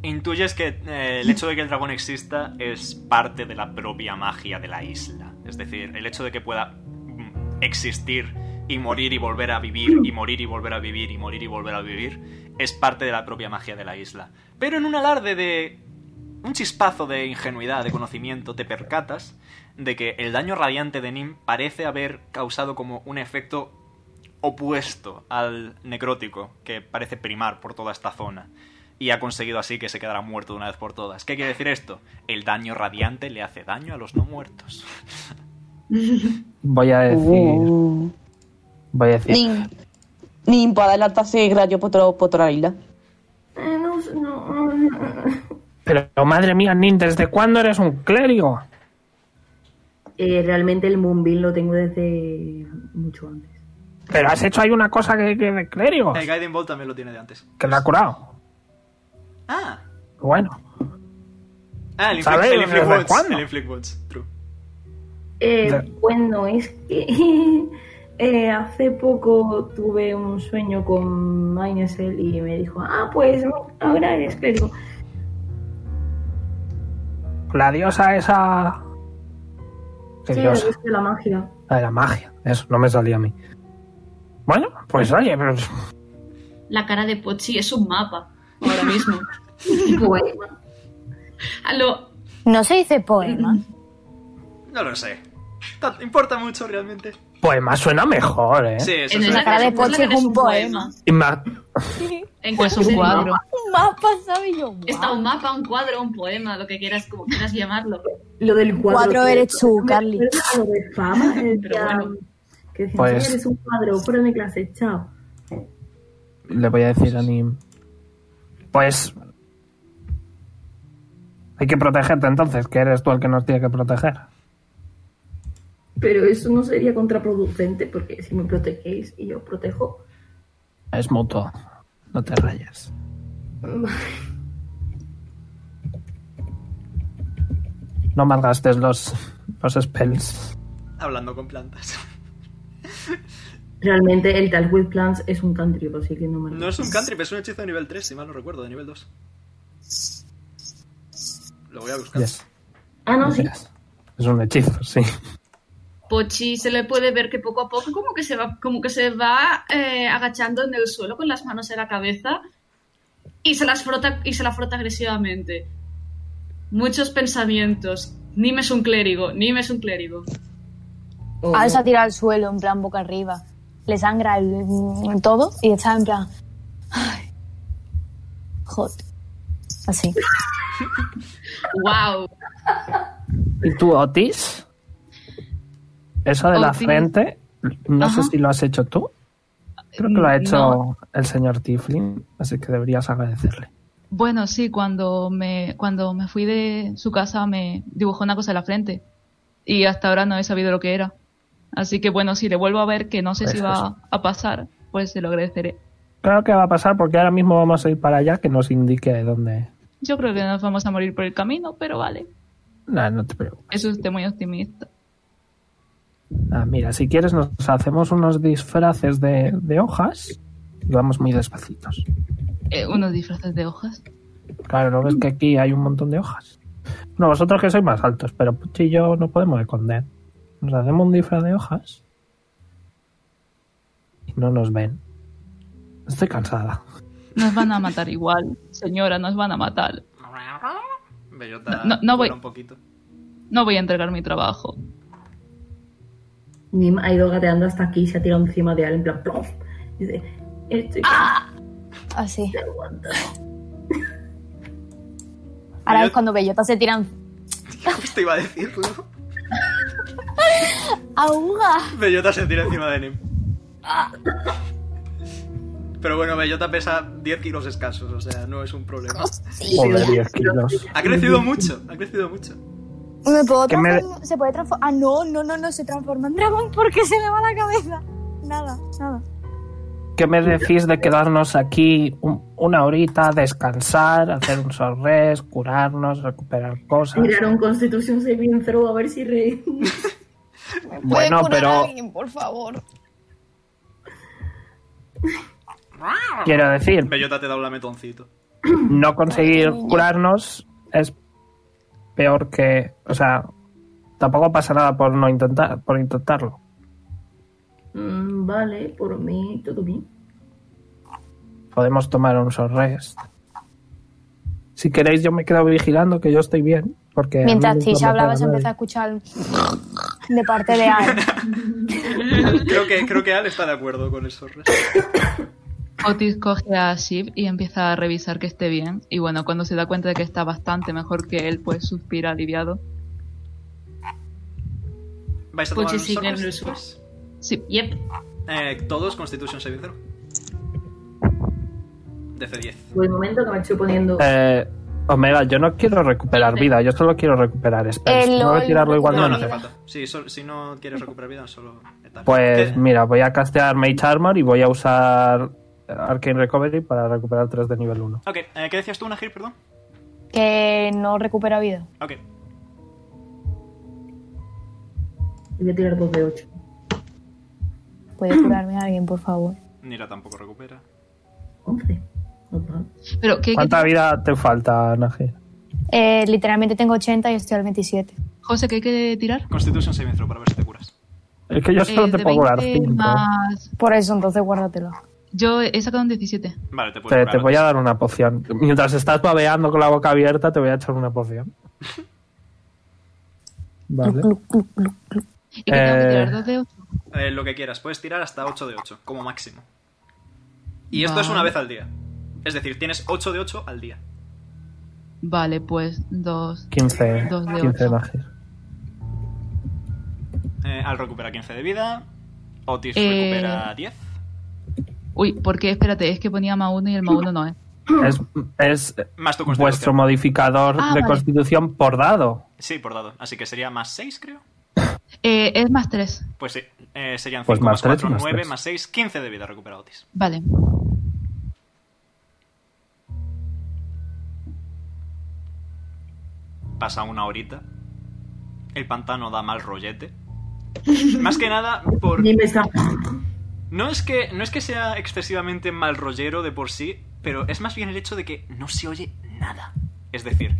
S2: intuyes que eh, el hecho de que el dragón exista es parte de la propia magia de la isla. Es decir, el hecho de que pueda mm, existir y morir y volver a vivir y morir y volver a vivir y morir y volver a vivir es parte de la propia magia de la isla. Pero en un alarde de un chispazo de ingenuidad, de conocimiento, te percatas de que el daño radiante de Nim parece haber causado como un efecto opuesto al necrótico, que parece primar por toda esta zona. Y ha conseguido así que se quedará muerto de una vez por todas. ¿Qué quiere decir esto? El daño radiante le hace daño a los no muertos.
S7: Voy a decir.
S6: Uh.
S7: Voy a decir.
S6: Nin, nin para adelantarse rayo por otra, por otra isla.
S4: Eh, no, no, no.
S7: Pero madre mía, Nin, ¿desde cuándo eres un clérigo?
S4: Eh, realmente el Moonbeam lo tengo desde mucho antes.
S7: Pero has hecho ahí una cosa que, que de clérigo.
S2: El Guiding Ball también lo tiene de antes.
S7: Pues Que lo ha curado.
S2: Ah,
S7: Bueno.
S2: ah el Inflict
S7: ¿Sabes?
S2: el Inflict
S7: ¿Desde
S2: Wounds,
S7: cuándo?
S2: El Inflict Wounds, true.
S4: Eh,
S7: De-
S4: Bueno, es que eh, hace poco tuve un sueño con Minesel y me dijo, ah, pues ahora eres clérigo.
S7: La diosa esa. ¿Qué
S4: Sí,
S7: diosa?
S4: es de la magia.
S7: La de la magia. Eso no me salía a mí. Bueno, pues oye, pero.
S3: La cara de Pochi es un mapa ahora mismo.
S4: Bueno,
S3: Aló.
S9: No se dice poema.
S2: No lo sé. Ta- ¿Importa mucho realmente?
S7: Poema pues suena mejor, ¿eh?
S2: Sí, eso
S3: En
S2: es
S3: esa
S9: cara de
S3: en esa
S9: Pochi
S3: cara
S9: es un poema.
S7: Y ma-
S3: En
S1: Pues un
S3: cualquier
S1: cuadro.
S3: mapa.
S9: Un mapa, ¿sabes yo?
S3: Está un mapa, un cuadro, un poema, lo que quieras, como quieras llamarlo.
S4: lo del cuadro.
S9: Cuadro
S4: que-
S9: eres tú,
S4: me
S9: Carly.
S4: acuerdo Lo de fama, el
S3: Pero
S4: día
S3: bueno.
S4: que decían,
S7: Pues-
S4: eres un cuadro, fuera de mi clase, chao.
S7: Le voy a decir a Nim. Pues. Hay que protegerte entonces, que eres tú el que nos tiene que proteger.
S4: Pero eso no sería contraproducente porque si me protegéis y yo protejo.
S7: Es mutuo. No te rayes. No malgastes los, los spells.
S2: hablando con plantas.
S4: Realmente el Talk with Plants es un cantrip, así que no me
S2: No es un cantrip, es un hechizo de nivel 3, si mal no recuerdo, de nivel 2. Lo voy a buscar.
S7: Yes.
S4: Ah, no, sí.
S7: Yes. Es un hechizo, sí.
S3: Pochi se le puede ver que poco a poco como que se va, como que se va eh, agachando en el suelo con las manos en la cabeza y se las frota y se la frota agresivamente. Muchos pensamientos. Nime es un clérigo, Nime es un clérigo.
S4: O-
S9: Alza tira al suelo, en plan boca arriba. Le sangra el, mm, todo y está en plan. "Ay, Hot. Así.
S3: Wow.
S7: ¿Y tú, Otis? Eso de la
S1: Otis.
S7: frente, no sé
S1: Ajá. Mm,
S7: si lo has hecho tú. Creo que lo ha hecho
S1: No.
S7: el señor Tiflin, así que deberías agradecerle.
S1: Bueno, sí, cuando me, cuando me fui de su casa me dibujó una cosa en la frente. y hasta ahora no he sabido lo que era. Así que bueno, si le vuelvo a ver que no sé si
S7: Eso
S1: va a pasar, pues se lo agradeceré.
S7: Claro que va a pasar porque ahora mismo vamos a ir para allá que nos indique dónde.
S1: Yo creo que nos vamos a morir por el camino, pero vale.
S7: Nah, no te preocupes.
S1: Eso usted muy optimista.
S7: Ah, mira, si quieres nos hacemos unos disfraces de, de hojas y vamos muy despacitos.
S1: Eh, unos disfraces de hojas.
S7: Claro, ¿no ves que aquí hay un montón de hojas? No, vosotros que sois más altos, pero Puchi y yo no podemos esconder. Nos hacemos un disfraz de hojas y no nos ven. Estoy cansada.
S1: Nos van a matar igual, señora, nos van a matar.
S2: Bellota,
S1: No- no- no voy.
S2: vuela un poquito.
S1: No voy a entregar mi trabajo.
S4: Nim ha ido gateando hasta aquí y se ha tirado encima de él en plan plof. Dice, estoy
S9: Así.
S4: aguanta.
S9: Ahora
S2: Yo-
S9: es cuando Bellota se tiran.
S2: Justo iba a decirlo.
S9: ¡Auga!
S2: Bellota se tira encima de Nim. Pero bueno, Bellota pesa 10 kilos escasos, o sea, no es un problema.
S7: Joder, 10 kilos.
S2: Ha crecido mucho, ha crecido mucho.
S9: ¿Me puedo
S7: Que me-
S9: transformar? ¿Se puede transformar? Ah, no, no, no, no, se transforma en dragón porque se le va la cabeza. Nada, nada.
S7: ¿Qué me decís de quedarnos aquí un- una horita, descansar, hacer un sorres, curarnos, recuperar cosas?
S4: Tiraron Constitución Saving Throw a ver si re...
S7: Bueno, pero
S9: por favor.
S7: quiero decir,
S2: Bellota te da un lametoncito.
S7: no conseguir curarnos es peor que, o sea, tampoco pasa nada por no intentar, por intentarlo.
S4: Mm, vale, por mí, todo bien.
S7: Podemos tomar un sorres. Si queréis, yo me quedo vigilando que yo estoy bien, porque a mí
S9: Mientras
S7: nunca
S9: Tisha
S7: me
S9: hablaba,
S7: pega
S9: se
S7: nadie.
S9: empezó a escuchar un de parte de Anne.
S2: Creo que, creo que Al está de acuerdo con el sorres.
S1: Otis coge a Shiv y empieza a revisar que esté bien. Y bueno, cuando se da cuenta de que está bastante mejor que él, pues suspira aliviado.
S2: ¿Vais a tomar
S3: Puchi sigue
S2: un
S3: en el
S2: sorres?
S1: Sí,
S3: Yep.
S2: Eh, Todos Constitution Saving Throw. DC10.
S4: Por el momento que me estoy poniendo...
S7: Eh, Omega, yo no quiero recuperar vida, yo solo quiero recuperar spells.
S9: El
S7: ¿Puedo
S9: LOL
S7: tirarlo igual
S2: No, no
S9: recupera
S2: hace
S9: vida.
S2: falta. Sí, sol- si no quieres recuperar vida, solo. metal.
S7: Pues
S2: ¿Qué?
S7: mira, voy a castear Mage Armor y voy a usar Arcane Recovery para recuperar 3 de nivel 1.
S2: Ok, eh, ¿qué decías tú, Nahir? Perdón.
S9: Que no recupera vida.
S2: Ok.
S4: y Voy a tirar dos de ocho.
S9: ¿Puede curarme a alguien, por favor?
S2: Nira tampoco recupera.
S4: 11. No va.
S1: pero ¿qué, qué-
S7: ¿Cuánta vida te falta, Najir?
S9: Eh, literalmente tengo 80 y estoy al 27.
S1: José, ¿qué hay que tirar?
S2: Constitution Saving Throw para ver si te curas.
S7: Es que yo solo
S1: Eh,
S7: te
S1: de
S7: puedo curar
S1: 20
S7: 5.
S1: más-
S9: Por eso, entonces guárdatelo.
S1: Yo he sacado un 17.
S2: Vale, te puedes
S7: Te,
S2: curar.
S7: te voy a dar una poción. Mientras estás babeando con la boca abierta, te voy a echar una poción. Vale.
S1: ¿Y que tengo que
S7: Eh,
S1: tirar dos de ocho?
S2: Eh, lo que quieras, puedes tirar hasta 8 de 8, como máximo. Y esto es
S1: Vale.
S2: una vez al día. Es decir, tienes 8 de 8 al día.
S1: Vale, pues dos.
S7: 15,
S1: Dos de
S7: 15
S1: ocho.
S7: Najir.
S2: Eh, al recupera 15 de vida, Otis
S1: Eh.
S2: recupera 10.
S1: Uy, porque espérate, es que ponía más uno y el más uno no ¿eh? es.
S7: Es, es
S2: Más tu constitución.
S7: vuestro modificador
S1: Ah,
S7: de
S1: vale.
S7: constitución por dado.
S2: Sí, por dado. Así que sería más 6, creo.
S1: Eh, es más tres.
S2: Pues sí, eh, serían 5
S7: Pues
S2: más
S7: más
S2: 4,
S7: tres, más
S2: 9,
S7: tres.
S2: más 6, 15 de vida recupera Otis.
S1: Vale.
S2: Pasa una horita. El pantano da mal rollete. Más que nada por...
S4: Nim está...
S2: No es, que, no es que sea excesivamente mal rollero de por sí, pero es más bien el hecho de que no se oye nada. Es decir,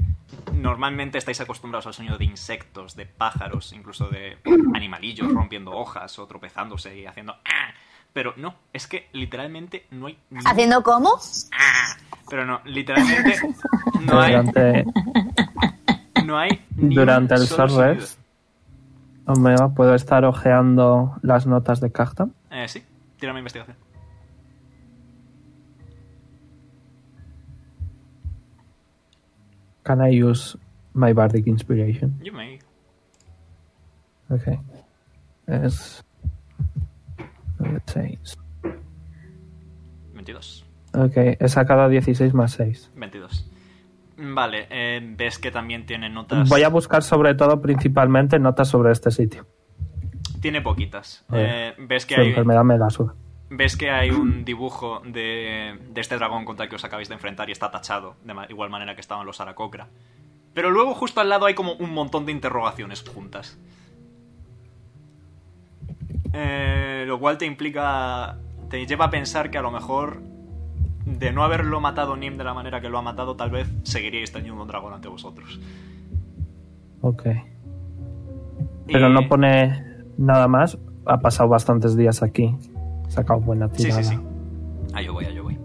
S2: normalmente estáis acostumbrados al sonido de insectos, de pájaros, incluso de animalillos rompiendo hojas o tropezándose y haciendo... "Ah", Pero no, es que literalmente no hay... ni-
S9: ¿Haciendo cómo?
S2: Pero no, literalmente no hay,
S7: Durante-
S2: no hay ni un
S7: Durante el
S2: solo
S7: sorres,
S2: sonido.
S7: Omega, puedo estar ojeando las notas de Cacta.
S2: Eh, sí, tírame investigación.
S7: Can I use my bardic inspiration?
S2: You may.
S7: Okay. Es. let's say-
S2: 22.
S7: Ok, he sacado 16 más 6.
S2: 22. Vale, eh, ves que también tiene notas.
S7: Voy a buscar sobre todo, principalmente, notas sobre este sitio.
S2: Tiene poquitas.
S7: Eh,
S2: Eh, ves, que
S7: Su
S2: hay,
S7: enfermedad me la suda.
S2: ves que hay un dibujo de, de este dragón contra el que os acabáis de enfrentar y está tachado, de ma- igual manera que estaban los Aracocra. Pero luego justo al lado hay como un montón de interrogaciones juntas. Eh, lo cual te implica. Te lleva a pensar que a lo mejor. De no haberlo matado Nim de la manera que lo ha matado, tal vez seguiríais teniendo un dragón ante vosotros.
S7: Ok. Pero
S2: Y-
S7: no pone nada más. Ha pasado bastantes días aquí. Ha Sacado buena
S2: Sí,
S7: tirada.
S2: sí, sí. Ah, yo voy, ah, yo voy.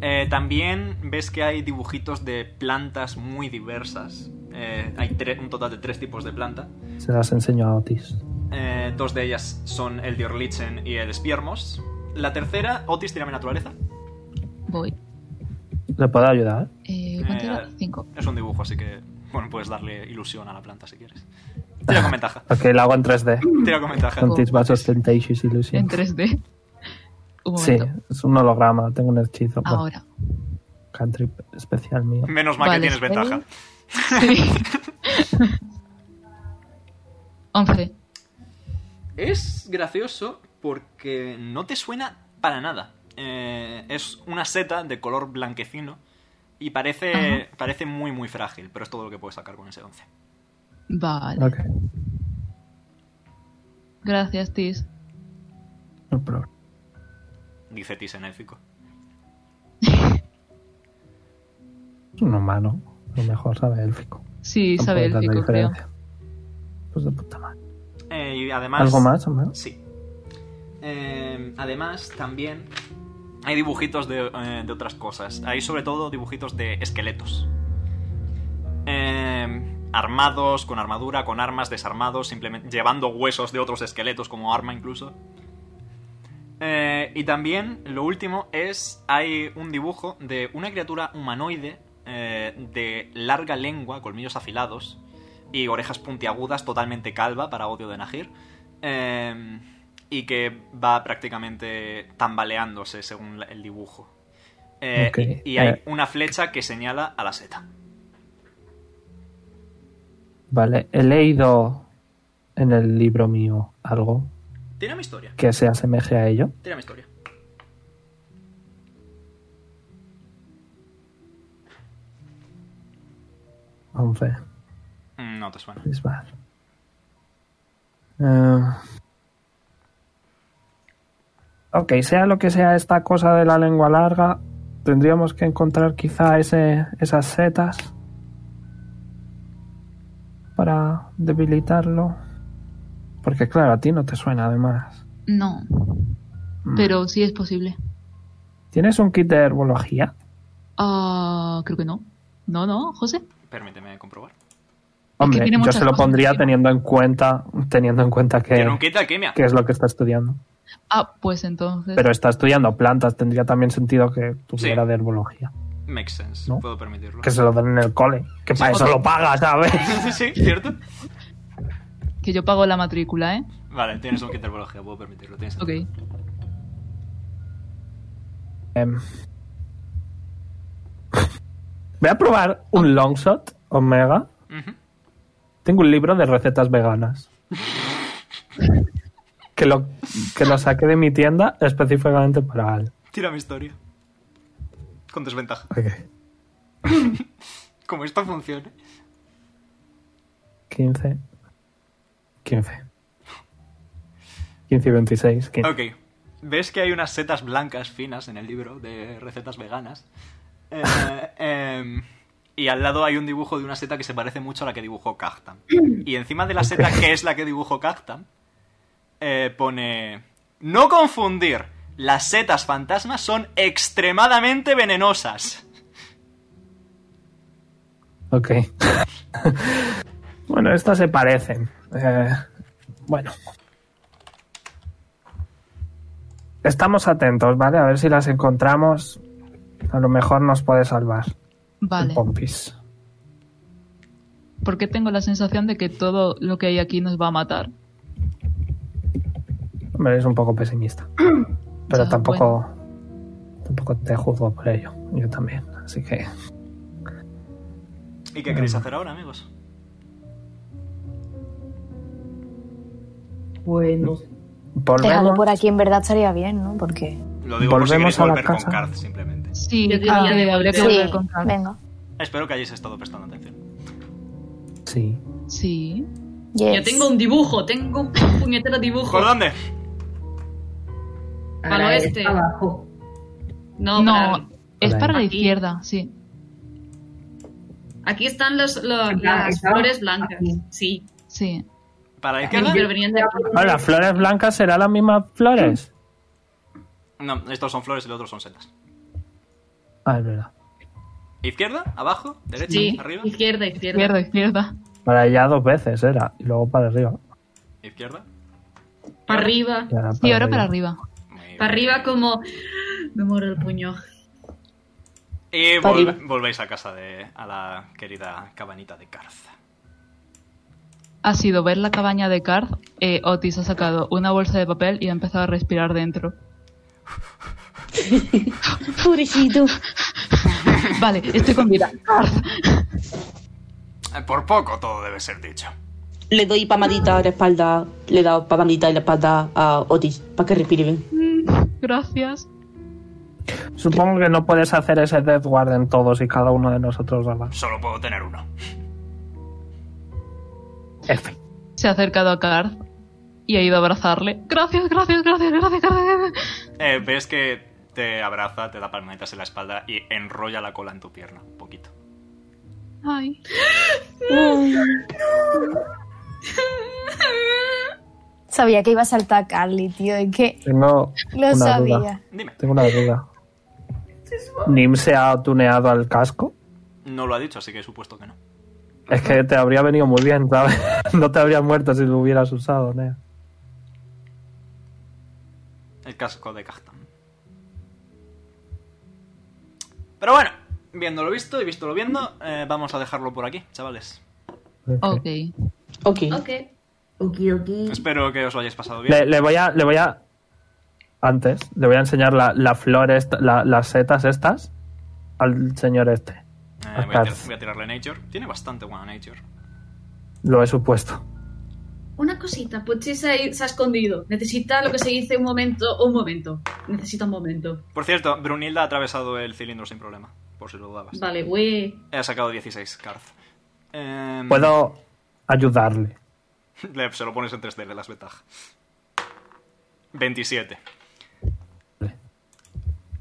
S2: Eh, también ves que hay dibujitos de plantas muy diversas. Eh, hay tre- un total de tres tipos de planta.
S7: Se las enseño a Otis.
S2: Eh, dos de ellas son el Diorlichen y el Spiermos. La tercera, Otis, tirame naturaleza.
S1: Voy.
S7: ¿Le puedo ayudar?
S1: Eh, ¿Cuánto
S2: Eh,
S1: era? Cinco.
S2: Es un dibujo, así que bueno, puedes darle ilusión a la planta si quieres. Tira con ventaja.
S7: Ok, lo hago en 3D.
S2: Tira con ventaja.
S7: Con Tis Vasos Temptations
S1: En
S7: Illusion.
S1: 3D. Un
S7: Sí,
S1: momento.
S7: es un holograma. Tengo un hechizo. bueno,
S1: Ahora.
S7: cantrip especial mío.
S2: Menos mal
S1: Vale,
S2: que tienes
S1: espera.
S2: ventaja.
S1: Sí. 11.
S2: Es gracioso porque no te suena para nada. Eh, es una seta de color blanquecino y parece, parece muy, muy frágil, pero es todo lo que puedes sacar con ese 11.
S1: Vale.
S7: Ok,
S1: Gracias, Tis.
S7: no problema.
S2: Dice Tis en élfico.
S7: Es un humano. A lo mejor sabe élfico.
S1: Sí,
S7: No
S1: sabe
S7: puede tanta
S1: élfico, creo.
S7: diferencia. Pues de puta madre.
S2: Eh, y además.
S7: ¿Algo más o menos?
S2: Sí. Eh, además, también hay dibujitos de, eh, de otras cosas. Hay sobre todo dibujitos de esqueletos. Eh, armados, con armadura, con armas, desarmados, simplemente llevando huesos de otros esqueletos como arma incluso. Eh, y también, lo último es, hay un dibujo de una criatura humanoide eh, de larga lengua, colmillos afilados y orejas puntiagudas, totalmente calva para odio de Nahir. Eh, y que va prácticamente tambaleándose según la- el dibujo. Eh,
S7: Ok.
S2: Y hay
S7: Eh.
S2: una flecha que señala a la seta.
S7: Vale, he leído en el libro mío algo
S2: Tira mi historia,
S7: que se asemeje a ello.
S2: tira mi historia.
S7: Once.
S2: Mm, No te suena.
S7: Bisbal. Eh, ok, sea lo que sea esta cosa de la lengua larga, tendríamos que encontrar quizá ese, esas setas para debilitarlo. Porque claro, a ti no te suena además.
S1: No,
S7: Mm.
S1: pero sí es posible.
S7: ¿Tienes un kit de herbología?
S1: Ah, creo que no. No, no, José.
S2: Permíteme comprobar.
S7: Hombre,
S1: tiene
S7: yo
S1: muchas
S7: se lo
S1: cosas
S7: pondría
S1: encima.
S7: teniendo en cuenta, teniendo en cuenta que,
S2: Tiene un kit de alquimia.
S7: que es lo que está estudiando.
S1: Ah, pues entonces.
S7: Pero está estudiando plantas, tendría también sentido que tuviera
S2: Sí.
S7: de herbología.
S2: Makes sense.
S7: ¿No?
S2: Puedo permitirlo.
S7: Que se lo den en el cole. Que para eso lo paga, ¿sabes?
S2: sí, ¿cierto?
S1: Que yo pago la matrícula, ¿eh?
S2: Vale, tienes un kit de herbología, puedo permitirlo. Tienes
S1: Ok.
S7: Em. Voy a probar un long shot, Omega.
S2: Ujú.
S7: Tengo un libro de recetas veganas. que, lo, que lo saqué de mi tienda específicamente para Al.
S2: Tira mi historia. Con desventaja. Como esto funcione.
S7: 15. 15. 15 y 26. 15.
S2: Ok. Ves que hay unas setas blancas finas en el libro de recetas veganas. Eh, em, y al lado hay un dibujo de una seta que se parece mucho a la que dibujó Cactam. Y encima de la seta que es la que dibujó Cactam, eh, pone... No confundir. Las setas fantasmas son extremadamente venenosas.
S7: Ok. bueno, estas se parecen. Eh, bueno. Estamos atentos, ¿vale? A ver si las encontramos. A lo mejor nos puede salvar.
S1: Vale.
S7: Pompis.
S1: Porque tengo la sensación de que todo lo que hay aquí nos va a matar.
S7: Hombre, eres un poco pesimista. Pero
S5: Ah,
S1: Ya,
S7: tampoco. Tampoco te juzgo por ello. Yo también. Así que.
S2: ¿Y qué queréis hacer ahora, amigos?
S4: Pues no sé.
S5: Dejarlo por
S7: Volvemos,
S5: aquí en verdad estaría bien, ¿no? Porque.
S2: Lo digo por si
S7: Volvemos
S2: queréis
S7: a la
S2: volver
S7: casa.
S2: con Card, simplemente.
S1: Sí,
S3: Yo diría
S1: claro,
S3: de
S1: habría que
S3: volver.
S1: volver
S5: Sí,
S1: con calma.
S5: venga.
S2: Espero que hayáis estado prestando atención.
S7: sí.
S1: Sí.
S3: Yo tengo un dibujo, tengo un puñetero dibujo.
S2: ¿Por dónde?
S3: Para
S4: Ahora es
S3: oeste.
S4: Abajo.
S3: No,
S1: No,
S3: para-
S1: es
S7: Para
S1: para la
S3: aquí.
S1: izquierda, sí.
S3: aquí están los, lo-
S4: Acá,
S3: las
S4: acá.
S3: flores blancas. Sí,
S1: Sí.
S2: ¿Para la
S3: sí,
S2: izquierda?
S3: pero venían de aquí.
S7: Ahora, ¿las flores blancas serán las mismas flores?
S2: No, estos son flores y los otros son setas.
S7: Ah, es verdad.
S2: ¿Izquierda? ¿Abajo? ¿Derecha?
S3: Sí,
S2: ¿Arriba?
S3: izquierda, izquierda.
S1: Izquierda, izquierda.
S7: Para allá dos veces era, y luego para arriba.
S2: ¿Izquierda?
S3: Para arriba.
S7: Y ahora para,
S1: Y ahora para arriba.
S2: Muy bien.
S3: Para arriba como... Me muero el puño.
S2: Y
S6: Pa'
S2: vol-
S6: arriba.
S2: volvéis a casa de a la querida cabanita de Carza.
S1: Ha sido ver la cabaña de Card. eh, Otis ha sacado una bolsa de papel y ha empezado a respirar dentro.
S6: Pobrecito.
S1: Vale, estoy con vida. Card.
S2: Eh, Por poco todo debe ser dicho.
S6: Le doy pamadita a la espalda. Le he dado pamadita en la espalda a Otis para que respire bien.
S1: Gracias.
S7: Supongo que no puedes hacer ese Death Guard en todos y cada uno de nosotros, ¿verdad?
S2: Solo puedo tener uno.
S7: F.
S1: Se ha acercado a Card y ha ido a abrazarle. Gracias, gracias, gracias, gracias, gracias.
S2: Eh, ves que te abraza, te da palmaditas en la espalda y enrolla la cola en tu pierna, un poquito.
S1: Ay.
S9: Sabía que iba a saltar Carly, tío. Es que
S7: Tengo
S9: lo
S7: una
S9: sabía.
S7: duda.
S2: Dime.
S7: Tengo una duda. ¿Nim se ha tuneado al casco?
S2: No lo ha dicho, así que he supuesto que no.
S7: Es que te habría venido muy bien, ¿sabes? No te habrías muerto si lo hubieras usado, Nea.
S2: El casco de Kaztan. Pero bueno, viendo lo visto y visto lo viendo, eh, vamos a dejarlo por aquí, chavales.
S1: Ok.
S6: Ok.
S3: Ok.
S4: Okidoki.
S2: Espero que os lo hayáis pasado bien.
S7: Le, le voy a. Le voy a. Antes, le voy a enseñar la, la flor, esta- la- las setas estas al señor este.
S2: Eh, voy, a tir- voy a tirarle Nature. Tiene bastante buena Nature.
S7: Lo he supuesto.
S3: Una cosita, Pochi se, ha- se ha escondido. Necesita lo que se dice un momento, un momento. Necesita un momento.
S2: Por cierto, Brunilda ha atravesado el cilindro sin problema, por si lo dudabas.
S3: Vale, güey.
S2: Ha sacado 16, Karth. Em,
S7: Puedo ayudarle.
S2: le- se lo pones en 3D, le das ventaja. 27.
S7: Vale.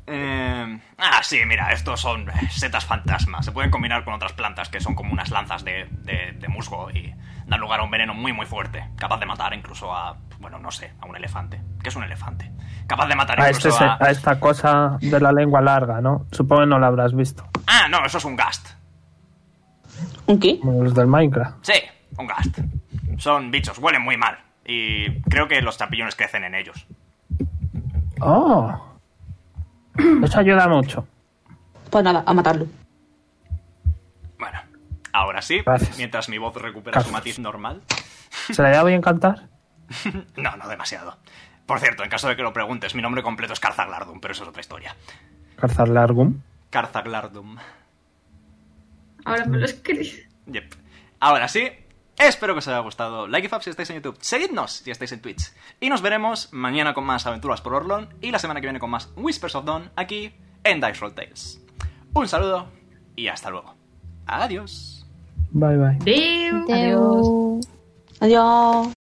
S2: Em, ah, sí, mira, estos son eh, setas fantasma. Se pueden combinar con otras plantas que son como unas lanzas de, de- de musgo y dan lugar a un veneno muy, muy fuerte. Capaz de matar incluso a, bueno, no sé, a un elefante. ¿Qué es un elefante? Capaz de matar
S7: A,
S2: incluso
S7: este se-
S2: a...
S7: a esta cosa de la lengua larga, ¿no? Supongo que no la habrás visto.
S2: Ah, no, eso es un gast.
S6: ¿Un qué?
S7: Como los del Minecraft.
S2: Sí, un gast. Son bichos, huelen muy mal. Y creo que los chapillones crecen en ellos.
S7: ¡Oh! Eso ayuda mucho.
S6: Pues nada, a matarlo.
S2: Bueno, ahora sí,
S7: Gracias.
S2: mientras mi voz recupera su
S7: Gracias.
S2: matiz normal.
S7: ¿Se la voy a encantar?
S2: No, no demasiado. Por cierto, en caso de que lo preguntes, mi nombre completo es Carzaglardum, pero eso es otra historia.
S7: Calzar largum.
S2: Carzaglardum.
S3: Ahora me lo escribo.
S2: Yep. Ahora sí, espero que os haya gustado. Like y fab si estáis en YouTube. Seguidnos si estáis en Twitch. Y nos veremos mañana con más aventuras por Orlon y la semana que viene con más Whispers of Dawn aquí en Dice Roll Tales. Un saludo y hasta luego. Adiós.
S7: Bye bye.
S3: Deu.
S9: Uh. Adiós.
S6: Adiós.